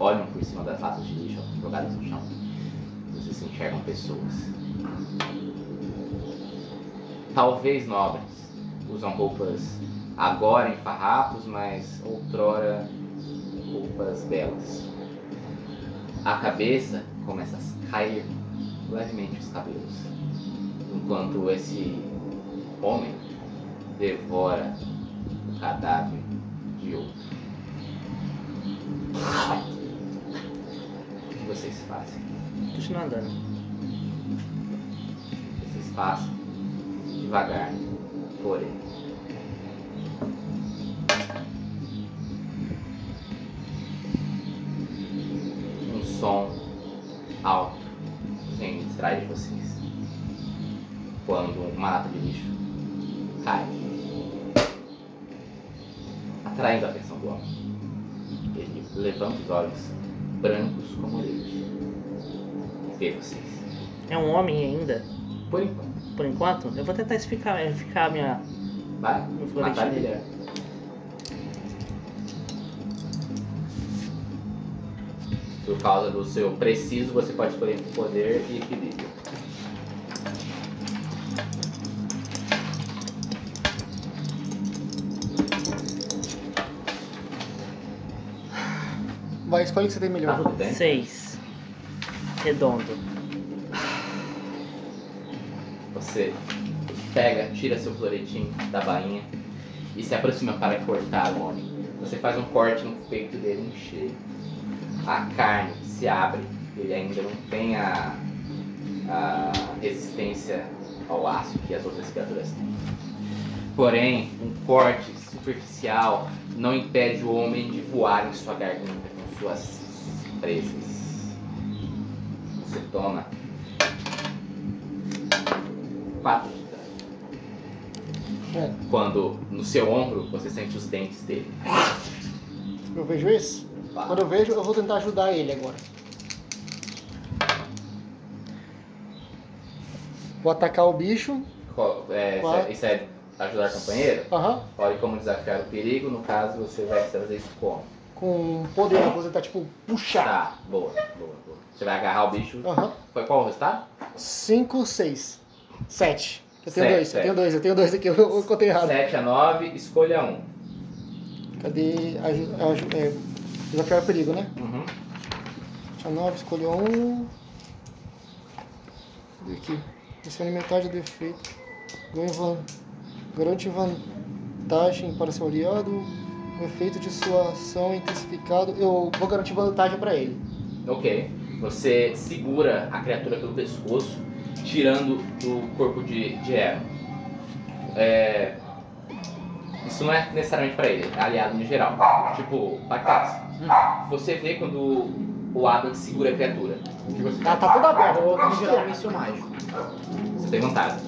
Speaker 1: olham por cima das latas de lixo jogadas no chão. Vocês enxergam pessoas. Talvez nobres. Usam roupas agora em farrapos, mas outrora roupas belas. A cabeça começa a cair levemente os cabelos, enquanto esse homem devora o cadáver de outro. O que vocês fazem?
Speaker 2: Continua andando.
Speaker 1: Vocês passam devagar por ele. Um som alto vem atrás de vocês. Quando uma lata de lixo cai, atraindo a atenção do homem. Ele levanta os olhos brancos como leite e vê vocês.
Speaker 2: É um homem ainda,
Speaker 1: Por enquanto,
Speaker 2: por enquanto. Eu vou tentar explicar, eh, ficar a minha
Speaker 1: vai.
Speaker 2: meu
Speaker 1: Matar
Speaker 2: florentino.
Speaker 1: ele. Por causa do seu preciso, você pode escolher entre poder e equilíbrio.
Speaker 5: Vai, escolhe o que você tem
Speaker 1: Tá
Speaker 5: melhor.
Speaker 1: tudo bem?
Speaker 2: Seis. Redondo.
Speaker 1: Você pega, tira seu floretinho da bainha e se aproxima para cortar o homem. Você faz um corte no peito dele em cheio. A carne se abre, ele ainda não tem a, a resistência ao aço que as outras criaturas têm. Porém, um corte superficial não impede o homem de voar em sua garganta com suas presas. Você toma quatro de dano.
Speaker 5: É,
Speaker 1: Quando no seu ombro você sente os dentes dele.
Speaker 5: eu vejo isso?
Speaker 1: Pá.
Speaker 5: Quando eu vejo, eu vou tentar ajudar ele agora. Vou atacar o bicho.
Speaker 1: Co- é, isso,
Speaker 5: Quatro.
Speaker 1: é, isso é ajudar o companheiro?
Speaker 5: Aham.
Speaker 1: Olha como desafiar o perigo, no caso você vai fazer isso como?
Speaker 5: Com poder, eu vou tentar, tipo, puxar.
Speaker 1: Tá, boa, boa, boa. Você vai agarrar o bicho.
Speaker 5: Aham.
Speaker 1: Foi qual o resultado?
Speaker 5: 5, 6, 7. Eu tenho
Speaker 1: Sete,
Speaker 5: dois, eu
Speaker 1: sete.
Speaker 5: tenho dois, eu tenho dois aqui, eu, eu contei errado.
Speaker 1: 7 a 9, escolha um.
Speaker 5: Cadê? Aju- aju- é, desafiar o perigo, né?
Speaker 1: Uhum.
Speaker 5: Tinha nove, escolheu um. Cadê aqui? Missão alimentar de defeito. Ganha van- Garante vantagem para seu aliado. O efeito de sua ação é intensificado. Eu vou garantir vantagem para ele.
Speaker 1: Ok. Você segura a criatura pelo pescoço, tirando do corpo de, de Aaron. É, Isso não é necessariamente pra ele, é aliado no geral. Tipo, Pacax. Você vê quando o Adam segura a criatura. O que você
Speaker 5: Ela tá toda aberta.
Speaker 3: Vou
Speaker 5: toda
Speaker 3: tirar o
Speaker 5: esquerda.
Speaker 3: míssil um mágico.
Speaker 1: Você tem vantagem.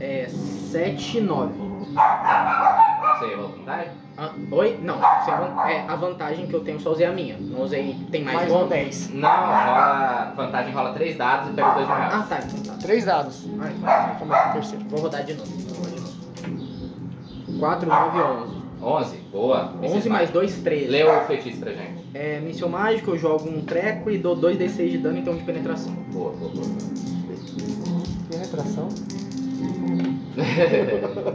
Speaker 3: É 7, 9.
Speaker 1: Você errou a vantagem?
Speaker 3: Ah, oi? Não, sem van- é, a vantagem que eu tenho só usei a minha. Não usei. Tem mais,
Speaker 5: Mais
Speaker 3: um?
Speaker 5: um 10.
Speaker 1: Não, rola. Vantagem rola três dados e pega dois reais.
Speaker 3: Ah, tá, então tá.
Speaker 5: Três dados.
Speaker 3: Ah, então.
Speaker 5: Começa o terceiro.
Speaker 3: Vou rodar de novo. 4, 9, 11.
Speaker 1: 11, boa. é
Speaker 3: 11 mais 2, 13.
Speaker 1: Lê o feitiço pra gente.
Speaker 3: É, míssil mágico, eu jogo um treco e dou 2d6 de dano então de penetração.
Speaker 1: Boa, boa, boa.
Speaker 5: Penetração.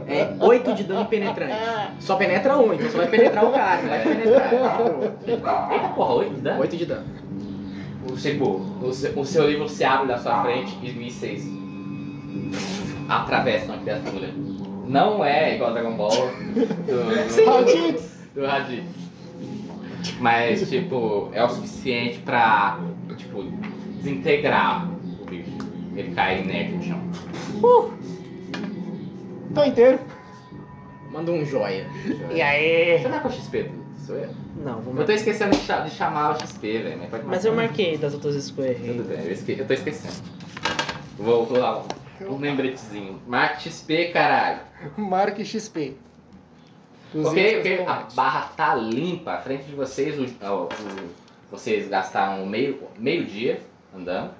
Speaker 3: É 8 de dano penetrante. Só penetra um, então só vai penetrar o cara, não vai penetrar.
Speaker 1: Eita porra, 8 dá?
Speaker 3: 8 de dano.
Speaker 1: Tipo, o seu, o seu livro se abre da sua frente e mísseis atravessam a criatura. Não é igual Dragon Ball do,
Speaker 5: Maldito!
Speaker 1: do, do Raditz. Mas, tipo, é o suficiente pra, tipo, desintegrar o bicho. Ele cai inerte no chão.
Speaker 5: Tô Tá inteiro.
Speaker 3: Manda um joia.
Speaker 5: E aí?
Speaker 1: Você vai com o XP? Dudu? Sou eu.
Speaker 2: Não,
Speaker 1: Eu tô
Speaker 2: vou marcar.
Speaker 1: esquecendo de, cha- de chamar o XP, velho. né? Pode
Speaker 2: Mas
Speaker 1: marcar.
Speaker 2: eu marquei das outras vezes que eu
Speaker 1: Tudo
Speaker 2: errei.
Speaker 1: bem, eu, esque... eu tô esquecendo. Vou, vou lá, um lembretezinho. Marque XP, caralho.
Speaker 5: Marque XP.
Speaker 1: Ok,
Speaker 5: 200
Speaker 1: ok. A
Speaker 5: pontos.
Speaker 1: barra tá limpa. À frente de vocês, o, ó, o- vocês gastaram meio, meio dia andando.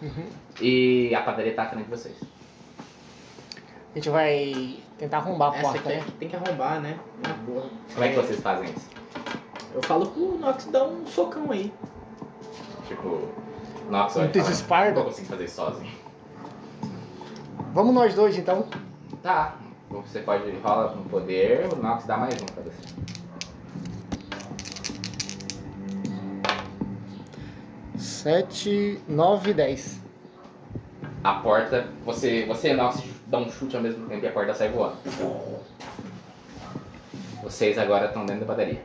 Speaker 5: Uhum.
Speaker 1: E a padaria tá à frente de vocês.
Speaker 5: A gente vai tentar arrombar a
Speaker 3: Essa
Speaker 5: porta,
Speaker 3: aqui é
Speaker 5: né?
Speaker 3: que tem que arrombar, né? Na porra.
Speaker 1: Como é que vocês fazem isso?
Speaker 3: Eu falo pro Nox dar um socão aí.
Speaker 1: Tipo, Nox
Speaker 5: Um
Speaker 1: vai falar,
Speaker 5: desesparo.
Speaker 1: Não vou conseguir fazer isso sozinho.
Speaker 5: Vamos nós dois, então.
Speaker 1: Tá. Então Você pode rola com poder, o Nox dá mais um pra você.
Speaker 5: sete nove dez
Speaker 1: A porta, você, você e Nox dá um chute ao mesmo tempo e a porta sai voando. Vocês agora estão dentro da padaria.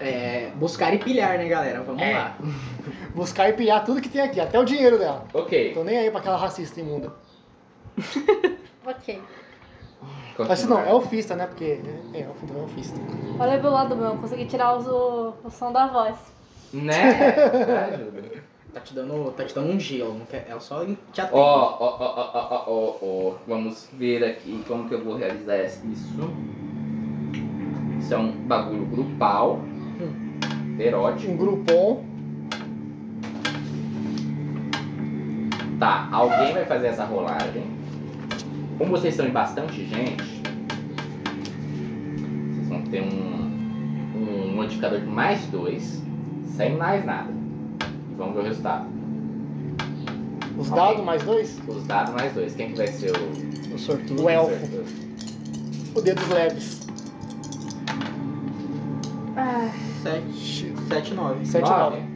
Speaker 3: É. Buscar e pilhar, né, galera? Vamos
Speaker 1: É.
Speaker 3: lá.
Speaker 5: Buscar e pilhar tudo que tem aqui, até o dinheiro dela.
Speaker 1: Ok.
Speaker 5: Tô nem aí pra aquela racista imunda.
Speaker 4: Ok.
Speaker 5: Mas não, é elfista, né? Porque é, é elfo, então é elfista.
Speaker 4: Olha pro lado meu, consegui tirar os- o, o som da voz.
Speaker 1: Né? Ajuda.
Speaker 3: Tá te dando. Tá te dando um gelo. Não quer, ela só te atende.
Speaker 1: Ó, ó, ó, ó, ó, ó, ó, ó, vamos ver aqui como que eu vou realizar isso. Isso é um bagulho grupal, erótico.
Speaker 5: Um grupom.
Speaker 1: Tá, alguém vai fazer essa rolagem. Como vocês estão em bastante gente, vocês vão ter um, um modificador de mais dois, sem mais nada. E vamos ver o resultado.
Speaker 5: Os
Speaker 1: Ok.
Speaker 5: dados mais dois.
Speaker 1: Os dados mais dois. Quem que vai ser o...
Speaker 2: O sortudo.
Speaker 5: O elfo. O dedo dos leves.
Speaker 4: Ah,
Speaker 3: 7, 7, 9.
Speaker 5: sete
Speaker 1: Nove.
Speaker 5: nove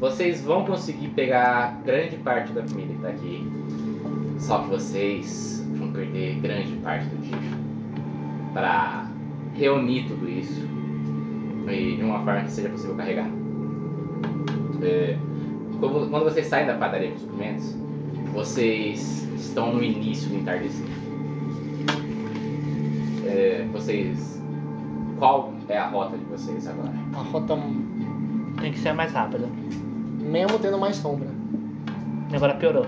Speaker 1: Vocês vão conseguir pegar grande parte da comida que tá aqui. Só que vocês vão perder grande parte do dia pra reunir tudo isso e de uma forma que seja possível carregar. É, como- quando vocês saem da padaria com os suprimentos, vocês estão no início do entardecer. É, vocês. Qual é a rota de vocês agora?
Speaker 5: A rota m-
Speaker 2: Tem que ser a mais rápida.
Speaker 5: mesmo tendo mais sombra.
Speaker 2: E Agora piorou.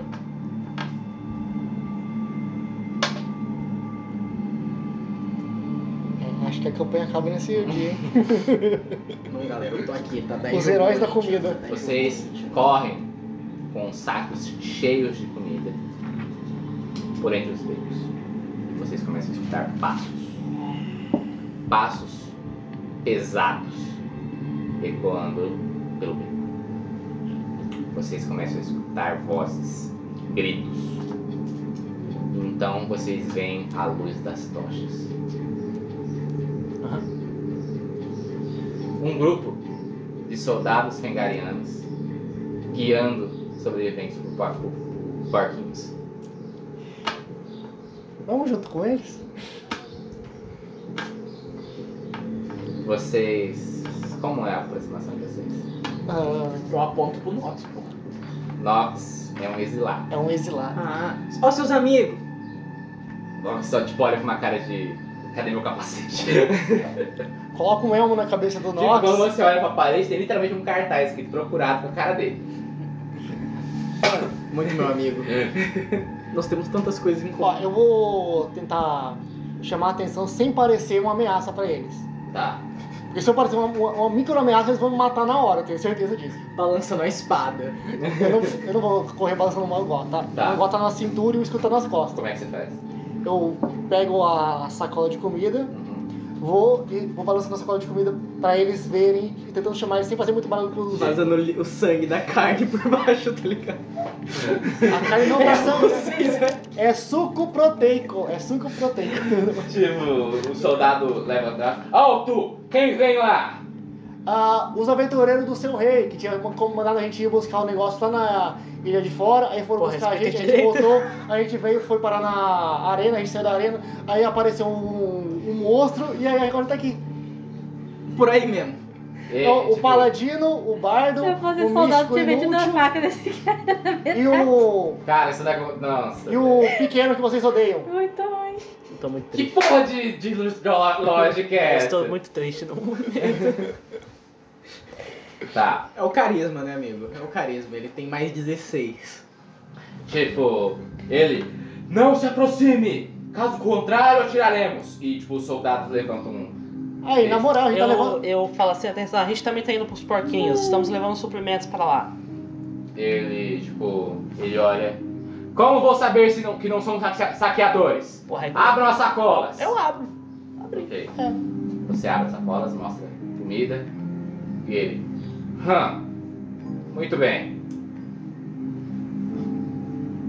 Speaker 5: É, acho que a campanha acaba nesse dia, hein?
Speaker 3: Não, galera, eu tô aqui, tá 10
Speaker 5: Os heróis da
Speaker 3: euros.
Speaker 5: comida.
Speaker 3: Tá 10
Speaker 1: Vocês
Speaker 3: euros.
Speaker 1: correm com sacos cheios de comida por entre os dedos. E vocês começam a escutar passos. Passos pesados ecoando pelo beco. Vocês começam a escutar vozes, gritos. Então vocês veem a luz das tochas. um grupo de soldados fengarianos guiando sobreviventes por bar- por barquinhos.
Speaker 5: Vamos junto com eles?
Speaker 1: Vocês. Como é a aproximação de vocês?
Speaker 5: Ah,
Speaker 3: Eu aponto pro Nox, pô.
Speaker 1: Nox é um exilado.
Speaker 5: é um exilado.
Speaker 3: Ah, ó seus amigos.
Speaker 1: Nox só tipo olha com uma cara de. Cadê meu capacete?
Speaker 5: Coloca um elmo na cabeça do
Speaker 1: Tipo, quando
Speaker 5: Nox.
Speaker 1: você olha pra parede, tem literalmente um cartaz escrito procurado com a cara dele.
Speaker 3: Muito meu amigo. Nós temos tantas coisas em
Speaker 5: Ó,
Speaker 3: comum.
Speaker 5: eu vou tentar chamar a atenção sem parecer uma ameaça pra eles.
Speaker 1: Tá.
Speaker 5: Porque se eu parecer uma, uma, uma micro ameaça, eles vão me matar na hora, eu tenho certeza disso.
Speaker 3: Balançando a espada.
Speaker 5: Eu não, eu não vou correr balançando o Mangó, tá? O
Speaker 1: Tá.
Speaker 5: Mangó tá na cintura e o escuta nas costas.
Speaker 1: Como é que você faz?
Speaker 5: Eu pego a sacola de comida,
Speaker 1: Uhum.
Speaker 5: vou e vou balançando a sacola de comida pra eles verem e tentando chamar eles sem fazer muito barulho pros outros.
Speaker 3: Vazando li- o sangue da carne por baixo, tá ligado?
Speaker 5: A carne não tá sangue.
Speaker 3: Vocês, né?
Speaker 5: É suco proteico. É suco proteico.
Speaker 1: Tipo, o soldado levanta. Ó, tu! Quem vem lá?
Speaker 5: Ah, os aventureiros do seu rei, que tinha como mandado a gente ir buscar o negócio lá na ilha de fora, aí foram
Speaker 3: Porra,
Speaker 5: buscar a gente,
Speaker 3: respeita
Speaker 5: a gente
Speaker 3: direito.
Speaker 5: voltou, a gente veio, foi parar na arena, a gente saiu da arena, aí apareceu um, um monstro e aí agora tá aqui.
Speaker 3: Por aí mesmo.
Speaker 1: E,
Speaker 5: Então, o
Speaker 1: tipo,
Speaker 5: paladino, o bardo,
Speaker 4: Se
Speaker 5: o
Speaker 4: eu fosse soldado,
Speaker 5: místico
Speaker 4: tinha metido a
Speaker 5: inútil
Speaker 4: faca nesse
Speaker 5: e o,
Speaker 1: Cara, isso dá. Nossa.
Speaker 5: e o pequeno que vocês odeiam.
Speaker 4: Muito ruim.
Speaker 2: Eu tô muito
Speaker 1: Que
Speaker 2: triste.
Speaker 1: porra de, de lo- lógica é
Speaker 2: Eu
Speaker 1: essa?
Speaker 2: estou muito triste no momento.
Speaker 1: Tá.
Speaker 3: É o carisma, né, amigo? É o carisma. Ele tem mais 16.
Speaker 1: Tipo, ele. Não se aproxime! Caso contrário, atiraremos! E, tipo, os soldados levantam um.
Speaker 5: Aí, na moral, a gente tá
Speaker 2: Eu,
Speaker 5: levando.
Speaker 2: eu falo assim, atenção, a gente também tá indo pros porquinhos, estamos levando suprimentos pra lá.
Speaker 1: Ele, tipo, ele olha. Como vou saber se não, que não são saque- saqueadores?
Speaker 2: Porra, é-
Speaker 5: Ah!
Speaker 1: Abram as sacolas!
Speaker 2: eu abro. É.
Speaker 1: Ok. Você abre as sacolas, mostra comida. E ele. Hum, muito bem.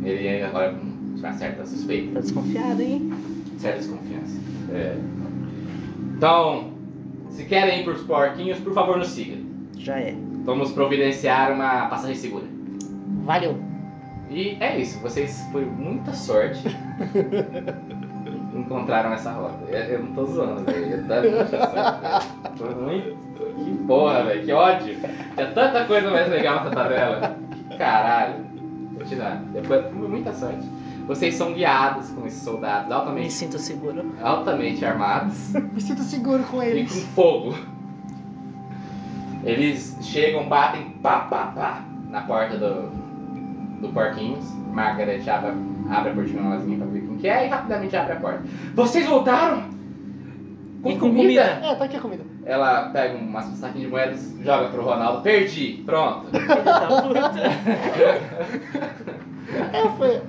Speaker 1: Ele ainda agora com uma certa suspeita,
Speaker 2: Tá desconfiado, hein?
Speaker 1: certa desconfiança. É. Então, se querem ir pros porquinhos, por favor nos siga.
Speaker 2: Já é.
Speaker 1: Vamos providenciar uma passagem segura.
Speaker 5: Valeu.
Speaker 1: E é isso, vocês, por muita sorte, encontraram essa rota. Eu, eu não tô zoando, velho. é tanta muita sorte, velho. Foi muito- Que porra, velho, que ódio. Tinha tanta coisa mais legal nessa tabela. Caralho. Vou tirar. Depois, por muita sorte. Vocês são guiados com esses soldados
Speaker 2: Me
Speaker 1: altamente,
Speaker 2: sinto seguro.
Speaker 1: altamente armados
Speaker 5: Me sinto seguro com
Speaker 1: e com
Speaker 5: eles.
Speaker 1: fogo. Eles chegam, batem, pá, pá, pá, na porta do, do Porquinhos. Margaret abre, abre a portinholazinha pra ver quem que é e rapidamente abre a porta. Vocês voltaram?
Speaker 2: E com comida?
Speaker 5: É, tá aqui a comida.
Speaker 1: Ela pega um, umas saquinhas de moedas, joga pro Ronaldo. Perdi, pronto.
Speaker 2: Filho da puta.
Speaker 5: Elfa,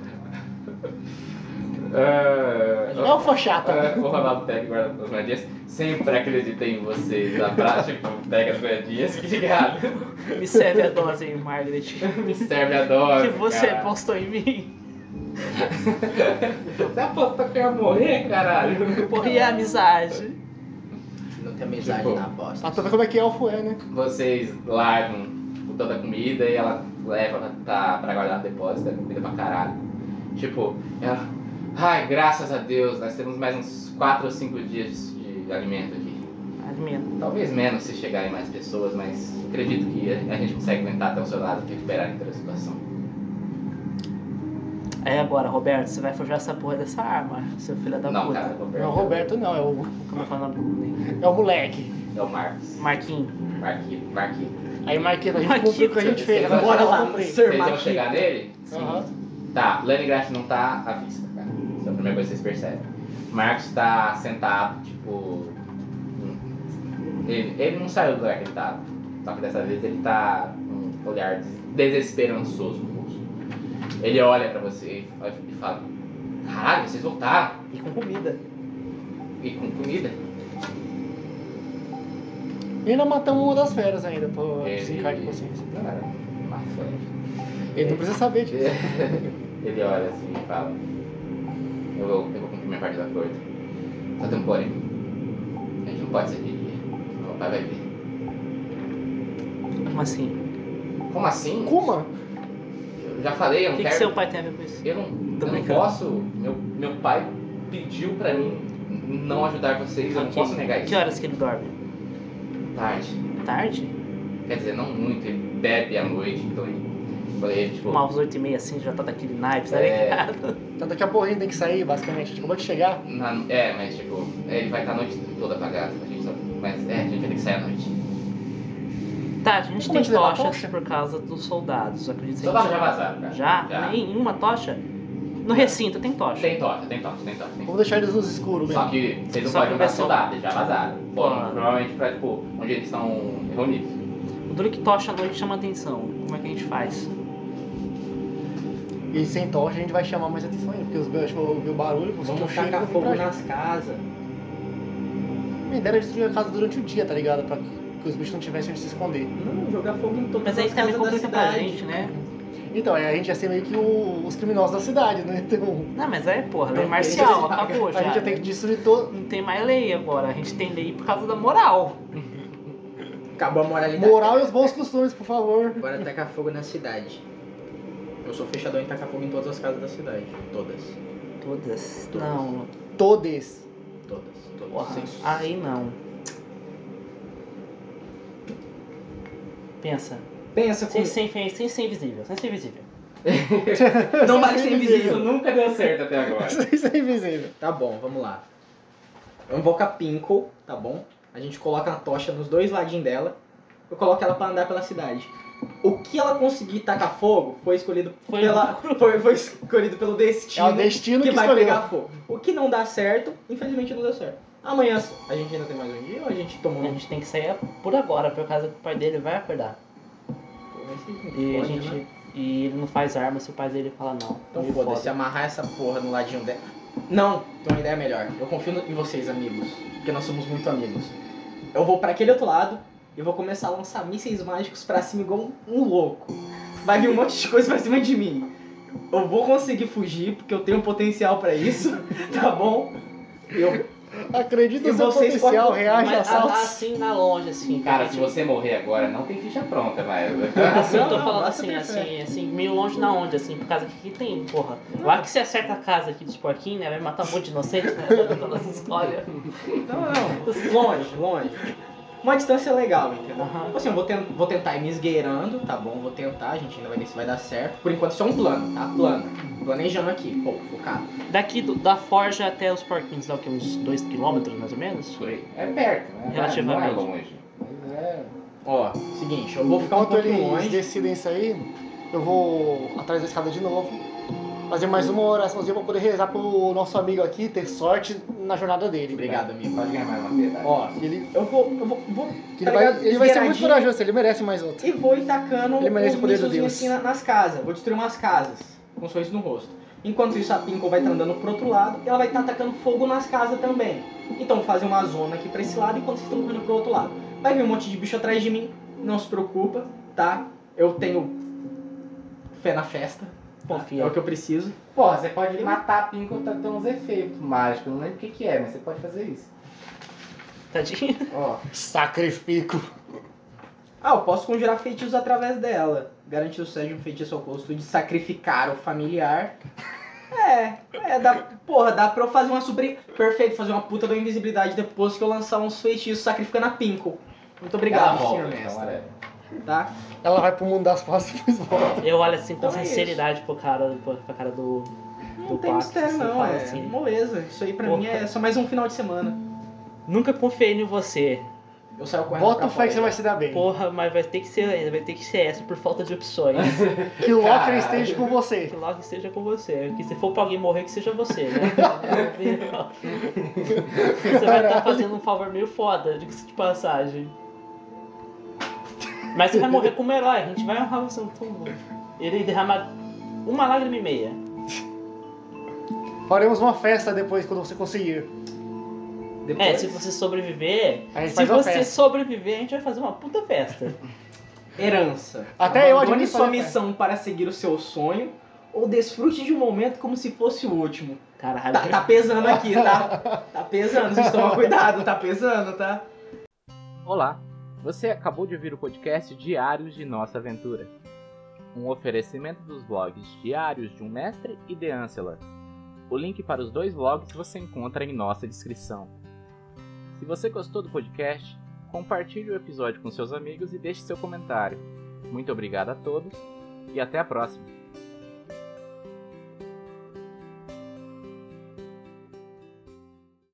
Speaker 1: É,
Speaker 5: elfa chata.
Speaker 1: é, o Ronaldo pega e guarda as moedinhas. Sempre acreditei em vocês na prática, tipo, pega as moedinhas, que ligado.
Speaker 2: Me serve a dose, hein, Margaret.
Speaker 1: Me serve a dose.
Speaker 2: Que você
Speaker 1: cara.
Speaker 2: apostou em mim.
Speaker 1: Você apostou que eu ia tá morrer, caralho?
Speaker 2: Porra, e a amizade?
Speaker 3: Não tem amizade
Speaker 1: Tipo,
Speaker 3: na aposta.
Speaker 5: Pra tu ver como é que elfo é, né?
Speaker 1: Vocês largam tipo, toda a comida e ela leva pra, tá, pra guardar no depósito, é comida pra caralho. Tipo, ela. Ai, graças a Deus, nós temos mais uns 4 ou 5 dias de alimento aqui.
Speaker 2: Alimento.
Speaker 1: Talvez menos se chegarem mais pessoas, mas acredito que a, a gente consegue aguentar até o seu lado e recuperar em toda a situação.
Speaker 2: É agora, Roberto, você vai forjar essa porra dessa arma, seu filho da
Speaker 1: Não,
Speaker 2: puta.
Speaker 1: cara, Roberto.
Speaker 5: Não é o Roberto, não, é o,
Speaker 2: Como eu falo na Bruna,
Speaker 5: é o moleque.
Speaker 1: É o Marcos.
Speaker 2: Marquinhos.
Speaker 1: Marquinhos. Marquinhos.
Speaker 5: Aí, Marquita, a gente cumpriu o que a gente fez.
Speaker 1: Marquita,
Speaker 5: Agora tá
Speaker 3: lá,
Speaker 5: eu comprei.
Speaker 3: Sir
Speaker 1: Vocês vão
Speaker 3: Maqui.
Speaker 1: chegar nele?
Speaker 5: Aham.
Speaker 1: Tá, Leningrad não tá à vista, cara. Essa é a primeira coisa que vocês percebem. Marcos tá sentado, tipo. hum, Ele, ele não saiu do lugar que ele tava. Só que dessa vez ele tá com um olhar des- desesperançoso no rosto. Ele olha pra você e fa- e fala: Caralho, vocês voltaram!
Speaker 2: E com comida.
Speaker 1: E com comida?
Speaker 5: E ainda matamos uma das feras ainda, pra
Speaker 1: Ele-
Speaker 5: desencar de consciência.
Speaker 1: Cara, uma fã.
Speaker 5: Ele não precisa saber disso.
Speaker 1: Ele olha assim e fala: Eu vou, eu vou cumprir minha parte do acordo. Tá Só tem um porém. A gente não pode ser de dia. Meu pai vai ver.
Speaker 2: Como assim?
Speaker 1: Como assim?
Speaker 5: Kuma?
Speaker 1: Eu já falei, eu
Speaker 2: O
Speaker 1: não
Speaker 2: que, que
Speaker 1: quero.
Speaker 2: seu pai tem a ver com isso?
Speaker 1: Eu não,
Speaker 2: Tô
Speaker 1: eu não
Speaker 2: brincando.
Speaker 1: posso. Meu, meu pai pediu pra mim não ajudar vocês, eu não
Speaker 2: Ok.
Speaker 1: posso negar isso.
Speaker 2: Que horas que ele dorme?
Speaker 1: Tarde.
Speaker 2: Tarde?
Speaker 1: Quer dizer, não muito, ele bebe à noite, então ele. Falei, tipo.
Speaker 2: Umas 8 e meia assim, já tá daquele naipe, tá
Speaker 1: É.
Speaker 2: ligado?
Speaker 5: Então daqui a pouco a gente tem que sair, basicamente. A gente acabou de chegar.
Speaker 1: na- é, mas tipo, é, ele vai estar a noite toda apagado, a gente só, mas é, a gente vai ter que sair à noite.
Speaker 2: Tá, a gente
Speaker 5: Como a
Speaker 2: tem
Speaker 5: gente leva a
Speaker 2: tochas
Speaker 5: tocha?
Speaker 2: por causa dos soldados, acredito que a
Speaker 1: Soldados
Speaker 2: gente-
Speaker 1: Então já vazaram, cara.
Speaker 2: Já?
Speaker 1: Já.
Speaker 2: Nenhuma tocha? No recinto tem tocha.
Speaker 1: Tem tocha, tem tocha, tem tocha. Tem tocha.
Speaker 5: Vamos deixar eles nos escuros
Speaker 1: Só
Speaker 5: mesmo.
Speaker 1: que vocês não
Speaker 2: Só
Speaker 1: podem
Speaker 2: que
Speaker 1: usar
Speaker 2: vai ser-
Speaker 1: soldado, eles já vazaram. Bom,
Speaker 2: Ah.
Speaker 1: provavelmente pra, tipo, onde eles estão reunidos.
Speaker 2: O duro que tocha à noite chama atenção. Como é que a gente faz?
Speaker 5: E sem tocha a gente vai chamar mais atenção ainda, porque os belgas vão ouvir o barulho, vão sentir o
Speaker 3: Vamos
Speaker 5: cheiro e vão
Speaker 3: tacar
Speaker 5: vir
Speaker 3: fogo
Speaker 5: pra gente.
Speaker 3: nas casas.
Speaker 5: Minha ideia era destruir a casa durante o dia, tá ligado? Pra que os bichos não tivessem onde se esconder.
Speaker 3: Não, jogar fogo em todas
Speaker 2: Mas aí
Speaker 3: as
Speaker 2: também
Speaker 3: casas da
Speaker 2: complica pra
Speaker 3: cidade.
Speaker 2: gente, né?
Speaker 5: Então, aí a gente ia ser meio que o- os criminosos da cidade, né? Então,
Speaker 2: Não, mas aí, porra,
Speaker 5: Não
Speaker 2: lei
Speaker 5: tem
Speaker 2: marcial,
Speaker 5: jeito.
Speaker 2: acabou já.
Speaker 5: a gente ia ter que destruir todo...
Speaker 2: Não tem mais lei agora, a gente tem lei por causa da moral.
Speaker 3: Acabou a moralidade.
Speaker 5: Moral e os bons costumes, por favor.
Speaker 3: Bora tacar fogo na cidade. Eu sou fechador em tacar fogo em todas as casas da cidade. Todas.
Speaker 2: Todas. Não,
Speaker 5: Todes.
Speaker 3: Todas. Todas.
Speaker 2: porra,
Speaker 3: Sem-
Speaker 2: aí não. Pensa.
Speaker 3: Pensa com...
Speaker 2: Sem, sem, sem, sem ser invisível, sem ser invisível.
Speaker 5: é
Speaker 3: Não vale ser
Speaker 1: Isso
Speaker 3: invisível.
Speaker 1: nunca deu certo até agora.
Speaker 5: Isso é invisível.
Speaker 3: Tá bom, vamos lá. É Eu invoco a Pinkle, tá bom? A gente coloca a tocha nos dois ladinhos dela. Eu coloco ela pra andar pela cidade. O que ela conseguir tacar fogo foi escolhido
Speaker 2: Foi
Speaker 3: pela, foi, foi escolhido pelo
Speaker 5: É
Speaker 3: destino
Speaker 5: o destino
Speaker 3: que
Speaker 5: que,
Speaker 3: vai
Speaker 5: escolheu.
Speaker 3: pegar fogo. O que não dá certo, infelizmente não deu certo. Amanhã a gente ainda tem mais um dia ou a gente toma
Speaker 2: A
Speaker 3: um
Speaker 2: gente tem que sair por agora, por causa que o pai dele vai acordar. E a
Speaker 3: né?
Speaker 2: gente. E ele não faz arma se o pai dele falar não.
Speaker 3: Então
Speaker 2: Ele
Speaker 3: foda-se, amarrar essa porra no ladinho dela. Não, tem uma ideia melhor. Eu confio no- em vocês, amigos. Porque nós somos muito amigos. Eu vou pra aquele outro lado e vou começar a lançar mísseis mágicos pra cima igual um, um louco. Vai vir um monte de coisa pra cima de mim. Eu vou conseguir fugir, porque eu tenho potencial pra isso, tá bom? Eu,
Speaker 5: Acredita no
Speaker 3: E
Speaker 5: seu
Speaker 3: vocês
Speaker 5: potencial,
Speaker 3: podem-
Speaker 2: Mas
Speaker 5: reage a
Speaker 2: a-
Speaker 5: assaltos.
Speaker 2: assim na longe, assim.
Speaker 1: Cara,
Speaker 2: a
Speaker 1: se
Speaker 2: gente-
Speaker 1: você morrer agora, não tem ficha pronta, vai.
Speaker 2: Assim, eu
Speaker 3: Ah, Não,
Speaker 2: tô
Speaker 3: não,
Speaker 2: falando
Speaker 3: basta
Speaker 2: assim,
Speaker 3: ter
Speaker 2: assim, assim, meio longe na onde, assim, por causa que aqui tem, porra. Lá que você acerta a casa aqui dos porquinhos, né? Vai matar um monte de inocente, né? Todas as histórias.
Speaker 3: não, não, longe, longe. Uma distância legal, entendeu?
Speaker 2: Aham.
Speaker 3: Assim, eu vou, ten- vou tentar ir me esgueirando, tá bom? Vou tentar, a gente ainda vai ver se vai dar certo. Por enquanto, isso é um plano, tá? Plano. Planejando aqui, pô, focado.
Speaker 2: Daqui do- da Forja até os porquinhos, dá o quê? Uns 2km mais ou menos?
Speaker 1: É perto, né?
Speaker 2: Relativamente.
Speaker 1: Não é longe.
Speaker 5: Mas é.
Speaker 3: Ó, seguinte, eu vou ficar um
Speaker 5: Enquanto
Speaker 3: pouquinho
Speaker 5: eles
Speaker 3: longe.
Speaker 5: decidem sair, eu vou atrás da escada de novo. Fazer mais uma oraçãozinha pra poder rezar pro nosso amigo aqui ter sorte na jornada dele.
Speaker 3: Obrigado, amigo.
Speaker 1: Pode ganhar mais uma piedade.
Speaker 3: Ó,
Speaker 5: Que ele,
Speaker 3: eu vou, eu vou, vou
Speaker 5: que ele,
Speaker 3: Tá
Speaker 5: vai,
Speaker 3: ligado?
Speaker 5: ele vai ser muito
Speaker 3: Esgueiradinho.
Speaker 5: corajoso, ele merece mais outro.
Speaker 3: e vou ir tacando
Speaker 5: Ele merece
Speaker 3: uns
Speaker 5: o poder do
Speaker 3: mísseis
Speaker 5: Deus.
Speaker 3: assim na- nas casas. Vou destruir umas casas, com um sorriso no rosto. Enquanto isso, a Pinko vai estar andando pro outro lado e ela vai estar atacando fogo nas casas também. Então, vou fazer uma zona aqui pra esse lado enquanto vocês estão correndo pro outro lado. Vai vir um monte de bicho atrás de mim, não se preocupa, tá? Eu tenho fé na festa.
Speaker 2: Confia.
Speaker 3: É o que eu preciso.
Speaker 1: Porra, você pode matar a Pinko pra ter uns efeitos mágicos. Não lembro o que, que é, mas você pode fazer isso.
Speaker 3: Tá.
Speaker 2: Tadinho.
Speaker 1: Ó,
Speaker 5: Sacrifico.
Speaker 3: Ah, eu posso conjurar feitiços através dela. Garantir o Sérgio um feitiço ao custo de sacrificar o familiar. É, é, dá, porra, dá pra eu fazer uma super. Perfeito, fazer uma puta da invisibilidade depois que eu lançar uns feitiços sacrificando a Pinko. Muito
Speaker 1: ela
Speaker 3: obrigado,
Speaker 1: volta,
Speaker 3: senhor
Speaker 1: então,
Speaker 3: mestre.
Speaker 1: olha.
Speaker 3: Tá?
Speaker 5: Ela vai pro mundo das fases e depois volta.
Speaker 2: Eu olho assim com
Speaker 3: Então é isso.
Speaker 2: sinceridade pro cara, pro- pra cara do.
Speaker 3: Não
Speaker 5: é.
Speaker 2: Do
Speaker 3: tem
Speaker 2: pacto,
Speaker 3: mistério,
Speaker 2: você
Speaker 3: não,
Speaker 2: fala
Speaker 3: é.
Speaker 2: assim.
Speaker 3: Moleza. Isso aí pra
Speaker 2: Porra.
Speaker 3: mim é só mais um final de semana.
Speaker 2: Nunca confiei em você.
Speaker 3: Eu saio correndo.
Speaker 5: Bota
Speaker 3: pra
Speaker 5: o fé que você
Speaker 3: fora.
Speaker 5: vai se dar bem.
Speaker 2: Porra, mas vai ter que ser, vai ter que ser essa por falta de opções.
Speaker 5: Que o Locker
Speaker 1: Caralho.
Speaker 5: esteja com você.
Speaker 2: que logo esteja com você. Que se for pra alguém morrer, que seja você, né? você vai estar fazendo um favor meio foda, diga-se de passagem. Mas você vai morrer como herói, a gente vai honrar você no túmulo. Ele derramar uma lágrima e meia.
Speaker 5: Faremos uma festa depois quando você conseguir.
Speaker 3: Depois,
Speaker 2: É, se você sobreviver.
Speaker 5: A gente
Speaker 2: Se
Speaker 5: faz uma
Speaker 2: você
Speaker 5: festa.
Speaker 2: sobreviver, a gente vai fazer uma puta festa.
Speaker 3: Herança.
Speaker 5: Até eu
Speaker 3: Abandone
Speaker 5: admito
Speaker 3: sua
Speaker 5: fazer
Speaker 3: missão para seguir o seu sonho ou desfrute de um momento como se fosse o último.
Speaker 2: Caralho.
Speaker 3: Tá, tá pesando aqui, tá? Tá pesando, vocês tomam cuidado, tá pesando, tá?
Speaker 2: Olá,
Speaker 7: Você acabou de ouvir o podcast Diários de Nossa Aventura. Um oferecimento dos blogs Diários de um Mestre e The Ancellor. O link para os dois blogs você encontra em nossa descrição. Se você gostou do podcast, compartilhe o episódio com seus amigos e deixe seu comentário. Muito obrigado a todos e até a próxima!